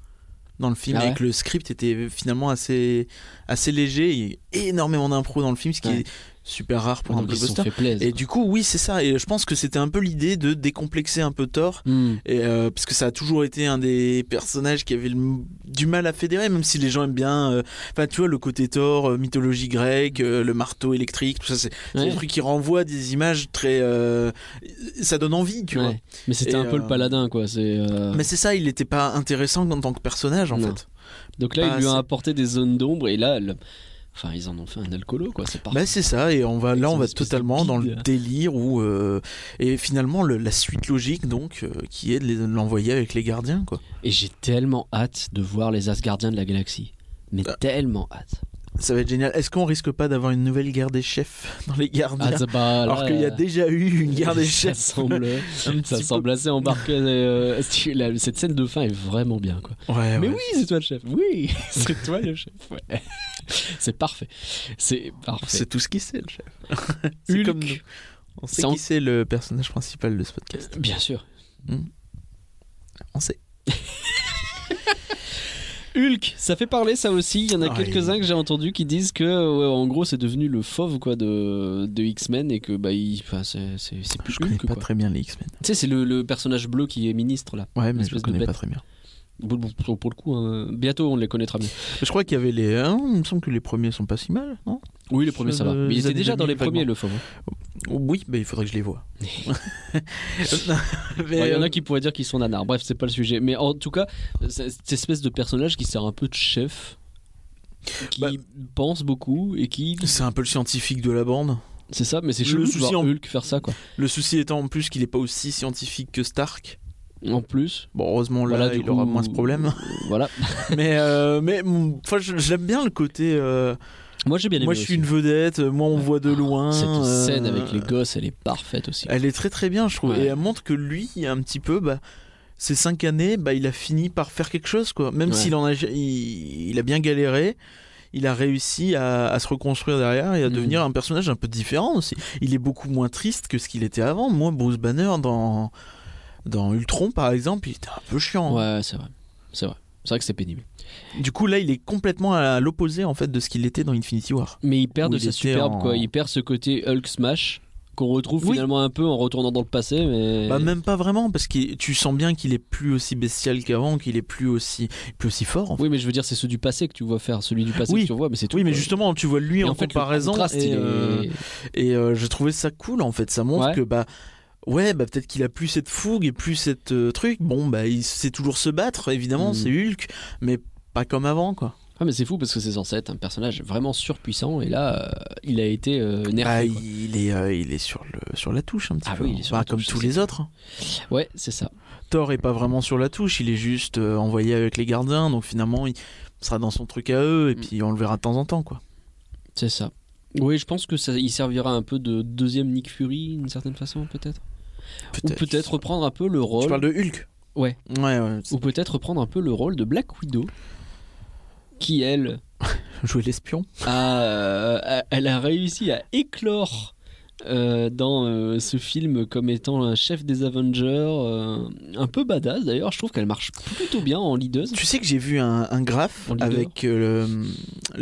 Speaker 1: dans le film
Speaker 2: Ah
Speaker 1: et que le script était finalement assez, assez léger. Il y a eu énormément d'impro dans le film, ce qui
Speaker 2: Ouais.
Speaker 1: est super rare pour un
Speaker 2: Donc ils se sont
Speaker 1: blockbuster.
Speaker 2: Ah, fait plaisir.
Speaker 1: Et du coup, oui, c'est ça. Et je pense que c'était un peu l'idée de décomplexer un peu Thor.
Speaker 2: Hmm.
Speaker 1: Et euh, parce que ça a toujours été un des personnages qui avait le m- du mal à fédérer, même si les gens aiment bien. euh, Enfin, tu vois, le côté Thor, euh, mythologie grecque, euh, le marteau électrique, tout ça, c'est c'est
Speaker 2: Ouais.
Speaker 1: des trucs qui renvoient des images très. euh, ça donne envie, tu vois.
Speaker 2: Ouais. Mais c'était
Speaker 1: Et,
Speaker 2: un peu le
Speaker 1: euh,
Speaker 2: paladin quoi. C'est. euh,
Speaker 1: Mais c'est ça, il n'était pas intéressant en tant que personnage, en
Speaker 2: Non.
Speaker 1: fait.
Speaker 2: Donc là
Speaker 1: pas
Speaker 2: ils lui ont
Speaker 1: assez.
Speaker 2: apporté des zones d'ombre et là, le- enfin ils en ont fait un alcoolo quoi. C'est parfait.
Speaker 1: Bah, c'est ça, et on va,
Speaker 2: Ils
Speaker 1: là,
Speaker 2: sont
Speaker 1: on va
Speaker 2: une espèce de
Speaker 1: totalement dans le
Speaker 2: bide.
Speaker 1: délire où. euh, et finalement, le- la suite logique, donc, euh, qui est de les- de l'envoyer avec les gardiens, quoi.
Speaker 2: Et j'ai tellement hâte de voir les Asgardiens de la galaxie. Mais
Speaker 1: Ah.
Speaker 2: tellement hâte.
Speaker 1: Ça va être génial. Est-ce qu'on risque pas d'avoir une nouvelle guerre des chefs dans les
Speaker 2: Ah,
Speaker 1: gardiens Alors qu'il y a
Speaker 2: des
Speaker 1: déjà eu une guerre des chefs.
Speaker 2: euh, Ça semble, ça
Speaker 1: petit
Speaker 2: semble assez embarqué. euh, si- la- cette scène de fin est vraiment bien. Quoi.
Speaker 1: Ah Ouais,
Speaker 2: Mais
Speaker 1: ouais.
Speaker 2: oui, c'est toi le chef. Oui, c'est toi le chef. ouais. c'est parfait. C'est parfait.
Speaker 1: C'est tout ce qu'il sait, le chef.
Speaker 2: Hulk.
Speaker 1: C'est comme nous. On sait
Speaker 2: C'est en-
Speaker 1: qui c'est le personnage principal de ce podcast.
Speaker 2: Bien sûr.
Speaker 1: Hmm. On sait.
Speaker 2: Hulk, ça fait parler ça aussi. Il y en a
Speaker 1: Ah,
Speaker 2: quelques-uns que j'ai entendu qui disent que, ouais, en gros, c'est devenu le fauve quoi, de, de X-Men et que bah, il- enfin, c'est c'est- c'est
Speaker 1: Ah,
Speaker 2: plus
Speaker 1: Je connais
Speaker 2: Hulk.
Speaker 1: pas
Speaker 2: quoi.
Speaker 1: très bien les X-Men.
Speaker 2: Tu sais, c'est le, le personnage bleu qui est ministre là.
Speaker 1: Ouais, mais je
Speaker 2: Espèce de
Speaker 1: connais
Speaker 2: bête.
Speaker 1: pas très bien.
Speaker 2: Pour, pour- pour le coup, hein, bientôt on les connaîtra mieux.
Speaker 1: Je crois qu'il y avait les. hein, il me semble que les premiers sont pas si mal, non
Speaker 2: Oui, les premiers ça va.
Speaker 1: Euh,
Speaker 2: Mais il
Speaker 1: les
Speaker 2: était
Speaker 1: années
Speaker 2: déjà dans les
Speaker 1: 2000, vaguement.
Speaker 2: premiers le fauve.
Speaker 1: Oh, Oui, mais il faudrait que je les vois.
Speaker 2: Ouais, Il y en
Speaker 1: euh,
Speaker 2: a qui pourraient dire qu'ils sont nanars. Bref, c'est pas le sujet. Mais en tout cas, c'est- cette espèce de personnage qui sert un peu de chef, qui
Speaker 1: Bah-
Speaker 2: pense beaucoup et qui.
Speaker 1: C'est un peu le scientifique de la bande.
Speaker 2: C'est ça, mais c'est
Speaker 1: Le
Speaker 2: chelou de
Speaker 1: souci
Speaker 2: voir
Speaker 1: en-
Speaker 2: Hulk faire ça, quoi.
Speaker 1: Le souci étant en plus qu'il est pas aussi scientifique que Stark.
Speaker 2: En plus,
Speaker 1: Bon, heureusement là,
Speaker 2: Voilà, du
Speaker 1: il aura
Speaker 2: coup-
Speaker 1: moins ce problème.
Speaker 2: voilà.
Speaker 1: mais euh, mais mm, enfin, je- j'aime bien le côté. euh,
Speaker 2: Moi j'ai bien aimé.
Speaker 1: Moi, je suis
Speaker 2: aussi.
Speaker 1: une vedette. euh, Moi, on voit de loin.
Speaker 2: Cette
Speaker 1: euh,
Speaker 2: scène avec les gosses, elle est parfaite aussi.
Speaker 1: Elle est très très bien, je trouve.
Speaker 2: Ouais.
Speaker 1: Et elle montre que lui, un petit peu, bah, ces cinq années, bah, il a fini par faire quelque chose, quoi. Même
Speaker 2: Ouais.
Speaker 1: s'il en a, il, il a bien galéré. Il a réussi à, à se reconstruire derrière et à
Speaker 2: Mhm.
Speaker 1: devenir un personnage un peu différent aussi. Il est beaucoup moins triste que ce qu'il était avant. Moi, Bruce Banner dans, dans Ultron, par exemple, il était un peu chiant.
Speaker 2: Ouais, c'est vrai. C'est vrai. C'est vrai que c'est pénible.
Speaker 1: Du coup, là, il est complètement à l'opposé en fait de ce qu'il était dans Infinity War.
Speaker 2: Mais il perd
Speaker 1: Où
Speaker 2: de
Speaker 1: il
Speaker 2: sa
Speaker 1: était
Speaker 2: superbe,
Speaker 1: en-
Speaker 2: quoi. Il perd ce côté Hulk Smash qu'on retrouve
Speaker 1: Oui.
Speaker 2: finalement un peu en retournant dans le passé, mais
Speaker 1: Bah même pas vraiment parce que tu sens bien qu'il est plus aussi bestial qu'avant, qu'il est plus aussi plus aussi fort. en fait.
Speaker 2: oui, mais je veux dire, c'est ceux du passé que tu vois faire, celui du passé
Speaker 1: Oui.
Speaker 2: que tu vois, mais c'est tout.
Speaker 1: Oui, mais
Speaker 2: quoi.
Speaker 1: justement, tu vois lui
Speaker 2: Et
Speaker 1: en,
Speaker 2: fait, le
Speaker 1: comparaison
Speaker 2: contraste, il
Speaker 1: et,
Speaker 2: est-
Speaker 1: euh, et, euh, je trouvais ça cool en fait, ça montre
Speaker 2: Ouais.
Speaker 1: que bah ouais, bah peut-être qu'il a plus cette fougue et plus cette euh, truc. Bon bah il sait toujours se battre évidemment,
Speaker 2: Mm.
Speaker 1: c'est Hulk, mais pas comme avant quoi.
Speaker 2: Ah, mais c'est fou parce que c'est censé être un personnage vraiment surpuissant et là, euh, il a été euh, nerfé.
Speaker 1: Bah,
Speaker 2: quoi.
Speaker 1: il est euh, il est sur le sur la touche un petit
Speaker 2: Ah
Speaker 1: peu.
Speaker 2: oui, il est sur
Speaker 1: Bah,
Speaker 2: la
Speaker 1: comme
Speaker 2: touche,
Speaker 1: tous
Speaker 2: c'est
Speaker 1: les autres.
Speaker 2: Ouais, c'est ça.
Speaker 1: Thor est pas vraiment sur la touche, il est juste euh, envoyé avec les gardiens, donc finalement il sera dans son truc à eux et
Speaker 2: Mm.
Speaker 1: puis on le verra de temps en temps quoi.
Speaker 2: C'est ça. Oui, je pense que ça, il servira un peu de deuxième Nick Fury d'une certaine façon, peut-être. Ou peut-être reprendre un peu le
Speaker 1: Tu
Speaker 2: rôle.
Speaker 1: parles de Hulk
Speaker 2: Ouais.
Speaker 1: Ouais, ouais.
Speaker 2: Ou peut-être reprendre un peu le rôle de Black Widow, qui elle,
Speaker 1: Jouer l'espion.
Speaker 2: a, euh, a- elle a réussi à éclore euh, dans euh, ce film comme étant un chef des Avengers, euh, un peu badass d'ailleurs. Je trouve qu'elle marche plutôt bien en leaduse.
Speaker 1: Tu sais que j'ai vu un, un graphe
Speaker 2: En leader.
Speaker 1: avec euh, le-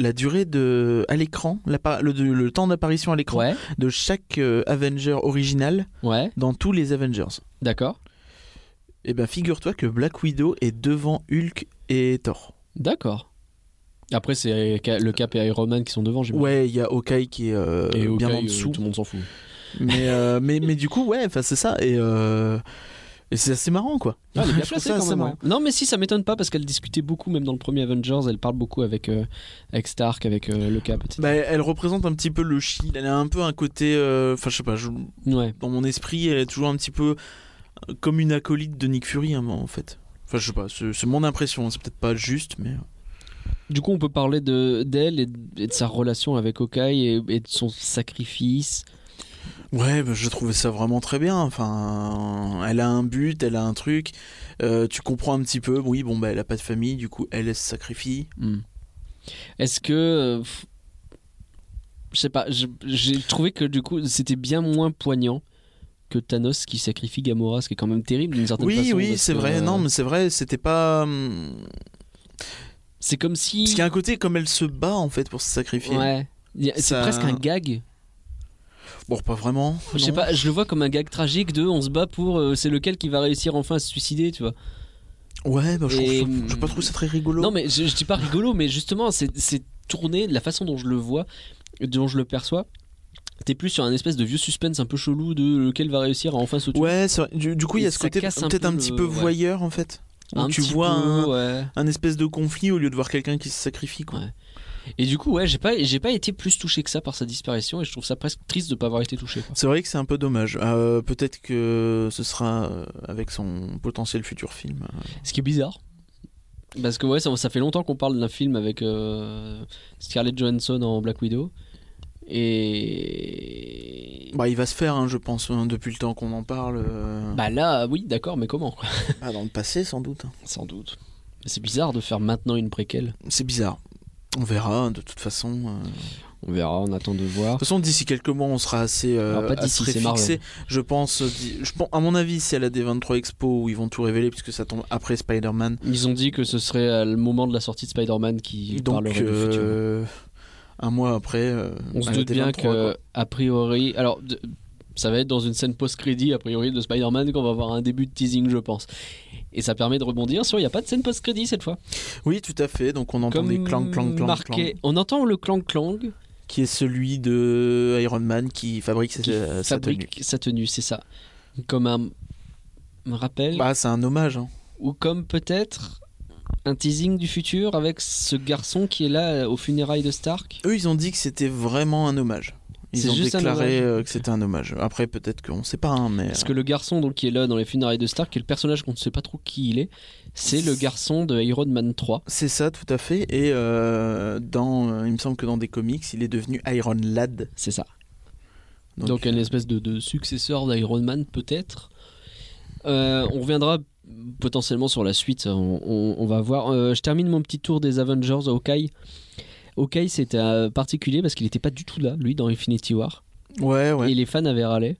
Speaker 1: la durée de à l'écran, l'appa- le, de- le temps d'apparition à l'écran
Speaker 2: Ouais,
Speaker 1: de chaque euh, Avenger original
Speaker 2: ouais,
Speaker 1: dans tous les Avengers.
Speaker 2: d'accord,
Speaker 1: Et ben figure-toi que Black Widow est devant Hulk et Thor.
Speaker 2: d'accord. Après, c'est le Cap et Iron Man qui sont devant, j'imagine.
Speaker 1: Ouais, il y a Hawkeye qui est euh,
Speaker 2: et
Speaker 1: bien
Speaker 2: Hawkeye,
Speaker 1: en
Speaker 2: euh,
Speaker 1: dessous.
Speaker 2: tout le monde s'en fout.
Speaker 1: mais, euh, mais, mais du coup, ouais, enfin, c'est ça. Et, euh, et c'est assez marrant, quoi.
Speaker 2: Ah, elle est bien
Speaker 1: Je trouve
Speaker 2: placée
Speaker 1: ça
Speaker 2: quand
Speaker 1: assez
Speaker 2: même,
Speaker 1: marrant.
Speaker 2: hein. Non, mais si, ça m'étonne pas parce qu'elle discutait beaucoup, même dans le premier Avengers, elle parle beaucoup avec, euh, avec Stark, avec euh, le Cap, etc.
Speaker 1: Bah, elle représente un petit peu le chill. Elle a un peu un côté. euh, Enfin, je sais pas, je-
Speaker 2: ouais.
Speaker 1: dans mon esprit, elle est toujours un petit peu euh, comme une acolyte de Nick Fury, hein, en fait. Enfin, je sais pas, c'est c'est mon impression. hein, C'est peut-être pas juste, mais. euh,
Speaker 2: Du coup, on peut parler de- d'elle et, de- et de sa relation avec Hawkeye et, et de son sacrifice.
Speaker 1: Ouais, bah, je trouvais ça vraiment très bien. Enfin, elle a un but, elle a un truc. Euh, tu comprends un petit peu. Oui, bon, bah, elle a pas de famille, du coup, elle, elle se sacrifie.
Speaker 2: Hmm. Est-ce que. euh, pff, Je sais pas, je- j'ai trouvé que du coup, c'était bien moins poignant que Thanos qui sacrifie Gamora, ce qui est quand même terrible d'une certaine
Speaker 1: Oui,
Speaker 2: façon.
Speaker 1: oui,
Speaker 2: parce
Speaker 1: c'est
Speaker 2: que,
Speaker 1: vrai.
Speaker 2: euh,
Speaker 1: Non, mais c'est vrai, c'était pas. hum,
Speaker 2: C'est comme si.
Speaker 1: Parce qu'il y a un côté comme elle se bat en fait pour se sacrifier.
Speaker 2: Ouais. Il y a- C'est
Speaker 1: Ça-
Speaker 2: presque un gag
Speaker 1: Bon, pas vraiment.
Speaker 2: Je sais
Speaker 1: non.
Speaker 2: pas, je le vois comme un gag tragique de on se bat pour euh, c'est lequel qui va réussir enfin à se suicider, tu vois.
Speaker 1: Ouais, bah, je,
Speaker 2: Et,
Speaker 1: trouve, ça- je pas trouve ça très rigolo.
Speaker 2: Non mais je, je dis pas rigolo, mais justement c'est c'est tourné de la façon dont je le vois, dont je le perçois. T'es plus sur un espèce de vieux suspense un peu chelou de lequel va réussir à enfin se tuer.
Speaker 1: Ouais, c'est vrai. Du, du coup, il y a
Speaker 2: Et
Speaker 1: ce
Speaker 2: ça
Speaker 1: côté
Speaker 2: casse un
Speaker 1: peut-être
Speaker 2: peu
Speaker 1: un, petit
Speaker 2: le-
Speaker 1: peu
Speaker 2: ouais.
Speaker 1: voyeur en fait. Où
Speaker 2: Un
Speaker 1: tu
Speaker 2: petit
Speaker 1: vois
Speaker 2: peu,
Speaker 1: un-
Speaker 2: ouais.
Speaker 1: Un espèce de conflit au lieu de voir quelqu'un qui se sacrifie quoi.
Speaker 2: Ouais. Et du coup ouais, j'ai pas j'ai pas été plus touché que ça par sa disparition et je trouve ça presque triste de pas avoir été touché. quoi.
Speaker 1: C'est vrai que c'est un peu dommage. Euh, peut-être que ce sera euh, avec son potentiel futur film. euh.
Speaker 2: Ce qui est bizarre. Parce que ouais, ça, ça fait longtemps qu'on parle d'un film avec euh, Scarlett Johansson en Black Widow. Et...
Speaker 1: Bah, il va se faire, hein, je pense, hein, depuis le temps qu'on en parle. euh.
Speaker 2: Bah là, oui, d'accord, mais comment quoi
Speaker 1: Ah, dans le passé, sans doute. hein.
Speaker 2: Sans doute. Mais C'est bizarre de faire maintenant une préquelle.
Speaker 1: C'est bizarre. On verra, hein, de toute façon. euh.
Speaker 2: On verra, on attend de
Speaker 1: De
Speaker 2: voir.
Speaker 1: toute façon, d'ici quelques mois, on sera assez, euh,
Speaker 2: Alors, pas d'ici,
Speaker 1: assez
Speaker 2: c'est
Speaker 1: fixé.
Speaker 2: Marvel.
Speaker 1: Je pense, euh, di- je pense, à mon avis, c'est à la D23 Expo où ils vont tout révéler puisque ça tombe après Spider-Man.
Speaker 2: Ils ont dit que ce serait à le moment de la sortie de Spider-Man qui
Speaker 1: Donc,
Speaker 2: parlerait du futur. hein.
Speaker 1: euh, un mois après. euh,
Speaker 2: On se
Speaker 1: à la
Speaker 2: doute bien
Speaker 1: D23,
Speaker 2: que,
Speaker 1: quoi.
Speaker 2: a priori. Alors, de- ça va être dans une scène post-crédit, a priori, de Spider-Man qu'on va avoir un début de teasing, je pense. Et ça permet de rebondir sur il n'y a pas de scène post-crédit cette fois.
Speaker 1: Oui, tout à fait. Donc, on entend
Speaker 2: Comme
Speaker 1: des clang, clang, clang,
Speaker 2: marqué, on entend le clang clang
Speaker 1: qui est celui de Iron Man qui fabrique sa,
Speaker 2: qui
Speaker 1: sa
Speaker 2: fabrique sa tenue, c'est ça. Comme un, un rappel
Speaker 1: tenue. Bah, c'est un hommage. hein.
Speaker 2: ou comme peut-être un teasing du futur avec ce garçon qui est là euh, au funérail de Stark.
Speaker 1: Eux, ils ont dit que c'était vraiment un hommage. Ils
Speaker 2: C'est
Speaker 1: ont
Speaker 2: juste un
Speaker 1: déclaré
Speaker 2: hommage.
Speaker 1: euh, que c'était un hommage. Après, peut-être qu'on sait pas, hein, mais.
Speaker 2: Parce que le garçon donc qui est là dans les funérailles de Stark, qui est le personnage qu'on ne sait pas trop qui il est, c'est le garçon de Iron Man 3.
Speaker 1: C'est ça, tout à fait. Et euh, dans, euh, il me semble que dans des comics, il est devenu Iron Lad.
Speaker 2: C'est ça.
Speaker 1: Donc,
Speaker 2: Donc, euh, un espèce de, de successeur d'Iron Man peut-être. Euh, on reviendra potentiellement sur la suite, on, on- on va voir. Euh, je termine mon petit tour des Avengers à Hawkeye. Hawkeye c'était euh, particulier parce qu'il n'était pas du tout là, lui, dans Infinity War.
Speaker 1: Ouais, ouais.
Speaker 2: Et les fans avaient râlé.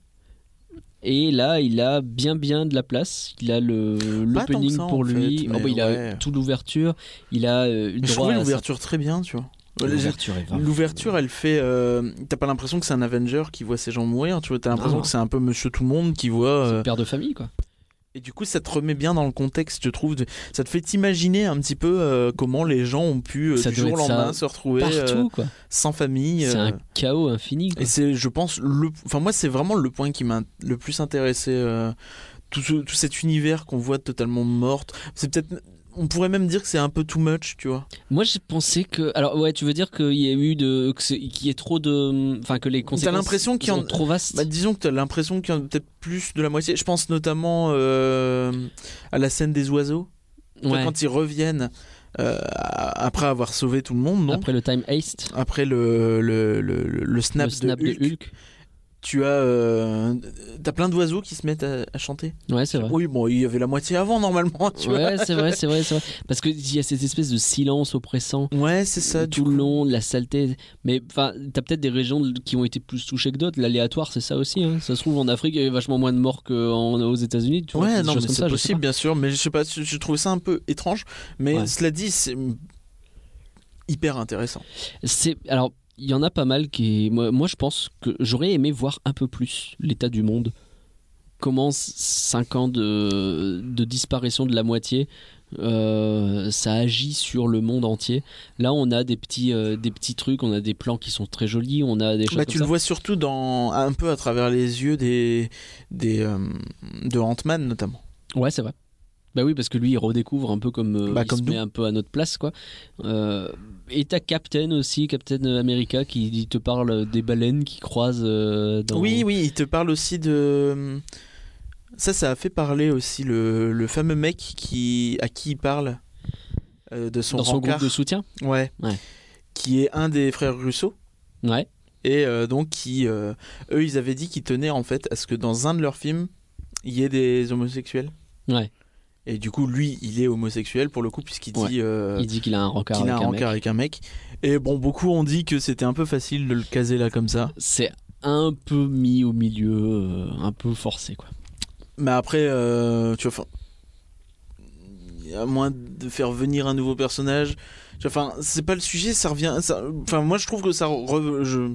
Speaker 2: Et là, il a bien bien de la place. Il a le
Speaker 1: tant que
Speaker 2: l'opening
Speaker 1: ça, en
Speaker 2: pour lui.
Speaker 1: fait,
Speaker 2: Oh,
Speaker 1: mais
Speaker 2: bah, il
Speaker 1: ouais.
Speaker 2: a toute l'ouverture. Il a euh, eu
Speaker 1: Je
Speaker 2: droit
Speaker 1: trouvais
Speaker 2: à sa-
Speaker 1: l'ouverture très bien, tu vois.
Speaker 2: L'ouverture est vague.
Speaker 1: L'ouverture, elle fait. euh, T'as pas l'impression que c'est un Avenger qui voit ses gens mourir, tu vois. T'as l'impression
Speaker 2: Non.
Speaker 1: que c'est un peu Monsieur Tout le Monde qui voit.
Speaker 2: C'est
Speaker 1: euh,
Speaker 2: une père de famille, quoi.
Speaker 1: Et du coup, ça te remet bien dans le contexte, je trouve. de- Ça te fait t'imaginer un petit peu euh, comment les gens ont pu euh,
Speaker 2: Ça
Speaker 1: du
Speaker 2: doit
Speaker 1: jour au
Speaker 2: être ça
Speaker 1: lendemain se retrouver euh,
Speaker 2: Partout, quoi.
Speaker 1: sans famille.
Speaker 2: C'est
Speaker 1: euh,
Speaker 2: un chaos infini. quoi.
Speaker 1: Et c'est, je pense, le. Enfin, moi, c'est vraiment le point qui m'a le plus intéressé. euh, Tout, ce- tout cet univers qu'on voit totalement morte. C'est peut-être. On pourrait même dire que c'est un peu too much, tu vois.
Speaker 2: Moi, j'ai pensé que. Alors, ouais, tu veux dire qu'il y a eu de. que c'est- qu'il y ait trop de. Enfin, que les conséquences.
Speaker 1: l'impression qu'il y en-
Speaker 2: sont trop vastes.
Speaker 1: Bah, disons que t'as l'impression qu'il y en a peut-être plus de la moitié. Je pense notamment euh, à la scène des oiseaux. Tu vois,
Speaker 2: Ouais.
Speaker 1: Quand ils reviennent euh, à- après avoir sauvé tout le monde, non
Speaker 2: Après le time haste,
Speaker 1: Après le, le, le, le- le snap,
Speaker 2: le snap
Speaker 1: de, Hulk, tu as euh, t'as plein d'oiseaux qui se mettent à, à chanter.
Speaker 2: Ouais, c'est vrai.
Speaker 1: Oui, bon, il y avait la moitié avant normalement, tu vois.
Speaker 2: Ouais, c'est vrai, c'est vrai, c'est vrai. Parce qu'il y a cette espèce de silence oppressant
Speaker 1: Ouais, c'est ça. du
Speaker 2: tout le
Speaker 1: coup.
Speaker 2: long, de la saleté. Mais enfin, t'as peut-être des régions qui ont été plus touchées que d'autres. L'aléatoire, c'est ça aussi. hein. Ça se trouve, en Afrique, il y a vachement moins de morts qu'aux États-Unis. tu vois,
Speaker 1: Ouais,
Speaker 2: des
Speaker 1: non,
Speaker 2: choses
Speaker 1: mais
Speaker 2: comme
Speaker 1: c'est
Speaker 2: ça, je sais
Speaker 1: possible, bien sûr. Mais je sais pas, je, je trouve ça un peu étrange. Mais
Speaker 2: Ouais.
Speaker 1: cela dit, c'est hyper intéressant.
Speaker 2: C'est alors il y en a pas mal qui moi, moi, je pense que j'aurais aimé voir un peu plus l'état du monde. Comment 5 ans de, de disparition de la moitié, euh, ça agit sur le monde entier. Là, on a des petits, euh, des petits trucs, on a des plans qui sont très jolis, on a des choses
Speaker 1: Bah,
Speaker 2: comme
Speaker 1: tu
Speaker 2: ça.
Speaker 1: le vois surtout dans un peu à travers les yeux des, des euh, de Ant-Man notamment.
Speaker 2: Ouais, c'est vrai. Bah oui, parce que lui, il redécouvre un peu comme, euh,
Speaker 1: Bah,
Speaker 2: il
Speaker 1: comme
Speaker 2: se
Speaker 1: nous.
Speaker 2: met un peu à notre place, quoi. Euh, et t'as Captain aussi, Captain America, qui il te parle des baleines qui croisent euh, dans...
Speaker 1: Oui, oui, il te parle aussi de ça. Ça a fait parler aussi le, le fameux mec qui à qui il parle euh, de son
Speaker 2: dans son
Speaker 1: rencard.
Speaker 2: groupe de soutien.
Speaker 1: Ouais.
Speaker 2: Ouais.
Speaker 1: Qui est un des frères Russo.
Speaker 2: Ouais.
Speaker 1: Et euh, donc, qui, euh, eux, ils avaient dit qu'ils tenaient en fait à ce que dans un de leurs films, il y ait des homosexuels.
Speaker 2: Ouais.
Speaker 1: Et du coup, lui, il est homosexuel pour le coup, puisqu'il dit,
Speaker 2: Ouais.
Speaker 1: euh,
Speaker 2: Il dit qu'il a un rencard
Speaker 1: qu'il a
Speaker 2: avec
Speaker 1: un
Speaker 2: un mec.
Speaker 1: rencard avec un mec. Et bon, beaucoup ont dit que c'était un peu facile de le caser là comme ça.
Speaker 2: C'est un peu mis au milieu, euh, un peu forcé quoi.
Speaker 1: Mais après, euh, tu vois, 'fin, à moins de faire venir un nouveau personnage, tu vois, 'fin, c'est pas le sujet, ça revient. ça- Enfin, moi, je trouve que ça. re- je-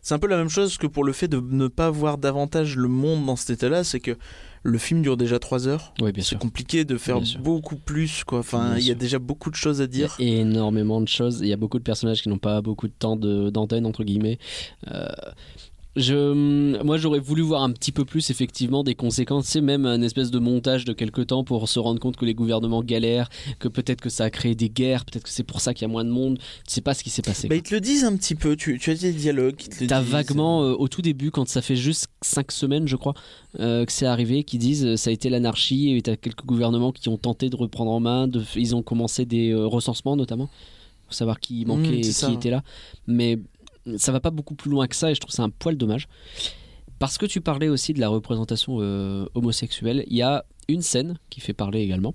Speaker 1: C'est un peu la même chose que pour le fait de ne pas voir davantage le monde dans cet état-là, c'est que le film dure déjà 3 heures.
Speaker 2: Oui, bien
Speaker 1: C'est
Speaker 2: sûr.
Speaker 1: compliqué de faire
Speaker 2: Bien sûr.
Speaker 1: beaucoup plus, quoi. Enfin,
Speaker 2: Bien
Speaker 1: il y a
Speaker 2: sûr.
Speaker 1: déjà beaucoup de choses à
Speaker 2: Il y a
Speaker 1: dire.
Speaker 2: énormément de choses. Il y a beaucoup de personnages qui n'ont pas beaucoup de temps de- d'antenne entre guillemets. Euh, je, moi, j'aurais voulu voir un petit peu plus effectivement des conséquences. C'est même un espèce de montage de quelque temps pour se rendre compte que les gouvernements galèrent, que peut-être que ça a créé des guerres, peut-être que c'est pour ça qu'il y a moins de monde. Tu sais pas ce qui s'est passé.
Speaker 1: Bah,
Speaker 2: quoi.
Speaker 1: ils te le disent un petit peu, tu, tu as des dialogues qui te le
Speaker 2: T'as
Speaker 1: disent.
Speaker 2: vaguement euh, au tout début, quand ça fait juste 5 semaines, je crois, euh, que c'est arrivé, qui disent euh, ça a été l'anarchie et t'as quelques gouvernements qui ont tenté de reprendre en main. de f- ils ont commencé des euh, recensements notamment pour savoir qui manquait
Speaker 1: Mmh,
Speaker 2: et
Speaker 1: c'est ça.
Speaker 2: qui était là. Mais ça va pas beaucoup plus loin que ça et je trouve ça un poil dommage. Parce que tu parlais aussi de la représentation euh, homosexuelle, il y a une scène qui fait parler également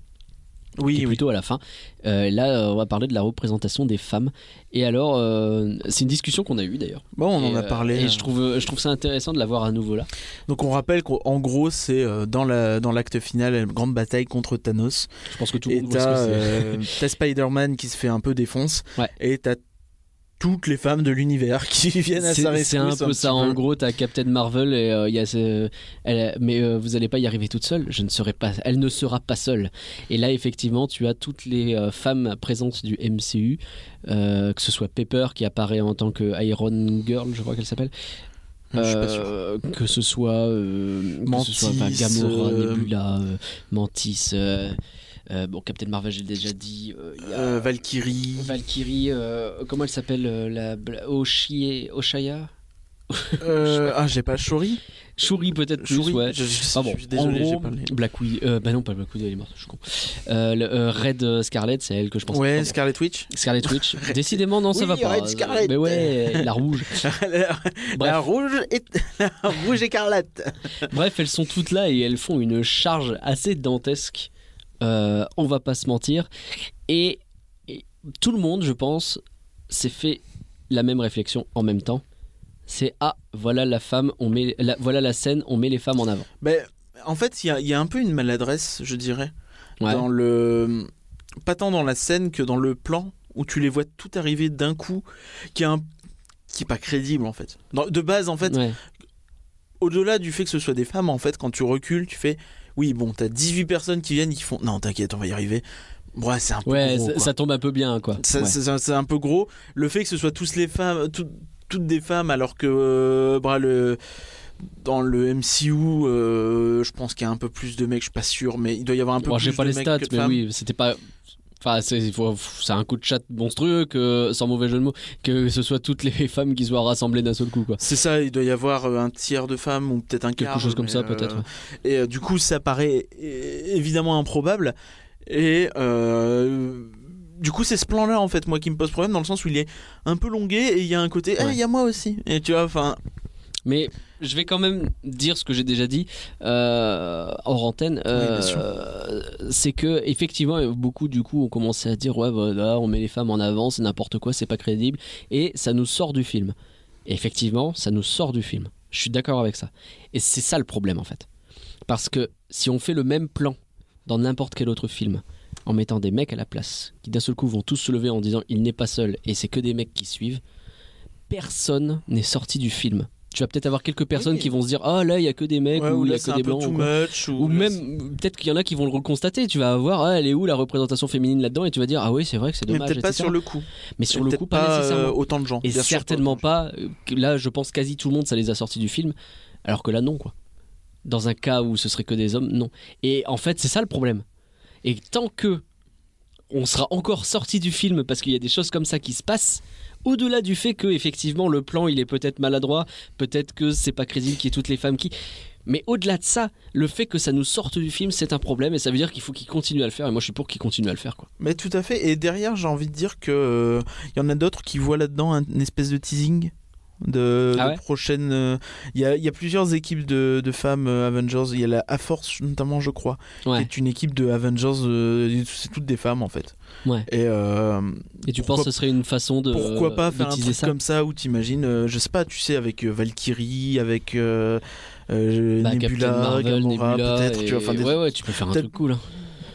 Speaker 2: qui
Speaker 1: Oui,
Speaker 2: est
Speaker 1: oui.
Speaker 2: plutôt à la fin. Euh, là, euh, on va parler de la représentation des femmes. Et alors, euh, c'est une discussion qu'on a eue d'ailleurs.
Speaker 1: Bon, on
Speaker 2: Et,
Speaker 1: en a
Speaker 2: euh,
Speaker 1: parlé.
Speaker 2: Et
Speaker 1: euh.
Speaker 2: je trouve, euh, je trouve ça intéressant de l'avoir à nouveau là.
Speaker 1: Donc on rappelle qu'en gros c'est euh, dans la dans l'acte final une grande bataille contre Thanos
Speaker 2: Je pense que tout le
Speaker 1: et
Speaker 2: monde voit
Speaker 1: t'as
Speaker 2: ce que c'est.
Speaker 1: euh, t'as Spider-Man qui se fait un peu défonce
Speaker 2: Ouais.
Speaker 1: et t'as toutes les femmes de l'univers qui viennent à sa
Speaker 2: C'est-
Speaker 1: rescousse.
Speaker 2: C'est un peu
Speaker 1: petit
Speaker 2: ça. En gros, t'as Captain Marvel et euh, il y a ce- elle- mais euh, vous allez pas y arriver toute seule. Je ne serai pas. Elle ne sera pas seule. Et là, effectivement, tu as toutes les euh, femmes présentes du MCU, euh, que ce soit Pepper qui apparaît en tant que Iron Girl, je crois qu'elle s'appelle.
Speaker 1: Hmm, Je suis pas sûr.
Speaker 2: Euh, que ce soit euh, que
Speaker 1: Mantis,
Speaker 2: ce soit, enfin, Gamora,
Speaker 1: euh,
Speaker 2: Nebula, euh, Mantis, euh, euh, bon Captain Marvel, j'ai déjà dit. euh, il y a-
Speaker 1: Euh, Valkyrie,
Speaker 2: Valkyrie, euh, comment elle s'appelle euh, la bla- Oshie, Oshaya
Speaker 1: Euh, ah j'ai pas Shuri,
Speaker 2: Shuri peut-être plus,
Speaker 1: Shuri,
Speaker 2: ouais.
Speaker 1: je, je-
Speaker 2: Ah bon,
Speaker 1: je suis désolé,
Speaker 2: en
Speaker 1: j'ai
Speaker 2: gros,
Speaker 1: pas les-
Speaker 2: Black Widow, euh, bah non pas Black Widow, elle est morte, je suis con. Euh, le- euh, Red euh, Scarlet, c'est elle que je pense.
Speaker 1: Ouais,
Speaker 2: Enfin,
Speaker 1: Scarlet Witch.
Speaker 2: bon. Scarlet Witch. Décidément non, ça
Speaker 1: Oui,
Speaker 2: va pas.
Speaker 1: Red Scarlet.
Speaker 2: Mais ouais, la rouge.
Speaker 1: la, la rouge et la rouge écarlate.
Speaker 2: Bref, elles sont toutes là et elles font une charge assez dantesque. Euh, on va pas se mentir. Et, et tout le monde, je pense, s'est fait la même réflexion en même temps. C'est ah voilà la femme, on met la- voilà la scène, on met les femmes en avant.
Speaker 1: Ben, en fait, il y a- il y a un peu une maladresse, je dirais.
Speaker 2: Ouais.
Speaker 1: dans le pas tant dans la scène que dans le plan où tu les vois tout arriver d'un coup, qui est un qui est pas crédible en fait. Dans- de base en fait,
Speaker 2: Ouais.
Speaker 1: au-delà du fait que ce soit des femmes en fait, quand tu recules, tu fais oui bon t'as 18 personnes qui viennent, qui font non t'inquiète on va y arriver. Ouais c'est un peu
Speaker 2: Ouais,
Speaker 1: gros,
Speaker 2: ça,
Speaker 1: quoi.
Speaker 2: ça tombe un peu bien, quoi.
Speaker 1: Ça,
Speaker 2: Ouais.
Speaker 1: c'est- c'est un- C'est un peu gros. Le fait que ce soit tous les femmes, tout- toutes des femmes, alors que euh, bah, le, dans le MCU, euh, je pense qu'il y a un peu plus de mecs, je suis pas sûr, mais il doit y avoir un peu
Speaker 2: Bon,
Speaker 1: plus
Speaker 2: j'ai pas
Speaker 1: de
Speaker 2: les
Speaker 1: mecs
Speaker 2: stats,
Speaker 1: que de
Speaker 2: mais
Speaker 1: femmes.
Speaker 2: oui, c'était pas. Enfin, c'est il faut- c'est un coup de chat monstrueux, que, sans mauvais jeu de mots, que ce soit toutes les femmes qui soient rassemblées d'un seul coup, quoi.
Speaker 1: C'est ça, il doit y avoir euh, un tiers de femmes ou peut-être un
Speaker 2: Quelque
Speaker 1: quart.
Speaker 2: chose comme
Speaker 1: mais,
Speaker 2: ça,
Speaker 1: euh,
Speaker 2: peut-être. ouais.
Speaker 1: Et euh, du coup, ça paraît é- évidemment improbable. Et euh, du coup, c'est ce plan-là, en fait, moi, qui me pose problème, dans le sens où il est un peu longué et il y a un côté, ah, il
Speaker 2: Ouais.
Speaker 1: y a moi aussi. Et tu vois, enfin,
Speaker 2: Mais je vais quand même dire ce que j'ai déjà dit euh, hors antenne.
Speaker 1: bien sûr.
Speaker 2: euh, c'est que effectivement, beaucoup du coup ont commencé à dire ouais voilà, on met les femmes en avant, c'est n'importe quoi, c'est pas crédible, et ça nous sort du film. Et effectivement, ça nous sort du film. Je suis d'accord avec ça. Et c'est ça le problème en fait, parce que si on fait le même plan dans n'importe quel autre film en mettant des mecs à la place, qui d'un seul coup vont tous se lever en disant il n'est pas seul et c'est que des mecs qui suivent, personne n'est sorti du film. Tu vas peut-être avoir quelques personnes
Speaker 1: Oui.
Speaker 2: qui vont se dire ah là il y a que des mecs
Speaker 1: ouais,
Speaker 2: ou
Speaker 1: ou
Speaker 2: il y
Speaker 1: là,
Speaker 2: a
Speaker 1: c'est
Speaker 2: que
Speaker 1: un
Speaker 2: des
Speaker 1: peu
Speaker 2: blancs
Speaker 1: too
Speaker 2: ou quoi.
Speaker 1: much.
Speaker 2: Ou
Speaker 1: là,
Speaker 2: même, peut-être qu'il y en a qui vont le constater. Tu vas avoir, ah, elle est où la représentation féminine là-dedans Et tu vas dire, ah oui, c'est vrai que c'est
Speaker 1: Mais
Speaker 2: dommage.
Speaker 1: peut-être pas
Speaker 2: etc.
Speaker 1: sur le coup.
Speaker 2: Mais sur le
Speaker 1: Peut-être
Speaker 2: coup, pas,
Speaker 1: pas, euh,
Speaker 2: nécessairement.
Speaker 1: autant de gens.
Speaker 2: Et
Speaker 1: bien sûr,
Speaker 2: certainement
Speaker 1: pas.
Speaker 2: pas. euh, que Là, je pense quasi tout le monde, ça les a sortis du film. Alors que là, non, quoi. Dans un cas où ce serait que des hommes, non. Et en fait, c'est ça le problème. Et tant que on sera encore sorti du film parce qu'il y a des choses comme ça qui se passent, au-delà du fait que effectivement le plan il est peut-être maladroit, peut-être que c'est pas crédible qu'il y ait toutes les femmes qui. Mais au-delà de ça, le fait que ça nous sorte du film, c'est un problème et ça veut dire qu'il faut qu'ils continuent à le faire. Et moi, je suis pour qu'ils continuent à le faire, quoi.
Speaker 1: Mais tout à fait. Et derrière, j'ai envie de dire que euh, il y en a d'autres qui voient là-dedans un- une espèce de teasing de,
Speaker 2: Ah
Speaker 1: de
Speaker 2: ouais
Speaker 1: prochaine. euh, Il y, a, il y a plusieurs équipes de, de femmes euh, Avengers. Il y a la A-Force notamment, je crois, qui
Speaker 2: Ouais.
Speaker 1: est une équipe de Avengers. euh, c'est toutes des femmes en fait.
Speaker 2: Ouais.
Speaker 1: Et euh,
Speaker 2: Et tu
Speaker 1: pourquoi-
Speaker 2: penses que ce serait une façon de
Speaker 1: pourquoi pas
Speaker 2: de
Speaker 1: faire un
Speaker 2: teaser
Speaker 1: truc
Speaker 2: ça
Speaker 1: comme ça où t'imagines, euh, je sais pas, tu sais, avec euh, Valkyrie, avec euh, euh,
Speaker 2: Bah,
Speaker 1: Nebula,
Speaker 2: Captain Marvel,
Speaker 1: Gamora,
Speaker 2: Nebula,
Speaker 1: peut-être. Tu vois, enfin,
Speaker 2: et-
Speaker 1: des-
Speaker 2: ouais, ouais, tu peux faire un
Speaker 1: peut-être-
Speaker 2: truc cool. hein.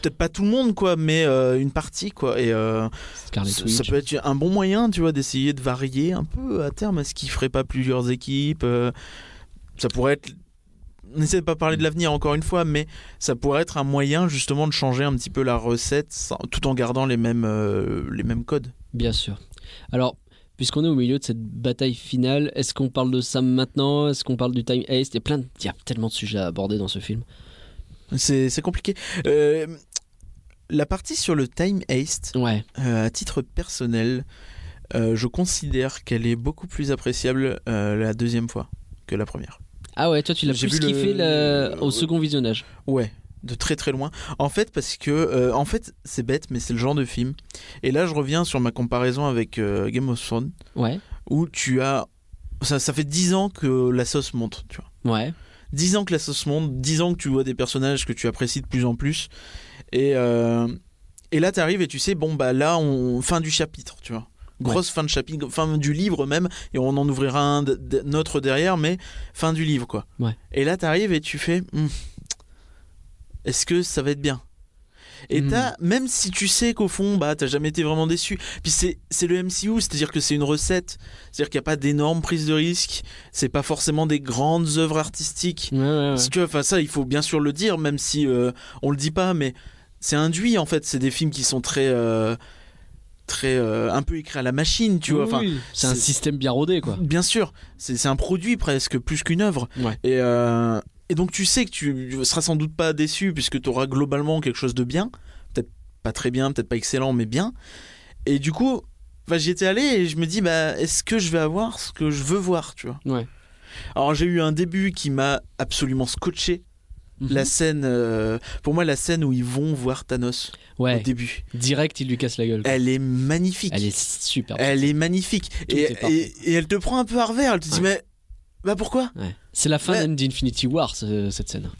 Speaker 1: peut-être pas tout le monde quoi mais euh, une partie quoi et euh,
Speaker 2: Scarlet
Speaker 1: ça,
Speaker 2: Witch.
Speaker 1: ça peut être un bon moyen tu vois d'essayer de varier un peu à terme est-ce qu'il ferait pas plusieurs équipes euh, ça pourrait être n'essaie de pas parler de l'avenir encore une fois mais ça pourrait être un moyen justement de changer un petit peu la recette sans- tout en gardant les mêmes euh, les mêmes codes
Speaker 2: Bien sûr. Alors, puisqu'on est au milieu de cette bataille finale, est-ce qu'on parle de Sam maintenant Est-ce qu'on parle du Time Ace Il y a plein de- il y a tellement de sujets à aborder dans ce film.
Speaker 1: c'est c'est compliqué Euh, la partie sur le time haste
Speaker 2: Ouais.
Speaker 1: Euh, à titre personnel, euh, je considère qu'elle est beaucoup plus appréciable euh, la deuxième fois que la première.
Speaker 2: Ah ouais, toi tu l'as
Speaker 1: J'ai
Speaker 2: plus
Speaker 1: vu le-
Speaker 2: kiffé la-
Speaker 1: le-
Speaker 2: au second visionnage.
Speaker 1: Ouais, de très très loin. En fait, parce que, euh, en fait, c'est bête, mais c'est le genre de film. Et là, je reviens sur ma comparaison avec euh, Game of Thrones,
Speaker 2: Ouais.
Speaker 1: où tu as, ça, ça fait 10 ans que la sauce monte, tu vois.
Speaker 2: Ouais.
Speaker 1: 10 ans que la sauce monte, 10 ans que tu vois des personnages que tu apprécies de plus en plus. Et, euh, et là, t'arrives et tu sais, bon, bah là, on, fin du chapitre, tu vois. Grosse fin de chapitre, fin du livre même, et on en ouvrira un d- d- autre derrière, mais fin du livre, quoi.
Speaker 2: Ouais.
Speaker 1: Et là, t'arrives et tu fais, Hmm, est-ce que ça va être bien et
Speaker 2: Hmm.
Speaker 1: t'as, même si tu sais qu'au fond, bah, t'as jamais été vraiment déçu. Puis c'est c'est le MCU, c'est-à-dire que c'est une recette. C'est-à-dire qu'il n'y a pas d'énormes prises de risques. C'est pas forcément des grandes œuvres artistiques.
Speaker 2: Ouais, ouais, ouais.
Speaker 1: Si tu veux, enfin ça, il faut bien sûr le dire, même si euh, on le dit pas, mais c'est induit en fait. C'est des films qui sont très, euh, très, euh, un peu écrits à la machine, tu vois.
Speaker 2: Oui,
Speaker 1: Enfin,
Speaker 2: oui. c'est un
Speaker 1: c'est-
Speaker 2: système bien rodé quoi.
Speaker 1: bien sûr, c'est c'est un produit presque plus qu'une œuvre.
Speaker 2: Ouais.
Speaker 1: Et, euh, et donc tu sais que tu seras sans doute pas déçu puisque tu auras globalement quelque chose de bien, peut-être pas très bien, peut-être pas excellent, mais bien. Et du coup, bah, j'y étais allé et je me dis, bah est-ce que je vais avoir ce que je veux voir, tu vois
Speaker 2: Ouais.
Speaker 1: Alors j'ai eu un début qui m'a absolument scotché. Mhm.
Speaker 2: Mhm.
Speaker 1: La scène, euh, pour moi, la scène où ils vont voir Thanos au
Speaker 2: Ouais.
Speaker 1: début,
Speaker 2: Direct, il lui casse la gueule. quoi.
Speaker 1: elle est magnifique.
Speaker 2: Elle est super.
Speaker 1: Elle est magnifique.
Speaker 2: Tout
Speaker 1: Et,
Speaker 2: est parfait.
Speaker 1: et- et elle te prend un peu à revers. Elle te dit, mais. Bah pourquoi
Speaker 2: Ouais. C'est la fin
Speaker 1: Ouais.
Speaker 2: même d'Infinity War ce- cette scène.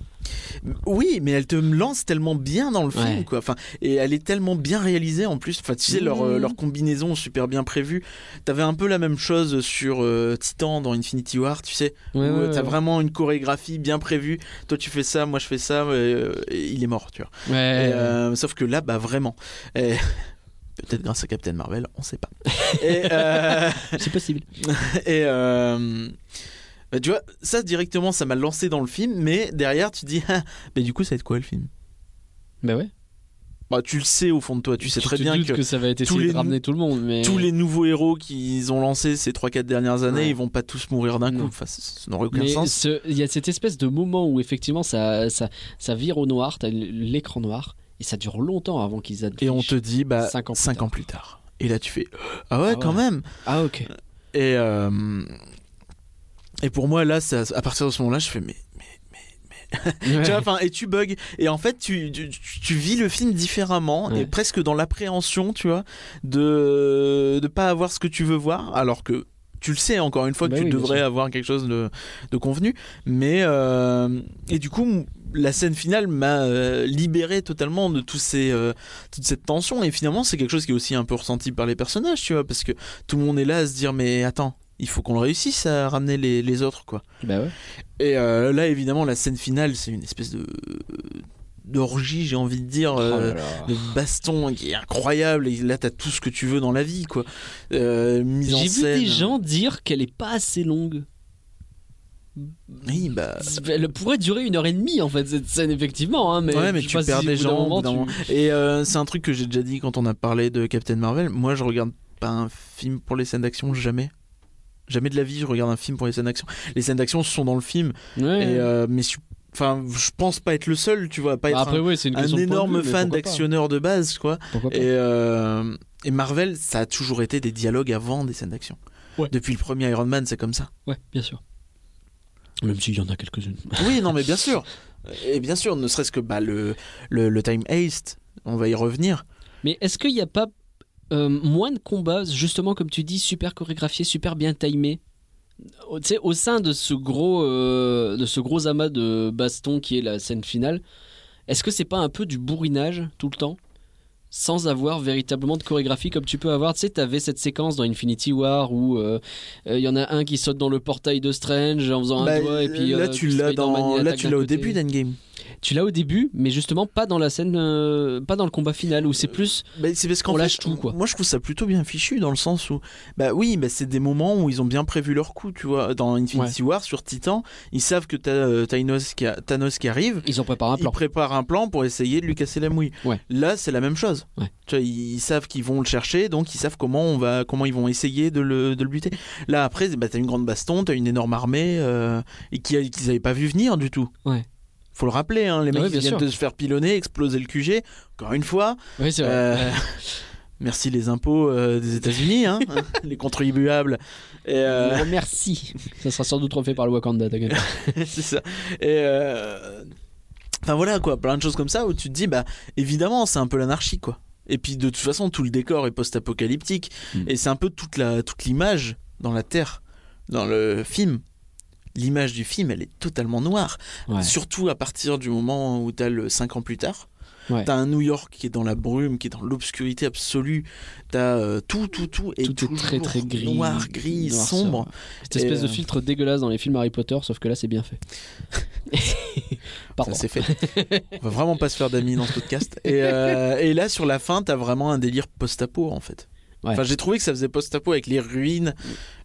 Speaker 1: Oui, mais elle te lance tellement bien dans le film,
Speaker 2: Ouais.
Speaker 1: quoi. Enfin, et elle est tellement bien réalisée en plus. Enfin, tu sais, leur, euh,
Speaker 2: Mmh.
Speaker 1: leur combinaison super bien prévue. T'avais un peu la même chose sur euh, Titan dans Infinity War, tu sais, où
Speaker 2: Ouais, ouais,
Speaker 1: euh, t'as
Speaker 2: ouais.
Speaker 1: vraiment une chorégraphie bien prévue. Toi, tu fais ça, moi, je fais ça, euh, et il est mort, tu vois.
Speaker 2: Ouais.
Speaker 1: Et, euh, sauf que là, bah vraiment. Et- Peut-être grâce à Captain Marvel, on sait pas. et euh,
Speaker 2: C'est possible.
Speaker 1: et, euh, bah, tu vois, ça directement, ça m'a lancé dans le film, mais derrière, tu dis, ah, mais du coup, ça va être quoi le film
Speaker 2: Bah ouais.
Speaker 1: bah, Tu le sais au fond de toi, tu sais très
Speaker 2: te
Speaker 1: bien
Speaker 2: doutes
Speaker 1: que,
Speaker 2: ça va être
Speaker 1: tous
Speaker 2: essayé
Speaker 1: les
Speaker 2: de ramener tout le monde, mais
Speaker 1: tous les nouveaux héros qu'ils ont lancés ces 3-4 dernières années,
Speaker 2: Ouais.
Speaker 1: ils vont pas tous mourir d'un coup.
Speaker 2: Non.
Speaker 1: Enfin, ça, ça n'aurait aucun
Speaker 2: Mais
Speaker 1: sens.
Speaker 2: ce- il y a cette espèce de moment où effectivement ça, ça, ça vire au noir, t'as l- l'écran noir, et ça dure longtemps avant qu'ils affichent.
Speaker 1: Et on te dit, bah, 5
Speaker 2: Cinq
Speaker 1: ans,
Speaker 2: ans plus tard.
Speaker 1: plus tard. Et là, tu fais, ah ouais,
Speaker 2: Ah
Speaker 1: quand
Speaker 2: ouais.
Speaker 1: même
Speaker 2: Ah ok.
Speaker 1: Et, euh, et pour moi, là, ça- à partir de ce moment-là, je fais, mais.
Speaker 2: Ouais.
Speaker 1: Tu vois, enfin, et tu bugs. Et en fait, tu, tu, tu- tu vis le film différemment et
Speaker 2: Ouais.
Speaker 1: presque dans l'appréhension, tu vois, de ne pas avoir ce que tu veux voir, alors que. Tu le sais encore une fois que
Speaker 2: Bah
Speaker 1: tu
Speaker 2: oui, bien
Speaker 1: devrais
Speaker 2: sûr.
Speaker 1: avoir quelque chose de, de convenu, mais euh, et du coup m- la scène finale m'a euh, libéré totalement de tous ces euh, toute cette tension et finalement c'est quelque chose qui est aussi un peu ressenti par les personnages, tu vois, parce que tout le monde est là à se dire mais attends il faut qu'on le réussisse à ramener les, les autres quoi.
Speaker 2: Bah ouais.
Speaker 1: Et euh, là, évidemment, la scène finale, c'est une espèce de d'orgie, j'ai envie de dire,
Speaker 2: Oh
Speaker 1: euh,
Speaker 2: là là.
Speaker 1: de baston qui est incroyable. Et là, t'as tout ce que tu veux dans la vie, quoi. Euh, mise en
Speaker 2: J'ai vu
Speaker 1: scène.
Speaker 2: des gens dire qu'elle est pas assez longue.
Speaker 1: Oui, bah.
Speaker 2: Elle pourrait durer une heure et demie en fait cette scène effectivement, hein, mais,
Speaker 1: ouais, mais
Speaker 2: je sais
Speaker 1: tu
Speaker 2: pas
Speaker 1: perds
Speaker 2: si
Speaker 1: des
Speaker 2: au bout d'un
Speaker 1: gens. au
Speaker 2: moment,
Speaker 1: bout d'un
Speaker 2: tu-
Speaker 1: moment. Et euh, c'est un truc que j'ai déjà dit quand on a parlé de Captain Marvel. Moi, je regarde pas un film pour les scènes d'action, jamais. Jamais de la vie, je regarde un film pour les scènes d'action. Les scènes d'action sont dans le film,
Speaker 2: Ouais.
Speaker 1: et, euh, mais je- enfin, je pense pas être le seul, tu vois, pas être
Speaker 2: Bah, après
Speaker 1: un-
Speaker 2: ouais, c'est une
Speaker 1: un,
Speaker 2: question de point de
Speaker 1: énorme
Speaker 2: vue, mais
Speaker 1: fan
Speaker 2: pourquoi pas. hein.
Speaker 1: d'actionneur de base, quoi.
Speaker 2: Pourquoi pas.
Speaker 1: Et, euh, et Marvel, ça a toujours été des dialogues avant des scènes d'action.
Speaker 2: Ouais.
Speaker 1: Depuis le premier Iron Man, c'est comme ça.
Speaker 2: Ouais, bien sûr. Même s'il y en a quelques-unes.
Speaker 1: Oui, non, mais bien sûr. Et bien sûr, ne serait-ce que bah, le, le, le Time Haste, on va y revenir.
Speaker 2: Mais est-ce qu'il n'y a pas euh, moins de combats, justement, comme tu dis, super chorégraphiés, super bien timés au, tu sais, au sein de ce gros euh, de ce gros amas de bastons qui est la scène finale, est-ce que c'est pas un peu du bourrinage tout le temps sans avoir véritablement de chorégraphie comme tu peux avoir Tu sais, t'avais cette séquence dans Infinity War où euh, euh, il y en a un qui saute dans le portail de Strange en faisant
Speaker 1: Bah,
Speaker 2: un doigt et puis
Speaker 1: là,
Speaker 2: euh,
Speaker 1: tu
Speaker 2: puis
Speaker 1: l'as
Speaker 2: Spider-Man, il
Speaker 1: dans, là,
Speaker 2: attaque
Speaker 1: tu
Speaker 2: d'un
Speaker 1: l'as au
Speaker 2: côté.
Speaker 1: début d'Endgame.
Speaker 2: Tu l'as au début, mais justement pas dans la scène, euh, pas dans le combat final où c'est plus
Speaker 1: Bah, c'est parce qu'en
Speaker 2: On
Speaker 1: fait,
Speaker 2: lâche tout, quoi.
Speaker 1: Moi, je trouve ça plutôt bien fichu dans le sens où, bah oui, bah, c'est des moments où ils ont bien prévu leur coup, tu vois. Dans Infinity War, sur Titan, ils savent que t'as euh, Thanos qui a- Thanos qui arrive.
Speaker 2: ils ont préparé un
Speaker 1: Ils
Speaker 2: plan.
Speaker 1: préparent un plan pour essayer de lui casser la mouille.
Speaker 2: Ouais.
Speaker 1: Là, c'est la même chose.
Speaker 2: Ouais.
Speaker 1: Tu vois, ils ils savent qu'ils vont le chercher, donc ils savent comment on va, comment ils vont essayer de le, de le buter. Là, après, bah, t'as une grande baston, t'as une énorme armée euh, et qui a- qu'ils n'avaient pas vu venir du tout.
Speaker 2: Ouais. Ah
Speaker 1: Faut le rappeler, hein, les mecs
Speaker 2: Ouais,
Speaker 1: ils
Speaker 2: bien
Speaker 1: viennent
Speaker 2: sûr.
Speaker 1: de se faire pilonner, exploser le QG. Encore une fois,
Speaker 2: Oui, c'est vrai.
Speaker 1: euh, merci les impôts euh, des États-Unis, hein, les contribuables. Et, euh,
Speaker 2: Merci. Ça sera sans doute refait par le Wakanda, t'inquiète.
Speaker 1: c'est ça. Et euh, Enfin voilà quoi, plein de choses comme ça où tu te dis bah évidemment c'est un peu l'anarchie quoi. Et puis de toute façon tout le décor est post-apocalyptique
Speaker 2: Mm.
Speaker 1: et c'est un peu toute la toute l'image dans la terre, dans le film. L'image du film elle est totalement noire.
Speaker 2: Ouais.
Speaker 1: Surtout à partir du moment où t'as le 5 ans plus tard.
Speaker 2: Ouais.
Speaker 1: T'as un New York qui est dans la brume, qui est dans l'obscurité absolue. T'as euh, tout, tout, tout. Et
Speaker 2: Tout est très
Speaker 1: toujours
Speaker 2: très gris.
Speaker 1: Noir, gris,
Speaker 2: noirceur.
Speaker 1: sombre.
Speaker 2: Cette espèce
Speaker 1: Et,
Speaker 2: de
Speaker 1: euh,
Speaker 2: filtre dégueulasse dans les films Harry Potter, sauf que là c'est bien fait. Pardon.
Speaker 1: Ça, c'est fait. On va vraiment pas se faire d'amis dans ce podcast. Et, euh, et là, sur la fin, t'as vraiment un délire post-apo, en fait.
Speaker 2: Ouais.
Speaker 1: Enfin, j'ai trouvé que ça faisait post-apo avec les ruines,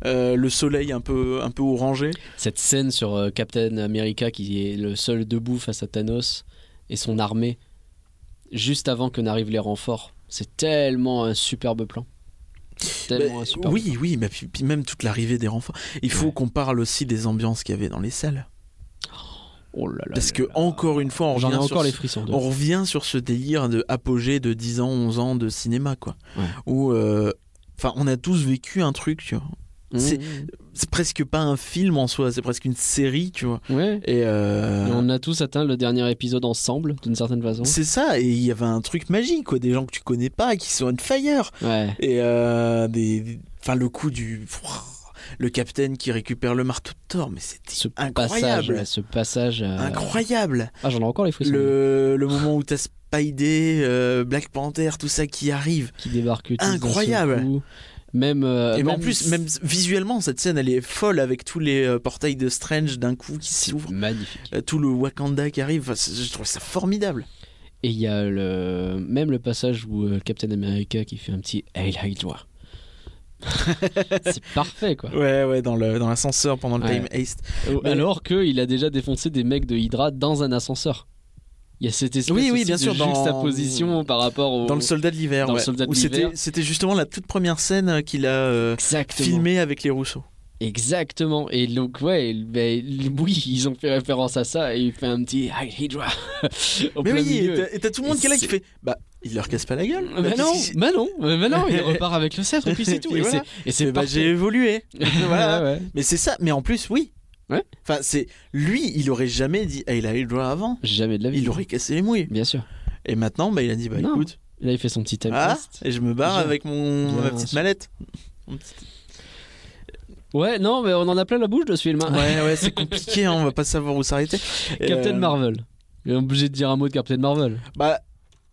Speaker 1: euh, le soleil un peu, un peu orangé.
Speaker 2: Cette scène sur euh, Captain America qui est le seul debout face à Thanos et son armée, juste avant que n'arrivent les renforts, c'est tellement un superbe plan. Tellement
Speaker 1: Bah,
Speaker 2: un superbe.
Speaker 1: oui, oui, mais puis, puis même toute l'arrivée des renforts. Il faut
Speaker 2: Ouais.
Speaker 1: qu'on parle aussi des ambiances qu'il y avait dans les salles.
Speaker 2: Oh là là.
Speaker 1: Parce
Speaker 2: là
Speaker 1: que,
Speaker 2: là.
Speaker 1: encore une fois, on
Speaker 2: j'en ai
Speaker 1: revient,
Speaker 2: encore
Speaker 1: sur
Speaker 2: les
Speaker 1: ce,
Speaker 2: frissons. de-
Speaker 1: on revient sur ce délire de apogée de 10 ans, 11 ans de cinéma, quoi.
Speaker 2: Ouais.
Speaker 1: Où, euh, enfin, on a tous vécu un truc, tu vois.
Speaker 2: Mmh.
Speaker 1: c'est- C'est presque pas un film en soi, c'est presque une série, tu vois.
Speaker 2: Ouais.
Speaker 1: Et euh,
Speaker 2: Et on a tous atteint le dernier épisode ensemble, d'une certaine façon.
Speaker 1: c'est ça, et il y avait un truc magique, quoi, des gens que tu connais pas, qui sont on fire.
Speaker 2: Ouais.
Speaker 1: Et euh, des, des- enfin, le coup du. Le capitaine qui récupère le marteau de Thor, mais c'était
Speaker 2: Ce passage,
Speaker 1: incroyable.
Speaker 2: là, ce passage. euh,
Speaker 1: Incroyable.
Speaker 2: Ah, j'en ai encore les frissons
Speaker 1: Le, le moment où t'as Spidey, euh, Black Panther, tout ça qui arrive.
Speaker 2: qui débarquent. tous d'un
Speaker 1: Incroyable.
Speaker 2: seul coup. Même. euh,
Speaker 1: et
Speaker 2: même
Speaker 1: en plus, même visuellement, cette scène, elle est folle avec tous les euh, portails de Strange d'un coup qui s'ouvrent.
Speaker 2: Magnifique.
Speaker 1: euh, Tout le Wakanda qui arrive, Enfin, c'est- je trouve ça formidable.
Speaker 2: Et il y a le, même le passage où euh, Captain America qui fait un petit Hey, là, il doit. c'est parfait quoi.
Speaker 1: Ouais, ouais, dans le dans l'ascenseur pendant le
Speaker 2: Ouais.
Speaker 1: time haste. Mais-
Speaker 2: Alors qu'il a déjà défoncé des mecs de Hydra dans un ascenseur. Il y a cette espèce
Speaker 1: Oui, oui,
Speaker 2: aussi
Speaker 1: bien
Speaker 2: de
Speaker 1: sûr, dans-
Speaker 2: juxtaposition par rapport au.
Speaker 1: Dans le soldat de l'hiver,
Speaker 2: Dans le
Speaker 1: ouais.
Speaker 2: soldat de
Speaker 1: Où
Speaker 2: l'hiver.
Speaker 1: c'était c'était justement la toute première scène euh, qu'il a euh,
Speaker 2: Exactement.
Speaker 1: filmée avec les Rousseaux.
Speaker 2: Exactement. Et donc, ouais, ben, oui, ils ont fait référence à ça et il fait un petit Hey, Hydra. au
Speaker 1: Mais
Speaker 2: plein
Speaker 1: oui, et
Speaker 2: milieu.
Speaker 1: t'as- et t'as tout le monde
Speaker 2: Et
Speaker 1: qui est là qui
Speaker 2: c'est-
Speaker 1: fait Bah, il leur casse pas la gueule.
Speaker 2: Mais
Speaker 1: Bah,
Speaker 2: non,
Speaker 1: qu'est-ce qu'il-
Speaker 2: mais non, mais non, il repart avec le sceptre et puis c'est tout.
Speaker 1: Puis
Speaker 2: et
Speaker 1: voilà.
Speaker 2: c'est- et c'est
Speaker 1: Bah, j'ai
Speaker 2: parfait.
Speaker 1: évolué. voilà.
Speaker 2: Ouais, ouais.
Speaker 1: Mais c'est ça, mais en plus, oui.
Speaker 2: Ouais.
Speaker 1: Enfin, c'est lui, il aurait jamais dit Hey, il a eu le droit avant.
Speaker 2: Jamais de la vie.
Speaker 1: Il aurait cassé les mouilles.
Speaker 2: Bien sûr.
Speaker 1: Et maintenant, bah, il a dit Bah,
Speaker 2: Ah Non.
Speaker 1: écoute,
Speaker 2: Là, il fait son petit time
Speaker 1: ah,
Speaker 2: test.
Speaker 1: et je me barre
Speaker 2: Bien.
Speaker 1: avec mon,
Speaker 2: Bien
Speaker 1: ma petite
Speaker 2: sûr.
Speaker 1: mallette.
Speaker 2: Ouais, non, mais on en a plein la bouche de ce film. hein.
Speaker 1: Ouais, ouais, c'est compliqué, hein, on va pas savoir où s'arrêter.
Speaker 2: Captain
Speaker 1: Euh,
Speaker 2: Marvel. Il est obligé de dire un mot de Captain Marvel.
Speaker 1: Bah,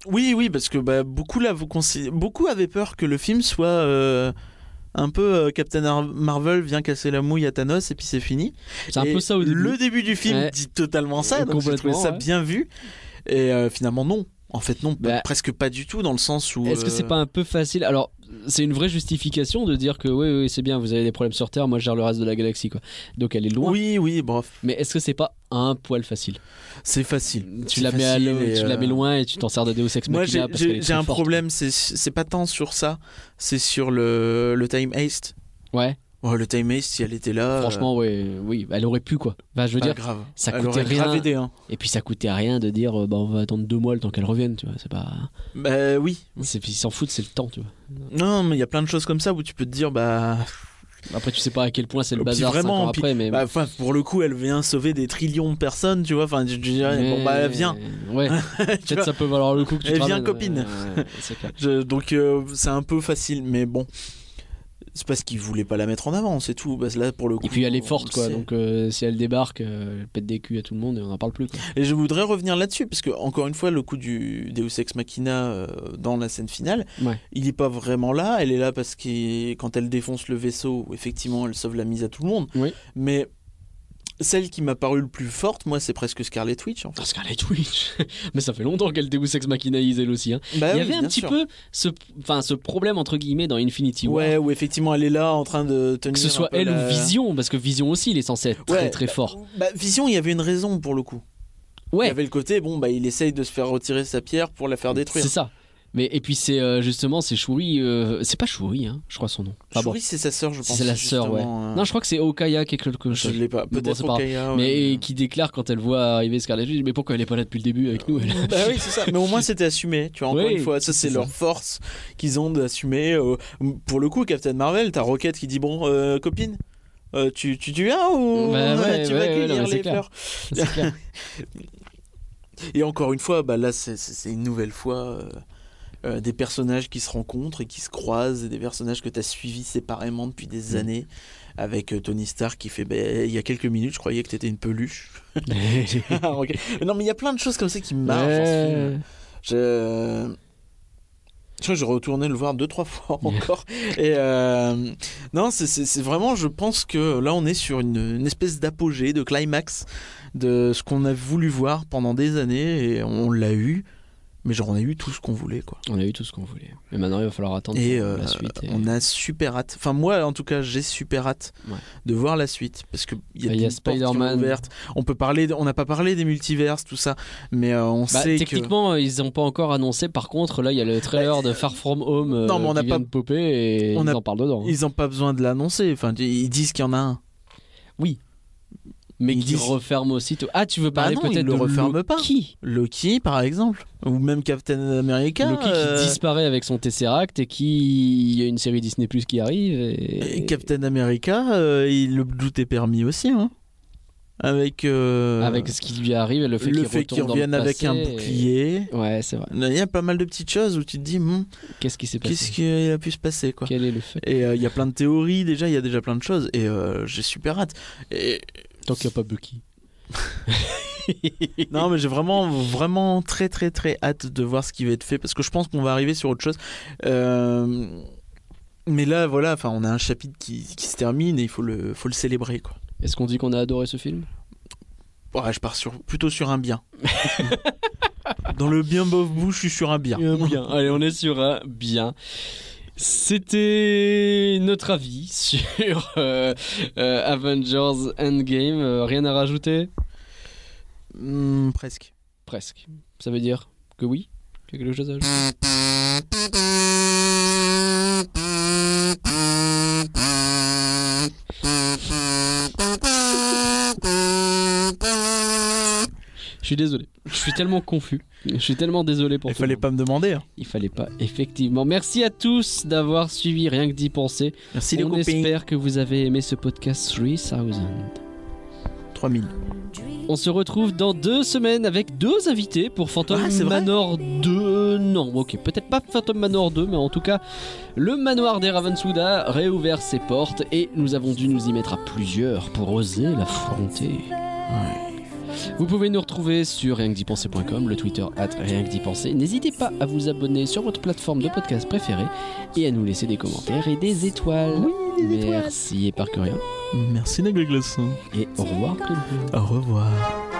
Speaker 1: oui, oui, parce que bah, beaucoup, là, vous consi- beaucoup avaient peur que le film soit euh, un peu euh, Captain Ar- Marvel vient casser la mouille à Thanos et puis c'est fini.
Speaker 2: C'est un
Speaker 1: Et
Speaker 2: peu ça au début.
Speaker 1: Le début du film
Speaker 2: Ouais.
Speaker 1: dit totalement ça, donc j'ai trouvé
Speaker 2: Complètement,
Speaker 1: ça
Speaker 2: ouais.
Speaker 1: bien vu. Et euh, finalement, non. En fait, non, pas-
Speaker 2: Bah.
Speaker 1: presque pas du tout, dans le sens où.
Speaker 2: Est-ce que c'est
Speaker 1: euh,
Speaker 2: pas un peu facile Alors, c'est une vraie justification de dire que oui, oui, c'est bien, vous avez des problèmes sur Terre, moi je gère le reste de la galaxie, quoi. Donc elle est loin.
Speaker 1: Oui, oui, bref,
Speaker 2: Mais est-ce que c'est pas un poil facile
Speaker 1: c'est facile.
Speaker 2: Tu
Speaker 1: C'est
Speaker 2: la mets, à
Speaker 1: facile
Speaker 2: l'eau-
Speaker 1: et,
Speaker 2: tu la
Speaker 1: euh,
Speaker 2: mets loin et tu t'en sers de Deus Ex
Speaker 1: Moi,
Speaker 2: Machina
Speaker 1: j'ai-
Speaker 2: parce qu'elle est
Speaker 1: j'ai j'ai
Speaker 2: trop
Speaker 1: un
Speaker 2: forte.
Speaker 1: problème, c'est c'est pas tant sur ça, c'est sur le, le Time Haste.
Speaker 2: Ouais,
Speaker 1: Oh, le Time Haste, si elle était là.
Speaker 2: franchement, ouais, oui, elle aurait pu quoi. Bah, je veux
Speaker 1: pas
Speaker 2: dire,
Speaker 1: grave.
Speaker 2: ça
Speaker 1: Elle
Speaker 2: coûtait
Speaker 1: aurait grave
Speaker 2: rien.
Speaker 1: aidé, hein.
Speaker 2: et puis ça coûtait rien de dire, euh, bah on va attendre deux mois le temps qu'elle revienne, tu vois. C'est pas.
Speaker 1: Bah oui.
Speaker 2: c'est- Ils s'en foutent, c'est le temps, tu vois.
Speaker 1: Non, mais il y a plein de choses comme ça où tu peux te dire, bah.
Speaker 2: Après, tu sais pas à quel point c'est le
Speaker 1: Puis
Speaker 2: bazar
Speaker 1: vraiment,
Speaker 2: cinq ans
Speaker 1: puis-
Speaker 2: après, mais.
Speaker 1: bah, enfin, pour le coup, elle vient sauver des trillions de personnes, tu vois. Enfin, je- je dirais, bon, bah, elle vient.
Speaker 2: Ouais,
Speaker 1: Tu
Speaker 2: peut-être
Speaker 1: vois.
Speaker 2: ça peut valoir le coup que tu
Speaker 1: Elle
Speaker 2: te
Speaker 1: vient,
Speaker 2: ramènes,
Speaker 1: copine.
Speaker 2: ouais, ouais, c'est clair.
Speaker 1: Je- donc, euh, c'est un peu facile, mais bon. C'est parce qu'ils voulaient pas la mettre en avant, c'est tout. Parce que là, pour le coup.
Speaker 2: Et puis elle est
Speaker 1: on
Speaker 2: forte
Speaker 1: le
Speaker 2: quoi,
Speaker 1: sait.
Speaker 2: donc euh, si elle débarque, euh, elle pète des culs à tout le monde et on n'en parle plus. quoi.
Speaker 1: Et je voudrais revenir là-dessus, parce que, encore une fois, le coup du Deus Ex Machina euh, dans la scène finale,
Speaker 2: Ouais.
Speaker 1: il n'est pas vraiment là. Elle est là parce que quand elle défonce le vaisseau, effectivement, elle sauve la mise à tout le monde.
Speaker 2: Oui.
Speaker 1: Mais celle qui m'a paru le plus forte, moi, c'est presque Scarlet Witch, en fait.
Speaker 2: Parce qu'elle est Twitch, mais ça fait longtemps qu'elle Deus Ex Machinaise elle aussi. hein.
Speaker 1: Bah
Speaker 2: Il y
Speaker 1: oui,
Speaker 2: avait un
Speaker 1: bien
Speaker 2: petit
Speaker 1: sûr.
Speaker 2: peu ce, enfin, ce problème entre guillemets dans Infinity War.
Speaker 1: Ouais, où effectivement elle est là en train de tenir.
Speaker 2: Que ce soit
Speaker 1: un peu
Speaker 2: elle
Speaker 1: la-
Speaker 2: ou Vision, parce que Vision aussi il est censé être très
Speaker 1: Ouais,
Speaker 2: très fort.
Speaker 1: Bah, Vision, il y avait une raison pour le coup. Il y
Speaker 2: Ouais,
Speaker 1: avait le côté, bon, bah il essaye de se faire retirer sa pierre pour la faire détruire.
Speaker 2: c'est ça. Mais et puis c'est euh, justement c'est Shuri, euh, c'est pas Shuri, hein, je crois son nom. Enfin, bon.
Speaker 1: Shuri, c'est sa sœur, je pense.
Speaker 2: C'est la sœur, ouais.
Speaker 1: justement, euh,
Speaker 2: Non, je crois que c'est Okaya quelque
Speaker 1: je
Speaker 2: chose.
Speaker 1: l'ai pas.
Speaker 2: Bon,
Speaker 1: Peut-être
Speaker 2: c'est pas grave.
Speaker 1: Okaya, ouais. euh,
Speaker 2: Mais qui déclare quand elle voit arriver Scarlet Witch, mais pourquoi elle est pas là depuis le début avec nous elle
Speaker 1: Bah oui, c'est ça. Mais au moins, c'était assumé. Tu vois, encore
Speaker 2: Oui,
Speaker 1: une fois, ça,
Speaker 2: c'est
Speaker 1: c'est
Speaker 2: ça.
Speaker 1: leur force qu'ils ont d'assumer. euh, pour le coup, Captain Marvel, t'as Rocket qui dit Bon, euh, copine, euh, tu, tu, tu viens ou
Speaker 2: Bah ouais,
Speaker 1: tu vas
Speaker 2: ouais, ouais, non,
Speaker 1: cueillir
Speaker 2: mais c'est
Speaker 1: les
Speaker 2: clair.
Speaker 1: fleurs
Speaker 2: C'est clair.
Speaker 1: Et encore une fois, bah là, c'est- c'est c'est une nouvelle fois euh, euh, des personnages qui se rencontrent et qui se croisent, et des personnages que tu as suivis séparément depuis des
Speaker 2: Mm.
Speaker 1: années, avec euh, Tony Stark qui fait, bah, il y a quelques minutes, je croyais que t'étais une peluche. Ah, ok. Mais non, mais il y a plein de choses comme ça qui marchent dans ce film. Je... je crois que j'ai retourné le voir deux, trois fois encore. Et euh, non, c'est- c'est c'est vraiment, je pense que là, on est sur une, une espèce d'apogée, de climax de ce qu'on a voulu voir pendant des années et on l'a eu. Mais genre, on a eu tout ce qu'on voulait, quoi.
Speaker 2: On a eu tout ce qu'on voulait. Mais maintenant, il va falloir attendre
Speaker 1: Et
Speaker 2: pour
Speaker 1: euh,
Speaker 2: la suite. et-
Speaker 1: on a super hâte. Enfin, moi, en tout cas, j'ai super hâte
Speaker 2: Ouais.
Speaker 1: de voir la suite parce que il y a,
Speaker 2: Bah, il
Speaker 1: des
Speaker 2: y a
Speaker 1: portes qui sont
Speaker 2: Spider-Man.
Speaker 1: ouvertes. On peut parler, de- on n'a pas parlé des multiverses, tout ça, mais euh, on
Speaker 2: Bah,
Speaker 1: sait que.
Speaker 2: techniquement, euh, ils n'ont pas encore annoncé. Par contre, là, il y a le trailer de Far From Home euh,
Speaker 1: Bah, Non, mais on
Speaker 2: qui
Speaker 1: a
Speaker 2: vient
Speaker 1: pas-
Speaker 2: de popper et
Speaker 1: on
Speaker 2: ils
Speaker 1: a-
Speaker 2: en parlent dedans. hein.
Speaker 1: Ils n'ont pas besoin de l'annoncer. Enfin, tu- ils disent qu'il y en a un.
Speaker 2: Mais
Speaker 1: ils
Speaker 2: qui
Speaker 1: disent-
Speaker 2: referment aussi. tout. Ah, tu veux
Speaker 1: Bah
Speaker 2: parler
Speaker 1: non, ils
Speaker 2: peut-être
Speaker 1: le
Speaker 2: de
Speaker 1: referment pas.
Speaker 2: Loki
Speaker 1: Loki, par exemple, ou même Captain America.
Speaker 2: Loki
Speaker 1: euh,
Speaker 2: qui disparaît avec son Tesseract et qui. Il y a une série Disney Plus qui arrive. Et...
Speaker 1: et Captain America, euh, il, le doute est permis aussi. hein. Avec, euh,
Speaker 2: Avec ce qui lui arrive et le fait
Speaker 1: le
Speaker 2: qu'il
Speaker 1: fait qu'il
Speaker 2: retourne dans le
Speaker 1: revienne avec
Speaker 2: passé
Speaker 1: un
Speaker 2: et-
Speaker 1: bouclier.
Speaker 2: Ouais, c'est vrai.
Speaker 1: Il y a pas mal de petites choses où tu te dis, Hum,
Speaker 2: Qu'est-ce qui s'est
Speaker 1: qu'est-ce
Speaker 2: passé
Speaker 1: qu'il a pu se passer quoi.
Speaker 2: Quel est le fait
Speaker 1: Et euh, il y a plein de théories déjà, il y a déjà plein de choses et euh, j'ai super hâte. Et,
Speaker 2: Tant qu'il n'y a pas Bucky.
Speaker 1: non mais j'ai vraiment vraiment très très très hâte de voir ce qui va être fait parce que je pense qu'on va arriver sur autre chose. Euh, mais là voilà, enfin on a un chapitre qui, qui se termine et il faut le faut le célébrer quoi.
Speaker 2: Est-ce qu'on dit qu'on a adoré ce film
Speaker 1: Ouais, je pars sur plutôt sur un bien. Dans le bien bof bouche, je suis sur un bien.
Speaker 2: Un Euh, bien. Allez, on est sur un bien. C'était notre avis sur euh, euh, Avengers Endgame. Euh, rien à rajouter
Speaker 1: Hmm, presque.
Speaker 2: Presque. Ça veut dire que oui Quelque chose à ajouter Je suis désolé. Je suis tellement confus. Je suis tellement désolé pour
Speaker 1: Il
Speaker 2: tout le
Speaker 1: fallait
Speaker 2: monde.
Speaker 1: pas me demander. hein.
Speaker 2: Il fallait pas, effectivement. Merci à tous d'avoir suivi Rien que d'y penser.
Speaker 1: Merci les
Speaker 2: On
Speaker 1: copains.
Speaker 2: espère que vous avez aimé ce podcast 3000.
Speaker 1: 3000.
Speaker 2: On se retrouve dans deux semaines avec deux invités pour Phantom
Speaker 1: Ah, c'est vrai
Speaker 2: Manor 2. Non, ok, peut-être pas Phantom Manor 2, mais en tout cas, le manoir des Ravensouda a réouvert ses portes et nous avons dû nous y mettre à plusieurs pour oser l'affronter. Vous pouvez nous retrouver sur rienquedipenser.com, le Twitter at rienquedipenser. N'hésitez pas à vous abonner sur votre plateforme de podcast préférée et à nous laisser des commentaires et des étoiles. Merci et par rien.
Speaker 1: Merci les glaçons.
Speaker 2: Et au revoir. Clément.
Speaker 1: Au revoir.